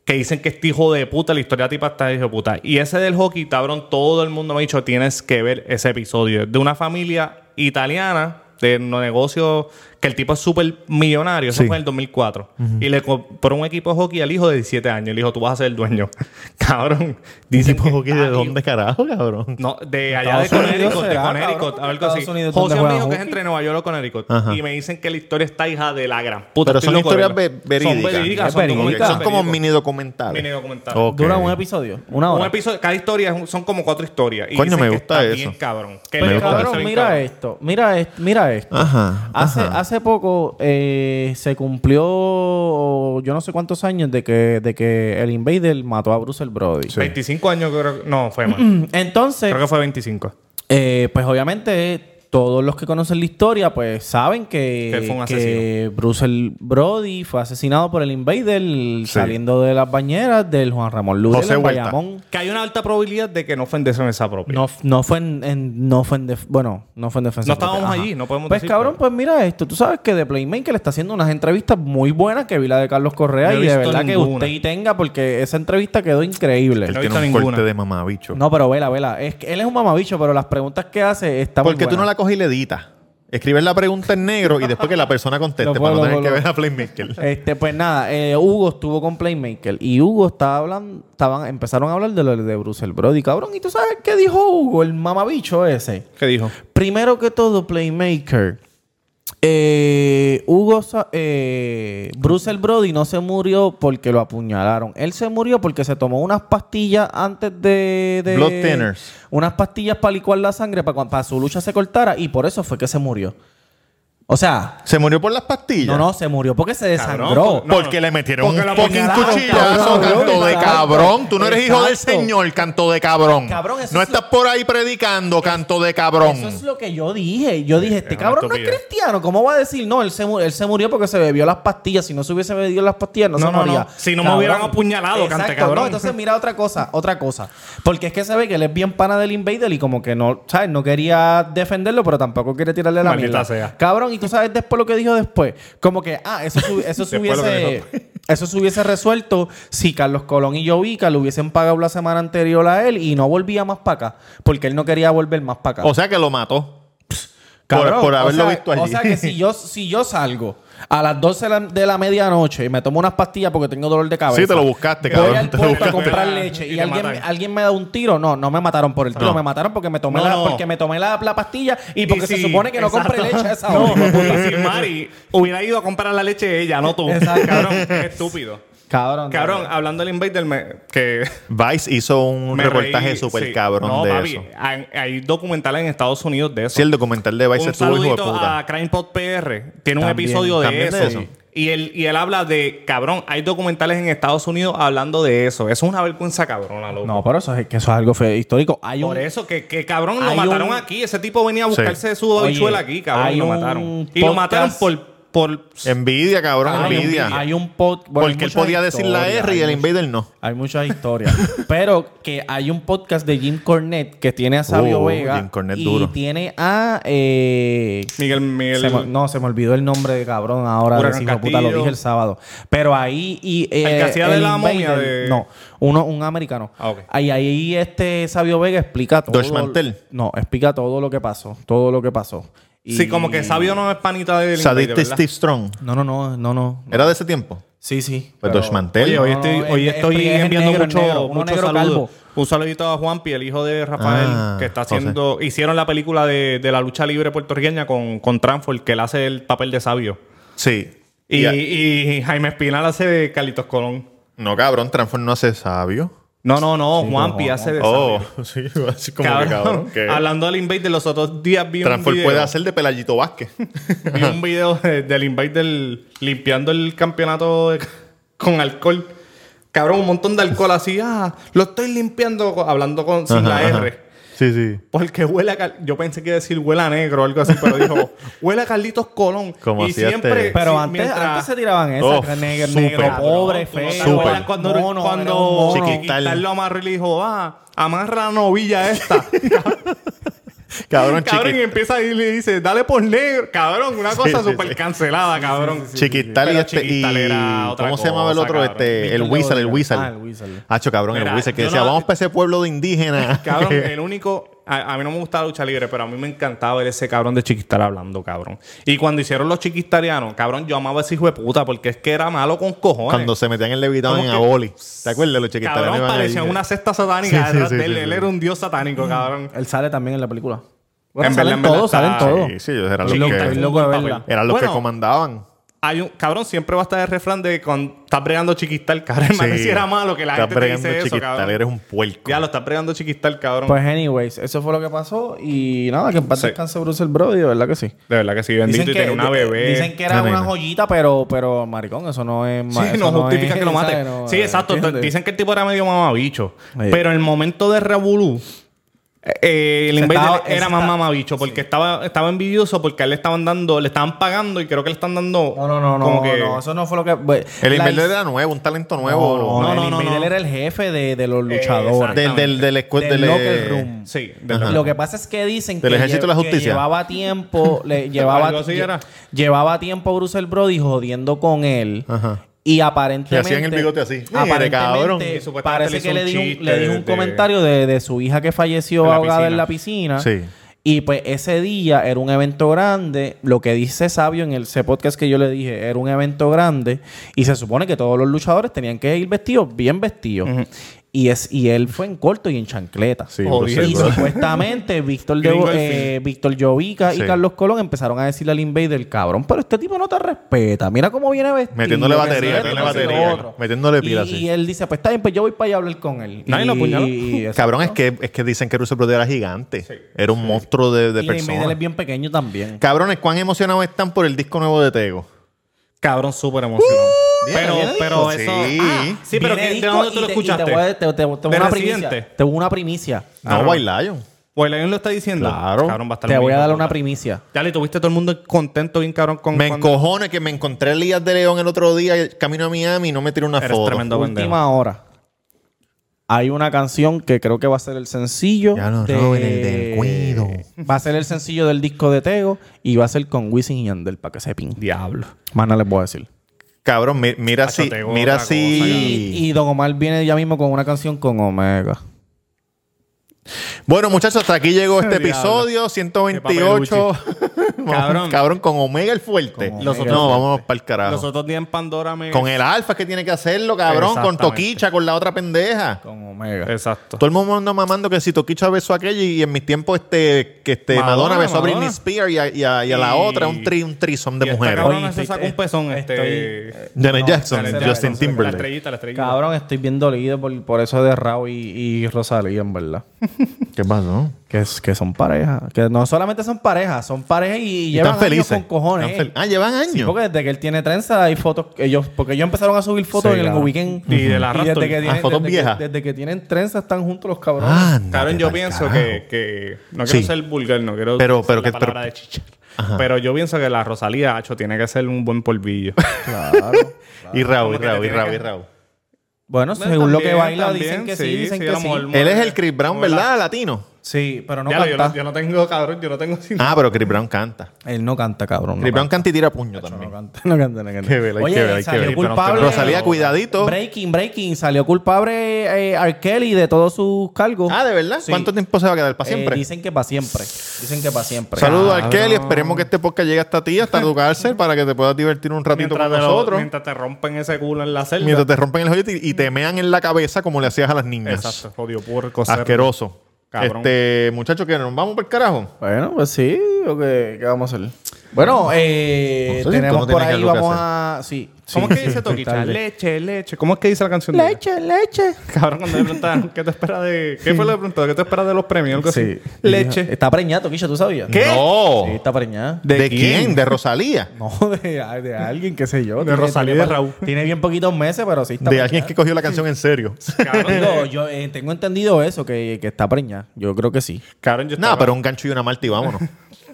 [SPEAKER 2] Que dicen que este hijo de puta, la historia tipa está hijo de puta. Y ese del hockey, cabrón, todo el mundo me ha dicho, tienes que ver ese episodio. Es De una familia italiana de negocios, que el tipo es súper millonario. Eso
[SPEAKER 1] Sí.
[SPEAKER 2] fue en el 2004. Y le compró un equipo de hockey al hijo de 17 años. Le dijo, tú vas a ser el dueño. Cabrón. Dicen
[SPEAKER 1] tipo
[SPEAKER 2] que-
[SPEAKER 1] hockey
[SPEAKER 2] Ah,
[SPEAKER 1] de dónde carajo, cabrón.
[SPEAKER 2] No, de allá de
[SPEAKER 4] Estados Unidos
[SPEAKER 2] Connecticut, de
[SPEAKER 4] será,
[SPEAKER 2] Connecticut,
[SPEAKER 4] cabrón,
[SPEAKER 2] algo así.
[SPEAKER 4] Estados Unidos,
[SPEAKER 2] José
[SPEAKER 4] ¿dónde
[SPEAKER 2] me
[SPEAKER 4] juegan
[SPEAKER 2] dijo que es
[SPEAKER 4] hockey?
[SPEAKER 2] entre Nueva York o Connecticut.
[SPEAKER 1] Ajá.
[SPEAKER 2] Y me dicen que la historia está hija de la gran puta.
[SPEAKER 1] Pero
[SPEAKER 2] Estoy
[SPEAKER 1] son
[SPEAKER 2] loco,
[SPEAKER 1] historias
[SPEAKER 2] ¿verdad?
[SPEAKER 1] ve- verídicas.
[SPEAKER 2] Son verídicas,
[SPEAKER 4] Es
[SPEAKER 2] son
[SPEAKER 4] verídica.
[SPEAKER 1] Ok,
[SPEAKER 2] documentales.
[SPEAKER 1] Son como mini documentales.
[SPEAKER 2] Mini documentales.
[SPEAKER 1] Ok.
[SPEAKER 4] Dura un episodio, una hora.
[SPEAKER 2] Un episodio, cada historia es un- son como cuatro historias. Y
[SPEAKER 1] Coño,
[SPEAKER 2] dicen
[SPEAKER 1] me
[SPEAKER 2] que
[SPEAKER 1] gusta
[SPEAKER 2] está
[SPEAKER 1] eso.
[SPEAKER 2] Bien, cabrón. Que
[SPEAKER 1] Me
[SPEAKER 4] Pero
[SPEAKER 2] le-
[SPEAKER 1] gusta.
[SPEAKER 2] está
[SPEAKER 4] cabrón,
[SPEAKER 2] bien,
[SPEAKER 4] mira
[SPEAKER 2] cabrón.
[SPEAKER 4] esto, mira esto, mira esto.
[SPEAKER 1] Ajá.
[SPEAKER 4] Hace,
[SPEAKER 1] ajá.
[SPEAKER 4] hace poco eh, se cumplió yo no sé cuántos años de que, de que el Invader mató a Bruce el Brody.
[SPEAKER 2] 25 años creo que... No, fue más.
[SPEAKER 4] Entonces,
[SPEAKER 2] creo que fue 25.
[SPEAKER 4] eh, pues obviamente todos los que conocen la historia pues saben que,
[SPEAKER 2] Que él fue un
[SPEAKER 4] que Bruce el Brody fue asesinado por el Invader saliendo de las bañeras del Juan Ramón Lula
[SPEAKER 1] José
[SPEAKER 4] en
[SPEAKER 1] Huerta.
[SPEAKER 4] Bayamón.
[SPEAKER 2] Que hay una alta probabilidad de que no fue en defensa propia.
[SPEAKER 4] No, no fue en, en- no fue en def- bueno, no fue en defensa.
[SPEAKER 2] No
[SPEAKER 4] propia,
[SPEAKER 2] estábamos
[SPEAKER 4] ajá.
[SPEAKER 2] allí, no podemos
[SPEAKER 4] Pues
[SPEAKER 2] decir,
[SPEAKER 4] cabrón,
[SPEAKER 2] pero-
[SPEAKER 4] pues mira esto, tú sabes que de Playmaker le está haciendo unas entrevistas muy buenas que vi la de Carlos Correa
[SPEAKER 2] No he
[SPEAKER 4] y de
[SPEAKER 2] visto
[SPEAKER 4] verdad que
[SPEAKER 2] ninguna.
[SPEAKER 4] usted y tenga porque esa entrevista quedó increíble.
[SPEAKER 1] Él
[SPEAKER 2] No he
[SPEAKER 1] tiene un
[SPEAKER 2] visto
[SPEAKER 1] corte
[SPEAKER 2] ninguna.
[SPEAKER 1] de mamabicho.
[SPEAKER 4] No, pero vela, vela, es que él es un mamabicho, pero las preguntas que hace están muy
[SPEAKER 1] Porque tú no
[SPEAKER 4] buenas.
[SPEAKER 1] la coges y le editas. Escribes la pregunta en negro y después que la persona conteste
[SPEAKER 4] Lo
[SPEAKER 1] para no
[SPEAKER 4] puedo,
[SPEAKER 1] tener
[SPEAKER 4] lo
[SPEAKER 1] que
[SPEAKER 4] puedo.
[SPEAKER 1] ver a Playmaker.
[SPEAKER 4] Este, pues nada, eh, Hugo estuvo con Playmaker y Hugo estaba hablando, estaban, empezaron a hablar de lo de Bruce el Brody, cabrón. ¿Y tú sabes qué dijo Hugo, el mamabicho ese?
[SPEAKER 2] ¿Qué dijo?
[SPEAKER 4] Primero que todo, Playmaker. eh, Hugo, Sa- eh, Bruce el Brody no se murió porque lo apuñalaron. Él se murió porque se tomó unas pastillas antes de. de-
[SPEAKER 1] Blood thinners.
[SPEAKER 4] Unas pastillas para licuar la sangre para, cuan- para su lucha se cortara y por eso fue que se murió. O sea,
[SPEAKER 1] Se murió por las pastillas.
[SPEAKER 4] no, no, se murió porque se
[SPEAKER 2] Cabrón,
[SPEAKER 4] desangró.
[SPEAKER 2] por- no,
[SPEAKER 1] porque
[SPEAKER 2] no.
[SPEAKER 1] le metieron
[SPEAKER 2] Porque
[SPEAKER 1] un
[SPEAKER 2] lo
[SPEAKER 1] fucking
[SPEAKER 2] apuñalaron,
[SPEAKER 1] cuchillazo,
[SPEAKER 4] cabrón,
[SPEAKER 1] canto de
[SPEAKER 4] exacto,
[SPEAKER 1] cabrón. Tú no eres hijo del
[SPEAKER 4] exacto.
[SPEAKER 1] Señor, canto de cabrón.
[SPEAKER 4] Cabrón, eso
[SPEAKER 1] no
[SPEAKER 4] es lo-
[SPEAKER 1] estás por ahí predicando, canto de cabrón.
[SPEAKER 4] Eso es lo que yo dije. Yo dije, este
[SPEAKER 2] es una
[SPEAKER 4] cabrón no es
[SPEAKER 2] estupidez.
[SPEAKER 4] cristiano. ¿Cómo va a decir? No, él se, mu- él se murió porque se bebió las pastillas. Si no se hubiese bebido las pastillas, no,
[SPEAKER 2] No,
[SPEAKER 4] se
[SPEAKER 2] no,
[SPEAKER 4] moría.
[SPEAKER 2] no. Si no me hubieran apuñalado, cante
[SPEAKER 4] Exacto.
[SPEAKER 2] cabrón.
[SPEAKER 4] No, entonces mira otra cosa, otra cosa. Porque es que se ve que él es bien pana del Invader y como que no, ¿sabes? No quería defenderlo, pero tampoco quiere tirarle la
[SPEAKER 2] Maldita
[SPEAKER 4] mierda.
[SPEAKER 2] sea.
[SPEAKER 4] Cabrón, y tú sabes después lo que dijo después. Como que, ah, eso, su- eso se
[SPEAKER 2] Después lo que
[SPEAKER 4] hubiese...
[SPEAKER 2] dijo.
[SPEAKER 4] Eso se hubiese resuelto si Carlos Colón y Jovica le hubiesen pagado la semana anterior a él y no volvía más para acá, porque él no quería volver más para acá.
[SPEAKER 1] O sea que lo mató. Por-
[SPEAKER 4] Cabrón,
[SPEAKER 1] por haberlo
[SPEAKER 4] o sea-
[SPEAKER 1] visto allí.
[SPEAKER 4] O sea que si yo, si yo salgo a las 12 de la, de la medianoche y me tomo unas pastillas porque tengo dolor de cabeza.
[SPEAKER 1] Sí, te lo buscaste,
[SPEAKER 4] Voy
[SPEAKER 1] cabrón,
[SPEAKER 4] al
[SPEAKER 1] te lo
[SPEAKER 4] puerto a
[SPEAKER 1] buscaste.
[SPEAKER 4] comprar leche
[SPEAKER 2] Y
[SPEAKER 4] y,
[SPEAKER 2] te
[SPEAKER 4] alguien,
[SPEAKER 2] matan.
[SPEAKER 4] alguien me da un tiro. No, no me mataron por el tiro.
[SPEAKER 1] No.
[SPEAKER 4] Me mataron porque me tomé,
[SPEAKER 2] No,
[SPEAKER 4] la,
[SPEAKER 2] no.
[SPEAKER 4] porque me tomé la, la pastilla y porque se
[SPEAKER 2] si-
[SPEAKER 4] supone que no
[SPEAKER 2] exacto.
[SPEAKER 4] compré leche a esa
[SPEAKER 2] No,
[SPEAKER 4] hora.
[SPEAKER 2] porque si Mari hubiera ido a comprar la leche ella, no tú.
[SPEAKER 4] Exacto.
[SPEAKER 2] Cabrón, qué estúpido.
[SPEAKER 4] Cabrón.
[SPEAKER 2] Cabrón, hablando del Invader, me- que
[SPEAKER 1] Vice hizo un
[SPEAKER 2] me
[SPEAKER 1] reportaje
[SPEAKER 2] reí,
[SPEAKER 1] súper
[SPEAKER 2] sí.
[SPEAKER 1] cabrón
[SPEAKER 2] No,
[SPEAKER 1] de
[SPEAKER 2] papi,
[SPEAKER 1] eso.
[SPEAKER 2] Hay, hay documentales en Estados Unidos de eso.
[SPEAKER 1] Sí, el documental de Vice
[SPEAKER 2] un
[SPEAKER 1] estuvo hijo de
[SPEAKER 2] saludito a
[SPEAKER 1] puta.
[SPEAKER 2] CrimePod PR. Tiene un
[SPEAKER 4] También,
[SPEAKER 2] episodio de
[SPEAKER 1] también
[SPEAKER 2] eso.
[SPEAKER 1] de eso.
[SPEAKER 2] Y él, y él habla de, cabrón, hay documentales en Estados Unidos hablando de eso. Eso es una vergüenza cabrona, loco.
[SPEAKER 4] No, pero eso es, que eso es algo fe- histórico. Hay
[SPEAKER 2] Por
[SPEAKER 4] un,
[SPEAKER 2] eso, que, que cabrón, lo
[SPEAKER 4] Hay
[SPEAKER 2] mataron
[SPEAKER 4] un-
[SPEAKER 2] aquí. Ese tipo venía a buscarse
[SPEAKER 1] Sí.
[SPEAKER 2] su habichuela
[SPEAKER 4] Oye,
[SPEAKER 2] aquí, cabrón, y lo
[SPEAKER 4] hay un
[SPEAKER 2] mataron. Y lo mataron por...
[SPEAKER 4] podcast-
[SPEAKER 2] por
[SPEAKER 1] Envidia, cabrón,
[SPEAKER 2] Ah,
[SPEAKER 4] hay un,
[SPEAKER 1] envidia.
[SPEAKER 4] hay un pod- bueno, hay
[SPEAKER 1] Porque él
[SPEAKER 4] muchas
[SPEAKER 1] podía decir la
[SPEAKER 4] historias,
[SPEAKER 1] R y
[SPEAKER 4] hay
[SPEAKER 1] el
[SPEAKER 4] muchas-
[SPEAKER 1] Invader no.
[SPEAKER 4] Hay muchas historias. pero que hay un podcast de Jim Cornette que tiene a Sabio
[SPEAKER 1] Oh,
[SPEAKER 4] Vega.
[SPEAKER 1] Jim Cornette
[SPEAKER 4] y
[SPEAKER 1] duro.
[SPEAKER 4] tiene a. eh,
[SPEAKER 2] Miguel, Miguel...
[SPEAKER 4] se me- no, se me olvidó el nombre de cabrón ahora. de
[SPEAKER 2] Huracán
[SPEAKER 4] ese hijo de puta, lo
[SPEAKER 2] Castillo.
[SPEAKER 4] dije el sábado. Pero ahí. Y, eh,
[SPEAKER 2] El que hacía de la momia de-
[SPEAKER 4] No, uno, un americano.
[SPEAKER 2] Ah, ok.
[SPEAKER 4] Ahí, ahí este Sabio Vega explica todo.
[SPEAKER 1] Dutch Mantel.
[SPEAKER 4] No, explica todo lo que pasó. Todo lo que pasó. Y-
[SPEAKER 2] Sí, como que Sabio no es panita de...
[SPEAKER 1] Sadiste Steve Strong.
[SPEAKER 4] No, no, no, no, no.
[SPEAKER 1] ¿Era de ese tiempo?
[SPEAKER 4] Sí, sí.
[SPEAKER 1] Pues
[SPEAKER 4] pero-
[SPEAKER 1] Dutch Mantel.
[SPEAKER 2] Oye, hoy
[SPEAKER 4] No, no,
[SPEAKER 2] estoy, hoy
[SPEAKER 4] es-
[SPEAKER 2] estoy
[SPEAKER 4] es- es
[SPEAKER 2] enviando
[SPEAKER 4] negro,
[SPEAKER 2] mucho,
[SPEAKER 4] negro, uno
[SPEAKER 2] mucho
[SPEAKER 4] negro
[SPEAKER 2] saludo.
[SPEAKER 4] calvo.
[SPEAKER 2] Un saludito a Juanpi, el hijo de Rafael,
[SPEAKER 1] Ah,
[SPEAKER 2] que está
[SPEAKER 1] José.
[SPEAKER 2] haciendo... Hicieron la película de, de la lucha libre puertorriqueña con, con Tranford, que él hace el papel de Sabio.
[SPEAKER 1] Sí.
[SPEAKER 2] Y,
[SPEAKER 1] Y-
[SPEAKER 2] y Jaime Espinal hace de Carlitos Colón.
[SPEAKER 1] No, cabrón, Transform no hace sabio.
[SPEAKER 2] No, no, no,
[SPEAKER 4] Sí,
[SPEAKER 2] Juanpi
[SPEAKER 4] pero-
[SPEAKER 2] hace de
[SPEAKER 1] Oh,
[SPEAKER 2] Sabio.
[SPEAKER 1] sí, así como
[SPEAKER 2] Cabrón,
[SPEAKER 1] que cabrón. ¿qué?
[SPEAKER 2] hablando del Invader, los otros días vi un
[SPEAKER 1] Transform
[SPEAKER 2] video-
[SPEAKER 1] puede hacer de Pelayito Vázquez.
[SPEAKER 2] Vi un video de- del Invite del limpiando el campeonato de- con alcohol. Cabrón, un montón de alcohol así. Ah, lo estoy limpiando co- hablando con sin la
[SPEAKER 1] Ajá, ajá.
[SPEAKER 2] R.
[SPEAKER 1] Sí, sí.
[SPEAKER 2] Porque huele a... cal- Yo pensé que iba a decir huele a negro o algo así, pero dijo huele a Carlitos Colón.
[SPEAKER 1] Como
[SPEAKER 2] y
[SPEAKER 1] hacía
[SPEAKER 2] siempre...
[SPEAKER 1] este-
[SPEAKER 4] Pero
[SPEAKER 2] sí,
[SPEAKER 4] antes,
[SPEAKER 2] mientras-
[SPEAKER 4] antes se tiraban esas.
[SPEAKER 1] Oh,
[SPEAKER 4] que negro,
[SPEAKER 1] súper.
[SPEAKER 4] negro, pobre, feo.
[SPEAKER 2] Cabrón, ¿tú no te acuerdas
[SPEAKER 1] Súper.
[SPEAKER 2] Cuando,
[SPEAKER 4] Mono, era un
[SPEAKER 2] cuando
[SPEAKER 4] mono.
[SPEAKER 1] Chiqui-
[SPEAKER 2] Chiquital lo amarró y le dijo, va, amarra la novilla esta.
[SPEAKER 1] Cabrón,
[SPEAKER 2] cabrón, y
[SPEAKER 1] chiqui-
[SPEAKER 2] empieza y le dice, dale por negro. Cabrón, una cosa
[SPEAKER 1] sí,
[SPEAKER 2] súper
[SPEAKER 1] sí.
[SPEAKER 2] cancelada, cabrón.
[SPEAKER 1] Chiquital y
[SPEAKER 2] Pero
[SPEAKER 1] este. Y,
[SPEAKER 2] Chiquital era otra
[SPEAKER 1] ¿Cómo se llamaba el
[SPEAKER 2] cosa,
[SPEAKER 1] otro?
[SPEAKER 2] cabrón.
[SPEAKER 1] Este, el
[SPEAKER 4] Víctor
[SPEAKER 1] Wizard, el
[SPEAKER 4] Leodía.
[SPEAKER 1] Wizard.
[SPEAKER 4] Ah, el Wizard.
[SPEAKER 1] Hacho, cabrón,
[SPEAKER 2] Mira,
[SPEAKER 1] el Wizard. Que
[SPEAKER 2] yo
[SPEAKER 1] decía,
[SPEAKER 2] no-
[SPEAKER 1] vamos para ese pueblo de indígenas.
[SPEAKER 2] Cabrón, el único a, a mí no me gustaba la lucha libre, pero a mí me encantaba ver ese cabrón de Chiquistar hablando, cabrón. Y cuando hicieron los chiquistarianos, cabrón, yo amaba a ese hijo de puta porque es que era malo con cojones.
[SPEAKER 1] Cuando se metían el levitado en
[SPEAKER 2] ¿Cómo que-
[SPEAKER 1] Aboli. ¿Te acuerdas de los chiquitales?
[SPEAKER 2] Cabrón, parecía una cesta satánica.
[SPEAKER 1] eh. Sí, sí,
[SPEAKER 2] detrás
[SPEAKER 1] sí,
[SPEAKER 2] de él.
[SPEAKER 1] sí,
[SPEAKER 2] Él
[SPEAKER 1] sí.
[SPEAKER 2] era un dios satánico, cabrón.
[SPEAKER 4] Él sale también en la película. Bueno,
[SPEAKER 2] En verdad,
[SPEAKER 4] salen
[SPEAKER 2] en verdad
[SPEAKER 4] todos, salen
[SPEAKER 2] está-
[SPEAKER 4] todos.
[SPEAKER 1] Sí, sí, ellos eran
[SPEAKER 4] Estoy
[SPEAKER 1] los
[SPEAKER 4] loco,
[SPEAKER 1] que-
[SPEAKER 4] estoy loco de verla.
[SPEAKER 1] Eran los que
[SPEAKER 2] Bueno.
[SPEAKER 1] comandaban.
[SPEAKER 2] Hay un, cabrón, siempre va a estar el refrán de cuando estás bregando chiquistal, cabrón. hermano, si era malo que la
[SPEAKER 1] Estás
[SPEAKER 2] gente te dice
[SPEAKER 1] bregando
[SPEAKER 2] eso,
[SPEAKER 1] Chiquistar,
[SPEAKER 2] cabrón.
[SPEAKER 1] eres un puerco.
[SPEAKER 2] Ya lo estás bregando chiquistal, cabrón.
[SPEAKER 4] Pues, anyways, eso fue lo que pasó. Y nada, que en paz
[SPEAKER 2] Sí.
[SPEAKER 4] descanse Bruce el Brody, de verdad que sí.
[SPEAKER 2] de verdad que sí, bendito y tiene una bebé.
[SPEAKER 4] dicen que era
[SPEAKER 1] Una
[SPEAKER 4] una
[SPEAKER 1] nena.
[SPEAKER 4] joyita, pero, pero maricón, eso no es ma-
[SPEAKER 2] Sí,
[SPEAKER 4] eso
[SPEAKER 2] no justifica
[SPEAKER 4] es,
[SPEAKER 2] que lo mate.
[SPEAKER 4] ¿sabes? No, eh,
[SPEAKER 2] sí, exacto.
[SPEAKER 4] ¿entiendes?
[SPEAKER 2] Dicen que el tipo era medio mamabicho.
[SPEAKER 4] Oye.
[SPEAKER 2] Pero en el momento de Revolú, eh, el
[SPEAKER 4] Se
[SPEAKER 2] Invader
[SPEAKER 4] estaba-
[SPEAKER 2] era
[SPEAKER 4] se
[SPEAKER 2] más
[SPEAKER 4] está-
[SPEAKER 2] mamabicho porque estaba, estaba envidioso porque a él le estaban dando, le estaban pagando y creo que le están dando.
[SPEAKER 4] No, no, no, no,
[SPEAKER 2] como que-
[SPEAKER 4] no, eso no fue lo que. bueno,
[SPEAKER 1] El
[SPEAKER 4] la-
[SPEAKER 1] Invader era nuevo, un talento
[SPEAKER 4] No,
[SPEAKER 1] nuevo.
[SPEAKER 4] no,
[SPEAKER 2] No, Eh,
[SPEAKER 4] el
[SPEAKER 2] no, no,
[SPEAKER 4] Invader
[SPEAKER 2] no.
[SPEAKER 4] era el jefe de, de los
[SPEAKER 2] exacto.
[SPEAKER 4] luchadores.
[SPEAKER 1] Del, del, del, escu-
[SPEAKER 4] Del
[SPEAKER 1] del-
[SPEAKER 4] locker room.
[SPEAKER 2] Sí, de
[SPEAKER 1] Ajá.
[SPEAKER 2] verdad.
[SPEAKER 4] Lo que pasa es que dicen
[SPEAKER 1] Del
[SPEAKER 4] que,
[SPEAKER 1] Ejército de la
[SPEAKER 4] lle- que
[SPEAKER 1] Justicia.
[SPEAKER 4] llevaba tiempo, le llevaba,
[SPEAKER 2] Algo así
[SPEAKER 4] lle-
[SPEAKER 2] era.
[SPEAKER 4] llevaba tiempo Bruce el Brody jodiendo con él.
[SPEAKER 1] Ajá.
[SPEAKER 4] Y aparentemente.
[SPEAKER 1] Le Ah. hacían el bigote así. Mire,
[SPEAKER 4] Aparentemente,
[SPEAKER 1] cabrón.
[SPEAKER 2] Y supuestamente le
[SPEAKER 4] Parece
[SPEAKER 2] hizo
[SPEAKER 4] que
[SPEAKER 2] un
[SPEAKER 4] le dijo un,
[SPEAKER 2] chiste
[SPEAKER 4] le dijo un
[SPEAKER 2] de-
[SPEAKER 4] comentario de, de su hija que falleció
[SPEAKER 2] En la
[SPEAKER 4] ahogada en
[SPEAKER 2] piscina.
[SPEAKER 4] la piscina.
[SPEAKER 1] Sí.
[SPEAKER 4] Y pues ese día era un evento grande. Lo que dice Sabio en el ese podcast que yo le dije, era un evento grande. Y se supone que todos los luchadores tenían que ir vestidos, bien vestidos. Y, es, y él fue en corto y en chancleta.
[SPEAKER 1] Sí,
[SPEAKER 2] Jodido.
[SPEAKER 1] Bruce el
[SPEAKER 4] Y
[SPEAKER 1] Brody.
[SPEAKER 4] supuestamente Víctor, de,
[SPEAKER 2] Gringo al
[SPEAKER 4] eh, Víctor Llovica
[SPEAKER 1] Sí.
[SPEAKER 4] y Carlos Colón empezaron a decirle al Invader, cabrón, pero este tipo no te respeta. Mira cómo viene vestido.
[SPEAKER 1] Metiéndole
[SPEAKER 4] que
[SPEAKER 1] batería,
[SPEAKER 4] sí,
[SPEAKER 1] metiéndole
[SPEAKER 4] que sí, lo
[SPEAKER 1] batería,
[SPEAKER 4] otro".
[SPEAKER 1] metiéndole pila,
[SPEAKER 4] Y,
[SPEAKER 1] sí.
[SPEAKER 4] y él dice, pues está bien, pues yo voy para allá a hablar con él.
[SPEAKER 2] Nadie
[SPEAKER 4] y,
[SPEAKER 2] lo apuñaló.
[SPEAKER 4] y- eso.
[SPEAKER 1] Cabrón, es que, es que dicen que Russell Brody era gigante. Era un monstruo de, de
[SPEAKER 4] Y el Invader
[SPEAKER 1] persona.
[SPEAKER 4] es bien pequeño también.
[SPEAKER 1] Cabrones, ¿cuán emocionados están por el disco nuevo de Tego?
[SPEAKER 2] Cabrón, súper emocionado. pero,
[SPEAKER 4] viene
[SPEAKER 2] pero
[SPEAKER 1] disco.
[SPEAKER 2] eso.
[SPEAKER 1] Sí.
[SPEAKER 2] Ah, sí, pero
[SPEAKER 4] Viene
[SPEAKER 2] ¿qué- ¿de
[SPEAKER 4] disco
[SPEAKER 2] dónde tú
[SPEAKER 4] y
[SPEAKER 2] lo
[SPEAKER 4] te- y Te, voy
[SPEAKER 2] escuchaste?
[SPEAKER 4] a- te- te- te voy a
[SPEAKER 2] ¿De
[SPEAKER 4] una
[SPEAKER 2] Residente?
[SPEAKER 4] primicia. Te voy a una primicia.
[SPEAKER 1] No,
[SPEAKER 2] no.
[SPEAKER 1] Bailayon.
[SPEAKER 2] Pues alguien lo está diciendo.
[SPEAKER 1] Claro.
[SPEAKER 2] Cabrón, va a estar
[SPEAKER 4] Te
[SPEAKER 2] muy
[SPEAKER 4] voy a
[SPEAKER 2] hijo de
[SPEAKER 4] dar una
[SPEAKER 2] puta.
[SPEAKER 4] primicia.
[SPEAKER 2] Dale, tuviste todo el mundo contento, bien cabrón, con.
[SPEAKER 1] Me
[SPEAKER 2] cuando-
[SPEAKER 1] encojone que me encontré el Elías de León el otro día camino a Miami y no me tiró una
[SPEAKER 2] Eres
[SPEAKER 1] foto.
[SPEAKER 2] tremendo pendejo.
[SPEAKER 4] Última hora. Hay una canción que creo que va a ser el sencillo.
[SPEAKER 1] Ya no roben el del cuido.
[SPEAKER 4] Va a ser el sencillo del disco de Tego y va a ser con Wisin y Yandel para que sepan.
[SPEAKER 2] Diablo.
[SPEAKER 4] Más no les voy a decir.
[SPEAKER 1] Cabrón, mi- mira
[SPEAKER 2] Hacho,
[SPEAKER 1] si...
[SPEAKER 2] Tego,
[SPEAKER 1] Mira
[SPEAKER 2] otra
[SPEAKER 4] Y,
[SPEAKER 2] cosa,
[SPEAKER 1] si...
[SPEAKER 4] y Don Omar viene ya mismo con una canción con Omega.
[SPEAKER 1] Bueno, muchachos, hasta aquí llegó este
[SPEAKER 2] Diablo.
[SPEAKER 1] episodio
[SPEAKER 2] Qué
[SPEAKER 1] 128.
[SPEAKER 2] Cabrón.
[SPEAKER 1] Cabrón, con Omega el fuerte.
[SPEAKER 4] Con
[SPEAKER 1] Los
[SPEAKER 2] Los Omega otros- el
[SPEAKER 1] no,
[SPEAKER 2] fuerte.
[SPEAKER 1] vámonos para el carajo.
[SPEAKER 2] Los otros días en Pandora me.
[SPEAKER 1] Con el alfa que tiene que hacerlo, cabrón. Con
[SPEAKER 2] Exactamente.
[SPEAKER 1] Toquicha, con la otra pendeja.
[SPEAKER 4] Con Omega.
[SPEAKER 2] Exacto.
[SPEAKER 1] Todo el mundo anda mamando que si Toquicha besó a aquella y en mis tiempos este, que este Madonna,
[SPEAKER 2] Madonna,
[SPEAKER 1] besó a Britney
[SPEAKER 2] Madonna.
[SPEAKER 1] Spears y a, y a- y a la
[SPEAKER 2] Y-
[SPEAKER 1] otra, un, tri, un trisom de
[SPEAKER 2] Y esta
[SPEAKER 1] mujeres.
[SPEAKER 2] cabrona
[SPEAKER 4] Oye,
[SPEAKER 2] se
[SPEAKER 4] estoy-
[SPEAKER 2] sacó un pezón, este.
[SPEAKER 4] estoy- eh,
[SPEAKER 1] Janet Jackson,
[SPEAKER 2] Dale, dale,
[SPEAKER 1] Justin
[SPEAKER 2] dale. La
[SPEAKER 1] Timberlake.
[SPEAKER 2] estrellita, la estrellita.
[SPEAKER 4] Cabrón, estoy bien dolido por, por eso de Raúl y, y Rosalía, en verdad.
[SPEAKER 1] ¿Qué pasó?
[SPEAKER 4] Que, es- que son pareja. Que no solamente son pareja, son pareja y,
[SPEAKER 1] Y
[SPEAKER 4] llevan
[SPEAKER 1] están
[SPEAKER 4] años
[SPEAKER 1] felices.
[SPEAKER 4] con cojones.
[SPEAKER 1] Están fel-
[SPEAKER 4] eh.
[SPEAKER 1] ah, llevan años.
[SPEAKER 4] Sí, porque desde que él tiene trenza hay fotos que ellos porque ellos empezaron a subir fotos en
[SPEAKER 2] Sí,
[SPEAKER 4] el
[SPEAKER 2] claro.
[SPEAKER 4] weekend
[SPEAKER 2] Y de la
[SPEAKER 4] desde
[SPEAKER 2] Raptor.
[SPEAKER 4] que
[SPEAKER 2] Ah,
[SPEAKER 4] tienen,
[SPEAKER 1] fotos
[SPEAKER 4] desde
[SPEAKER 1] viejas.
[SPEAKER 4] que, desde que tienen trenza están juntos los cabrones.
[SPEAKER 1] Ah, ándate
[SPEAKER 2] Cabrón, yo
[SPEAKER 1] pa'l
[SPEAKER 2] pienso
[SPEAKER 1] carajo.
[SPEAKER 2] que, que- No quiero
[SPEAKER 1] Sí.
[SPEAKER 2] ser vulgar, no quiero
[SPEAKER 1] Pero-
[SPEAKER 2] usar
[SPEAKER 1] pero
[SPEAKER 2] la
[SPEAKER 1] que-
[SPEAKER 2] palabra
[SPEAKER 1] pero-
[SPEAKER 2] de chicha. Pero yo pienso que la Rosalía, hacho, tiene que ser un buen polvillo.
[SPEAKER 1] Y Raúl, y
[SPEAKER 2] Como que
[SPEAKER 1] Raúl,
[SPEAKER 2] te
[SPEAKER 1] y
[SPEAKER 2] tiene
[SPEAKER 1] Raúl,
[SPEAKER 2] que-
[SPEAKER 1] y Raúl.
[SPEAKER 4] Bueno, según lo que
[SPEAKER 2] También,
[SPEAKER 4] baila
[SPEAKER 2] también,
[SPEAKER 4] dicen que sí, dicen
[SPEAKER 2] a
[SPEAKER 4] que
[SPEAKER 2] lo
[SPEAKER 4] sí.
[SPEAKER 2] mejor
[SPEAKER 1] Él es
[SPEAKER 2] mueve-
[SPEAKER 1] el Chris Brown,
[SPEAKER 2] mueve la-
[SPEAKER 1] ¿verdad? Latino.
[SPEAKER 4] Sí, pero no
[SPEAKER 2] Ya, yo,
[SPEAKER 4] canta.
[SPEAKER 2] no- yo no tengo, cabrón, yo no tengo sin-
[SPEAKER 1] Ah, pero Chris Brown canta.
[SPEAKER 4] Él no canta, cabrón.
[SPEAKER 1] Chris
[SPEAKER 4] no
[SPEAKER 1] Brown
[SPEAKER 4] canta.
[SPEAKER 1] canta y tira puño
[SPEAKER 4] No
[SPEAKER 1] también.
[SPEAKER 4] canta, no canta, no canta.
[SPEAKER 1] Hay que ver, hay
[SPEAKER 4] Oye,
[SPEAKER 1] que ver, hay que
[SPEAKER 4] salió
[SPEAKER 1] ver. Pero no
[SPEAKER 4] culpable.
[SPEAKER 1] creo- Rosalía, cuidadito.
[SPEAKER 4] Breaking, breaking. Salió culpable eh, R. Kelly de todos sus cargos.
[SPEAKER 1] Ah, ¿de verdad?
[SPEAKER 4] Sí.
[SPEAKER 1] ¿Cuánto tiempo se va a quedar? ¿Para
[SPEAKER 4] Eh,
[SPEAKER 1] siempre?
[SPEAKER 4] dicen que para siempre. Dicen que para siempre. Ah,
[SPEAKER 1] Saludos al Kelly. Esperemos que este podcast llegue hasta ti, hasta tu cárcel, para que te puedas divertir un ratito
[SPEAKER 2] mientras,
[SPEAKER 1] con
[SPEAKER 2] te lo-
[SPEAKER 1] nosotros. mientras,
[SPEAKER 2] mientras te rompen ese culo en la celda.
[SPEAKER 1] te rompen el joyete y, y te mean en la cabeza como le hacías a las niñas.
[SPEAKER 2] Exacto, jodido puerco.
[SPEAKER 1] Asqueroso.
[SPEAKER 2] Cabrón.
[SPEAKER 1] Este, muchacho, que nos vamos por el carajo.
[SPEAKER 4] Bueno, pues sí, ¿o qué, qué vamos a hacer? Bueno, eh,
[SPEAKER 1] No sé,
[SPEAKER 4] tenemos
[SPEAKER 1] tú no
[SPEAKER 4] por
[SPEAKER 1] tienes
[SPEAKER 4] ahí,
[SPEAKER 1] algo que
[SPEAKER 4] vamos
[SPEAKER 1] hacer.
[SPEAKER 4] a... Sí.
[SPEAKER 2] ¿Cómo
[SPEAKER 4] sí.
[SPEAKER 2] es que dice Toquicha?
[SPEAKER 4] Dale.
[SPEAKER 2] leche, leche. ¿Cómo es que dice la canción? de ella?
[SPEAKER 4] Leche, leche.
[SPEAKER 2] Cabrón, cuando le preguntaron, ¿qué te esperas de...? ¿Qué fue lo que preguntó? ¿Qué te esperas de los premios? Algo así. Leche.
[SPEAKER 4] Está preñada, Toquilla, ¿tú sabías?
[SPEAKER 2] ¿Qué?
[SPEAKER 1] No.
[SPEAKER 4] Sí, está preñada.
[SPEAKER 1] ¿De,
[SPEAKER 2] ¿De
[SPEAKER 1] quién?
[SPEAKER 2] quién?
[SPEAKER 1] ¿De Rosalía?
[SPEAKER 4] No, de, de alguien, qué sé yo.
[SPEAKER 2] De Rosalía y de Raúl.
[SPEAKER 4] Tiene bien poquitos meses, pero sí está
[SPEAKER 1] De
[SPEAKER 4] preñada.
[SPEAKER 1] alguien que cogió la canción en serio.
[SPEAKER 2] Cabrón,
[SPEAKER 4] Digo, yo eh, tengo entendido eso, que, que está preñada. Yo creo que sí.
[SPEAKER 2] Cabrón, yo
[SPEAKER 1] Nada, pero un gancho y una malta y vámonos.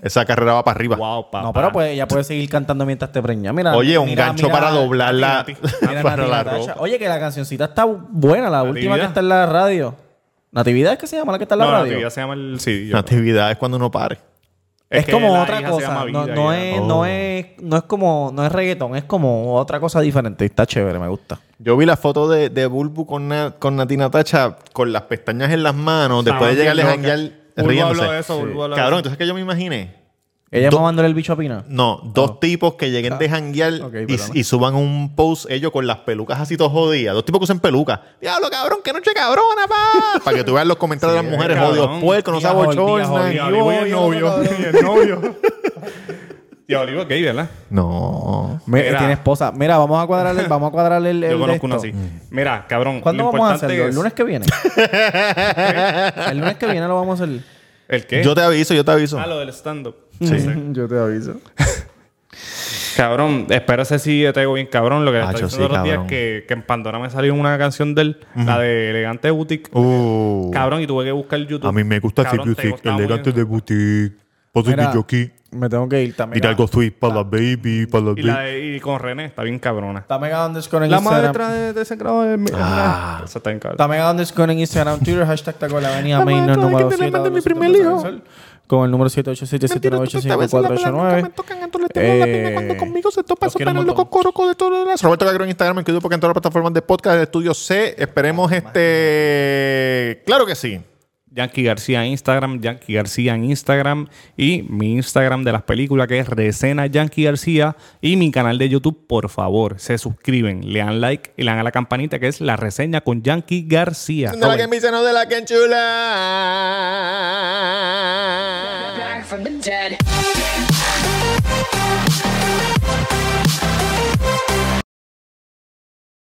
[SPEAKER 1] Esa carrera va para arriba.
[SPEAKER 2] Wow, papá.
[SPEAKER 4] No, pero pues ella puede seguir cantando mientras esté preñada. Mira,
[SPEAKER 1] Oye, un
[SPEAKER 4] mira,
[SPEAKER 1] gancho
[SPEAKER 4] mira-
[SPEAKER 1] para doblar la,
[SPEAKER 4] mira
[SPEAKER 1] para
[SPEAKER 4] Nati
[SPEAKER 1] la
[SPEAKER 4] Natasha.
[SPEAKER 1] ropa.
[SPEAKER 4] Oye, que la cancioncita está buena, la última que
[SPEAKER 2] Natividad.
[SPEAKER 4] está en la radio. Natividad es que se llama la que está en la
[SPEAKER 2] No,
[SPEAKER 4] radio.
[SPEAKER 2] Natividad se llama el CD. yo creo.
[SPEAKER 1] Natividad es cuando uno pare.
[SPEAKER 4] Es,
[SPEAKER 2] que
[SPEAKER 4] como
[SPEAKER 2] la
[SPEAKER 4] otra
[SPEAKER 2] hija se
[SPEAKER 4] cosa.
[SPEAKER 2] llama
[SPEAKER 4] No,
[SPEAKER 2] Vida
[SPEAKER 4] no
[SPEAKER 2] y
[SPEAKER 4] es,
[SPEAKER 2] era-
[SPEAKER 4] no es, no es como, no es reggaetón, es como otra cosa diferente. Está chévere, me gusta.
[SPEAKER 1] Yo vi la foto de, de Bulbu con, Na- con Natina Tacha con las pestañas en las manos.
[SPEAKER 2] Estaban
[SPEAKER 1] después de llegarle a
[SPEAKER 2] bien
[SPEAKER 1] janguear
[SPEAKER 2] Bulbo
[SPEAKER 1] riéndose.
[SPEAKER 2] habló de eso, Bulbo habló de
[SPEAKER 1] Cabrón,
[SPEAKER 2] eso.
[SPEAKER 1] entonces que yo me imaginé.
[SPEAKER 4] Ella
[SPEAKER 1] Do-
[SPEAKER 4] mamándole el bicho a Pina.
[SPEAKER 1] No,
[SPEAKER 2] Oh.
[SPEAKER 1] dos tipos que
[SPEAKER 2] Ah.
[SPEAKER 1] lleguen de janguear
[SPEAKER 4] ok,
[SPEAKER 1] y-
[SPEAKER 4] perdona.
[SPEAKER 1] y, suban un post ellos con las pelucas así todos jodidas. Dos tipos que usan pelucas. Diablo, cabrón, qué noche cabrona, pa. Para que tú veas los comentarios de las mujeres,
[SPEAKER 2] cabrón.
[SPEAKER 1] jodidos puercos, no
[SPEAKER 4] Tía
[SPEAKER 1] sabes
[SPEAKER 4] jod- tía
[SPEAKER 1] bochorna.
[SPEAKER 2] Y
[SPEAKER 4] jodida.
[SPEAKER 2] Olivo y el
[SPEAKER 4] Yo,
[SPEAKER 2] novio.
[SPEAKER 4] yo,
[SPEAKER 2] Y el novio. Y Olivo, ok, ¿verdad?
[SPEAKER 1] No.
[SPEAKER 4] Me-
[SPEAKER 2] Mira.
[SPEAKER 4] Tiene esposa. Mira, vamos a cuadrarle, vamos a cuadrarle el. el
[SPEAKER 2] Yo
[SPEAKER 4] de
[SPEAKER 2] conozco uno
[SPEAKER 4] esto.
[SPEAKER 2] así. Mira, cabrón.
[SPEAKER 4] ¿Cuándo
[SPEAKER 2] lo
[SPEAKER 4] vamos a
[SPEAKER 2] importante
[SPEAKER 4] hacerlo? ¿El
[SPEAKER 2] es-
[SPEAKER 4] lunes que viene? el lunes que viene lo vamos a hacer.
[SPEAKER 2] ¿El qué?
[SPEAKER 1] Yo te aviso, yo te aviso.
[SPEAKER 2] Ah, lo del stand-up.
[SPEAKER 1] Sí.
[SPEAKER 4] Yo te aviso.
[SPEAKER 2] Cabrón, espero ese sí yo te digo bien cabrón. Lo que le
[SPEAKER 1] Hacho,
[SPEAKER 2] estoy diciendo
[SPEAKER 1] sí,
[SPEAKER 2] los días
[SPEAKER 1] cabrón.
[SPEAKER 2] que, que en Pandora me salió una canción de él, la de Elegante Boutique.
[SPEAKER 1] Uh,
[SPEAKER 2] Cabrón, y tuve que buscar YouTube.
[SPEAKER 1] a mí me gusta ese
[SPEAKER 2] Cabrón, te
[SPEAKER 1] music,
[SPEAKER 2] costaba muy
[SPEAKER 1] elegante
[SPEAKER 2] bien.
[SPEAKER 1] de boutique. Positive
[SPEAKER 4] Mira,
[SPEAKER 1] jockey.
[SPEAKER 4] me tengo que ir también.
[SPEAKER 1] Mira algo sweet para la baby, para la
[SPEAKER 2] Y,
[SPEAKER 1] baby.
[SPEAKER 2] la de- y con René, está bien cabrona.
[SPEAKER 4] Está mega underscore en
[SPEAKER 2] La
[SPEAKER 4] Instagram.
[SPEAKER 2] madre trae de ese grado de...
[SPEAKER 1] Ah.
[SPEAKER 2] Eso está bien cabrón.
[SPEAKER 4] Está mega underscore en Instagram, Twitter, hashtag Taco de la Avenida
[SPEAKER 1] La madre
[SPEAKER 4] Main, el
[SPEAKER 1] trae que
[SPEAKER 4] número
[SPEAKER 1] te le
[SPEAKER 4] 7.
[SPEAKER 1] mande mi primer hijo.
[SPEAKER 4] Con el número
[SPEAKER 1] Nunca me
[SPEAKER 4] 787-798-5489.
[SPEAKER 1] tocan, entonces le tengo la piña cuando
[SPEAKER 4] Eh,
[SPEAKER 1] conmigo se topa,
[SPEAKER 4] los quiero
[SPEAKER 1] sopan
[SPEAKER 4] un
[SPEAKER 1] el loco
[SPEAKER 4] montón.
[SPEAKER 1] coroco de todo las. Roberto Cagro en Instagram, en YouTube, porque en todas las plataformas de podcast del estudio C. Esperemos este. Claro que sí.
[SPEAKER 2] Yankee García en Instagram, Yankee García en Instagram y mi Instagram de las películas que es Recena Yankee García y mi canal de YouTube, por favor, se suscriben, le dan like y le dan a la campanita que es la reseña con Yankee García.
[SPEAKER 1] De la que me dice, no de la que enchula.
[SPEAKER 3] back from the dead.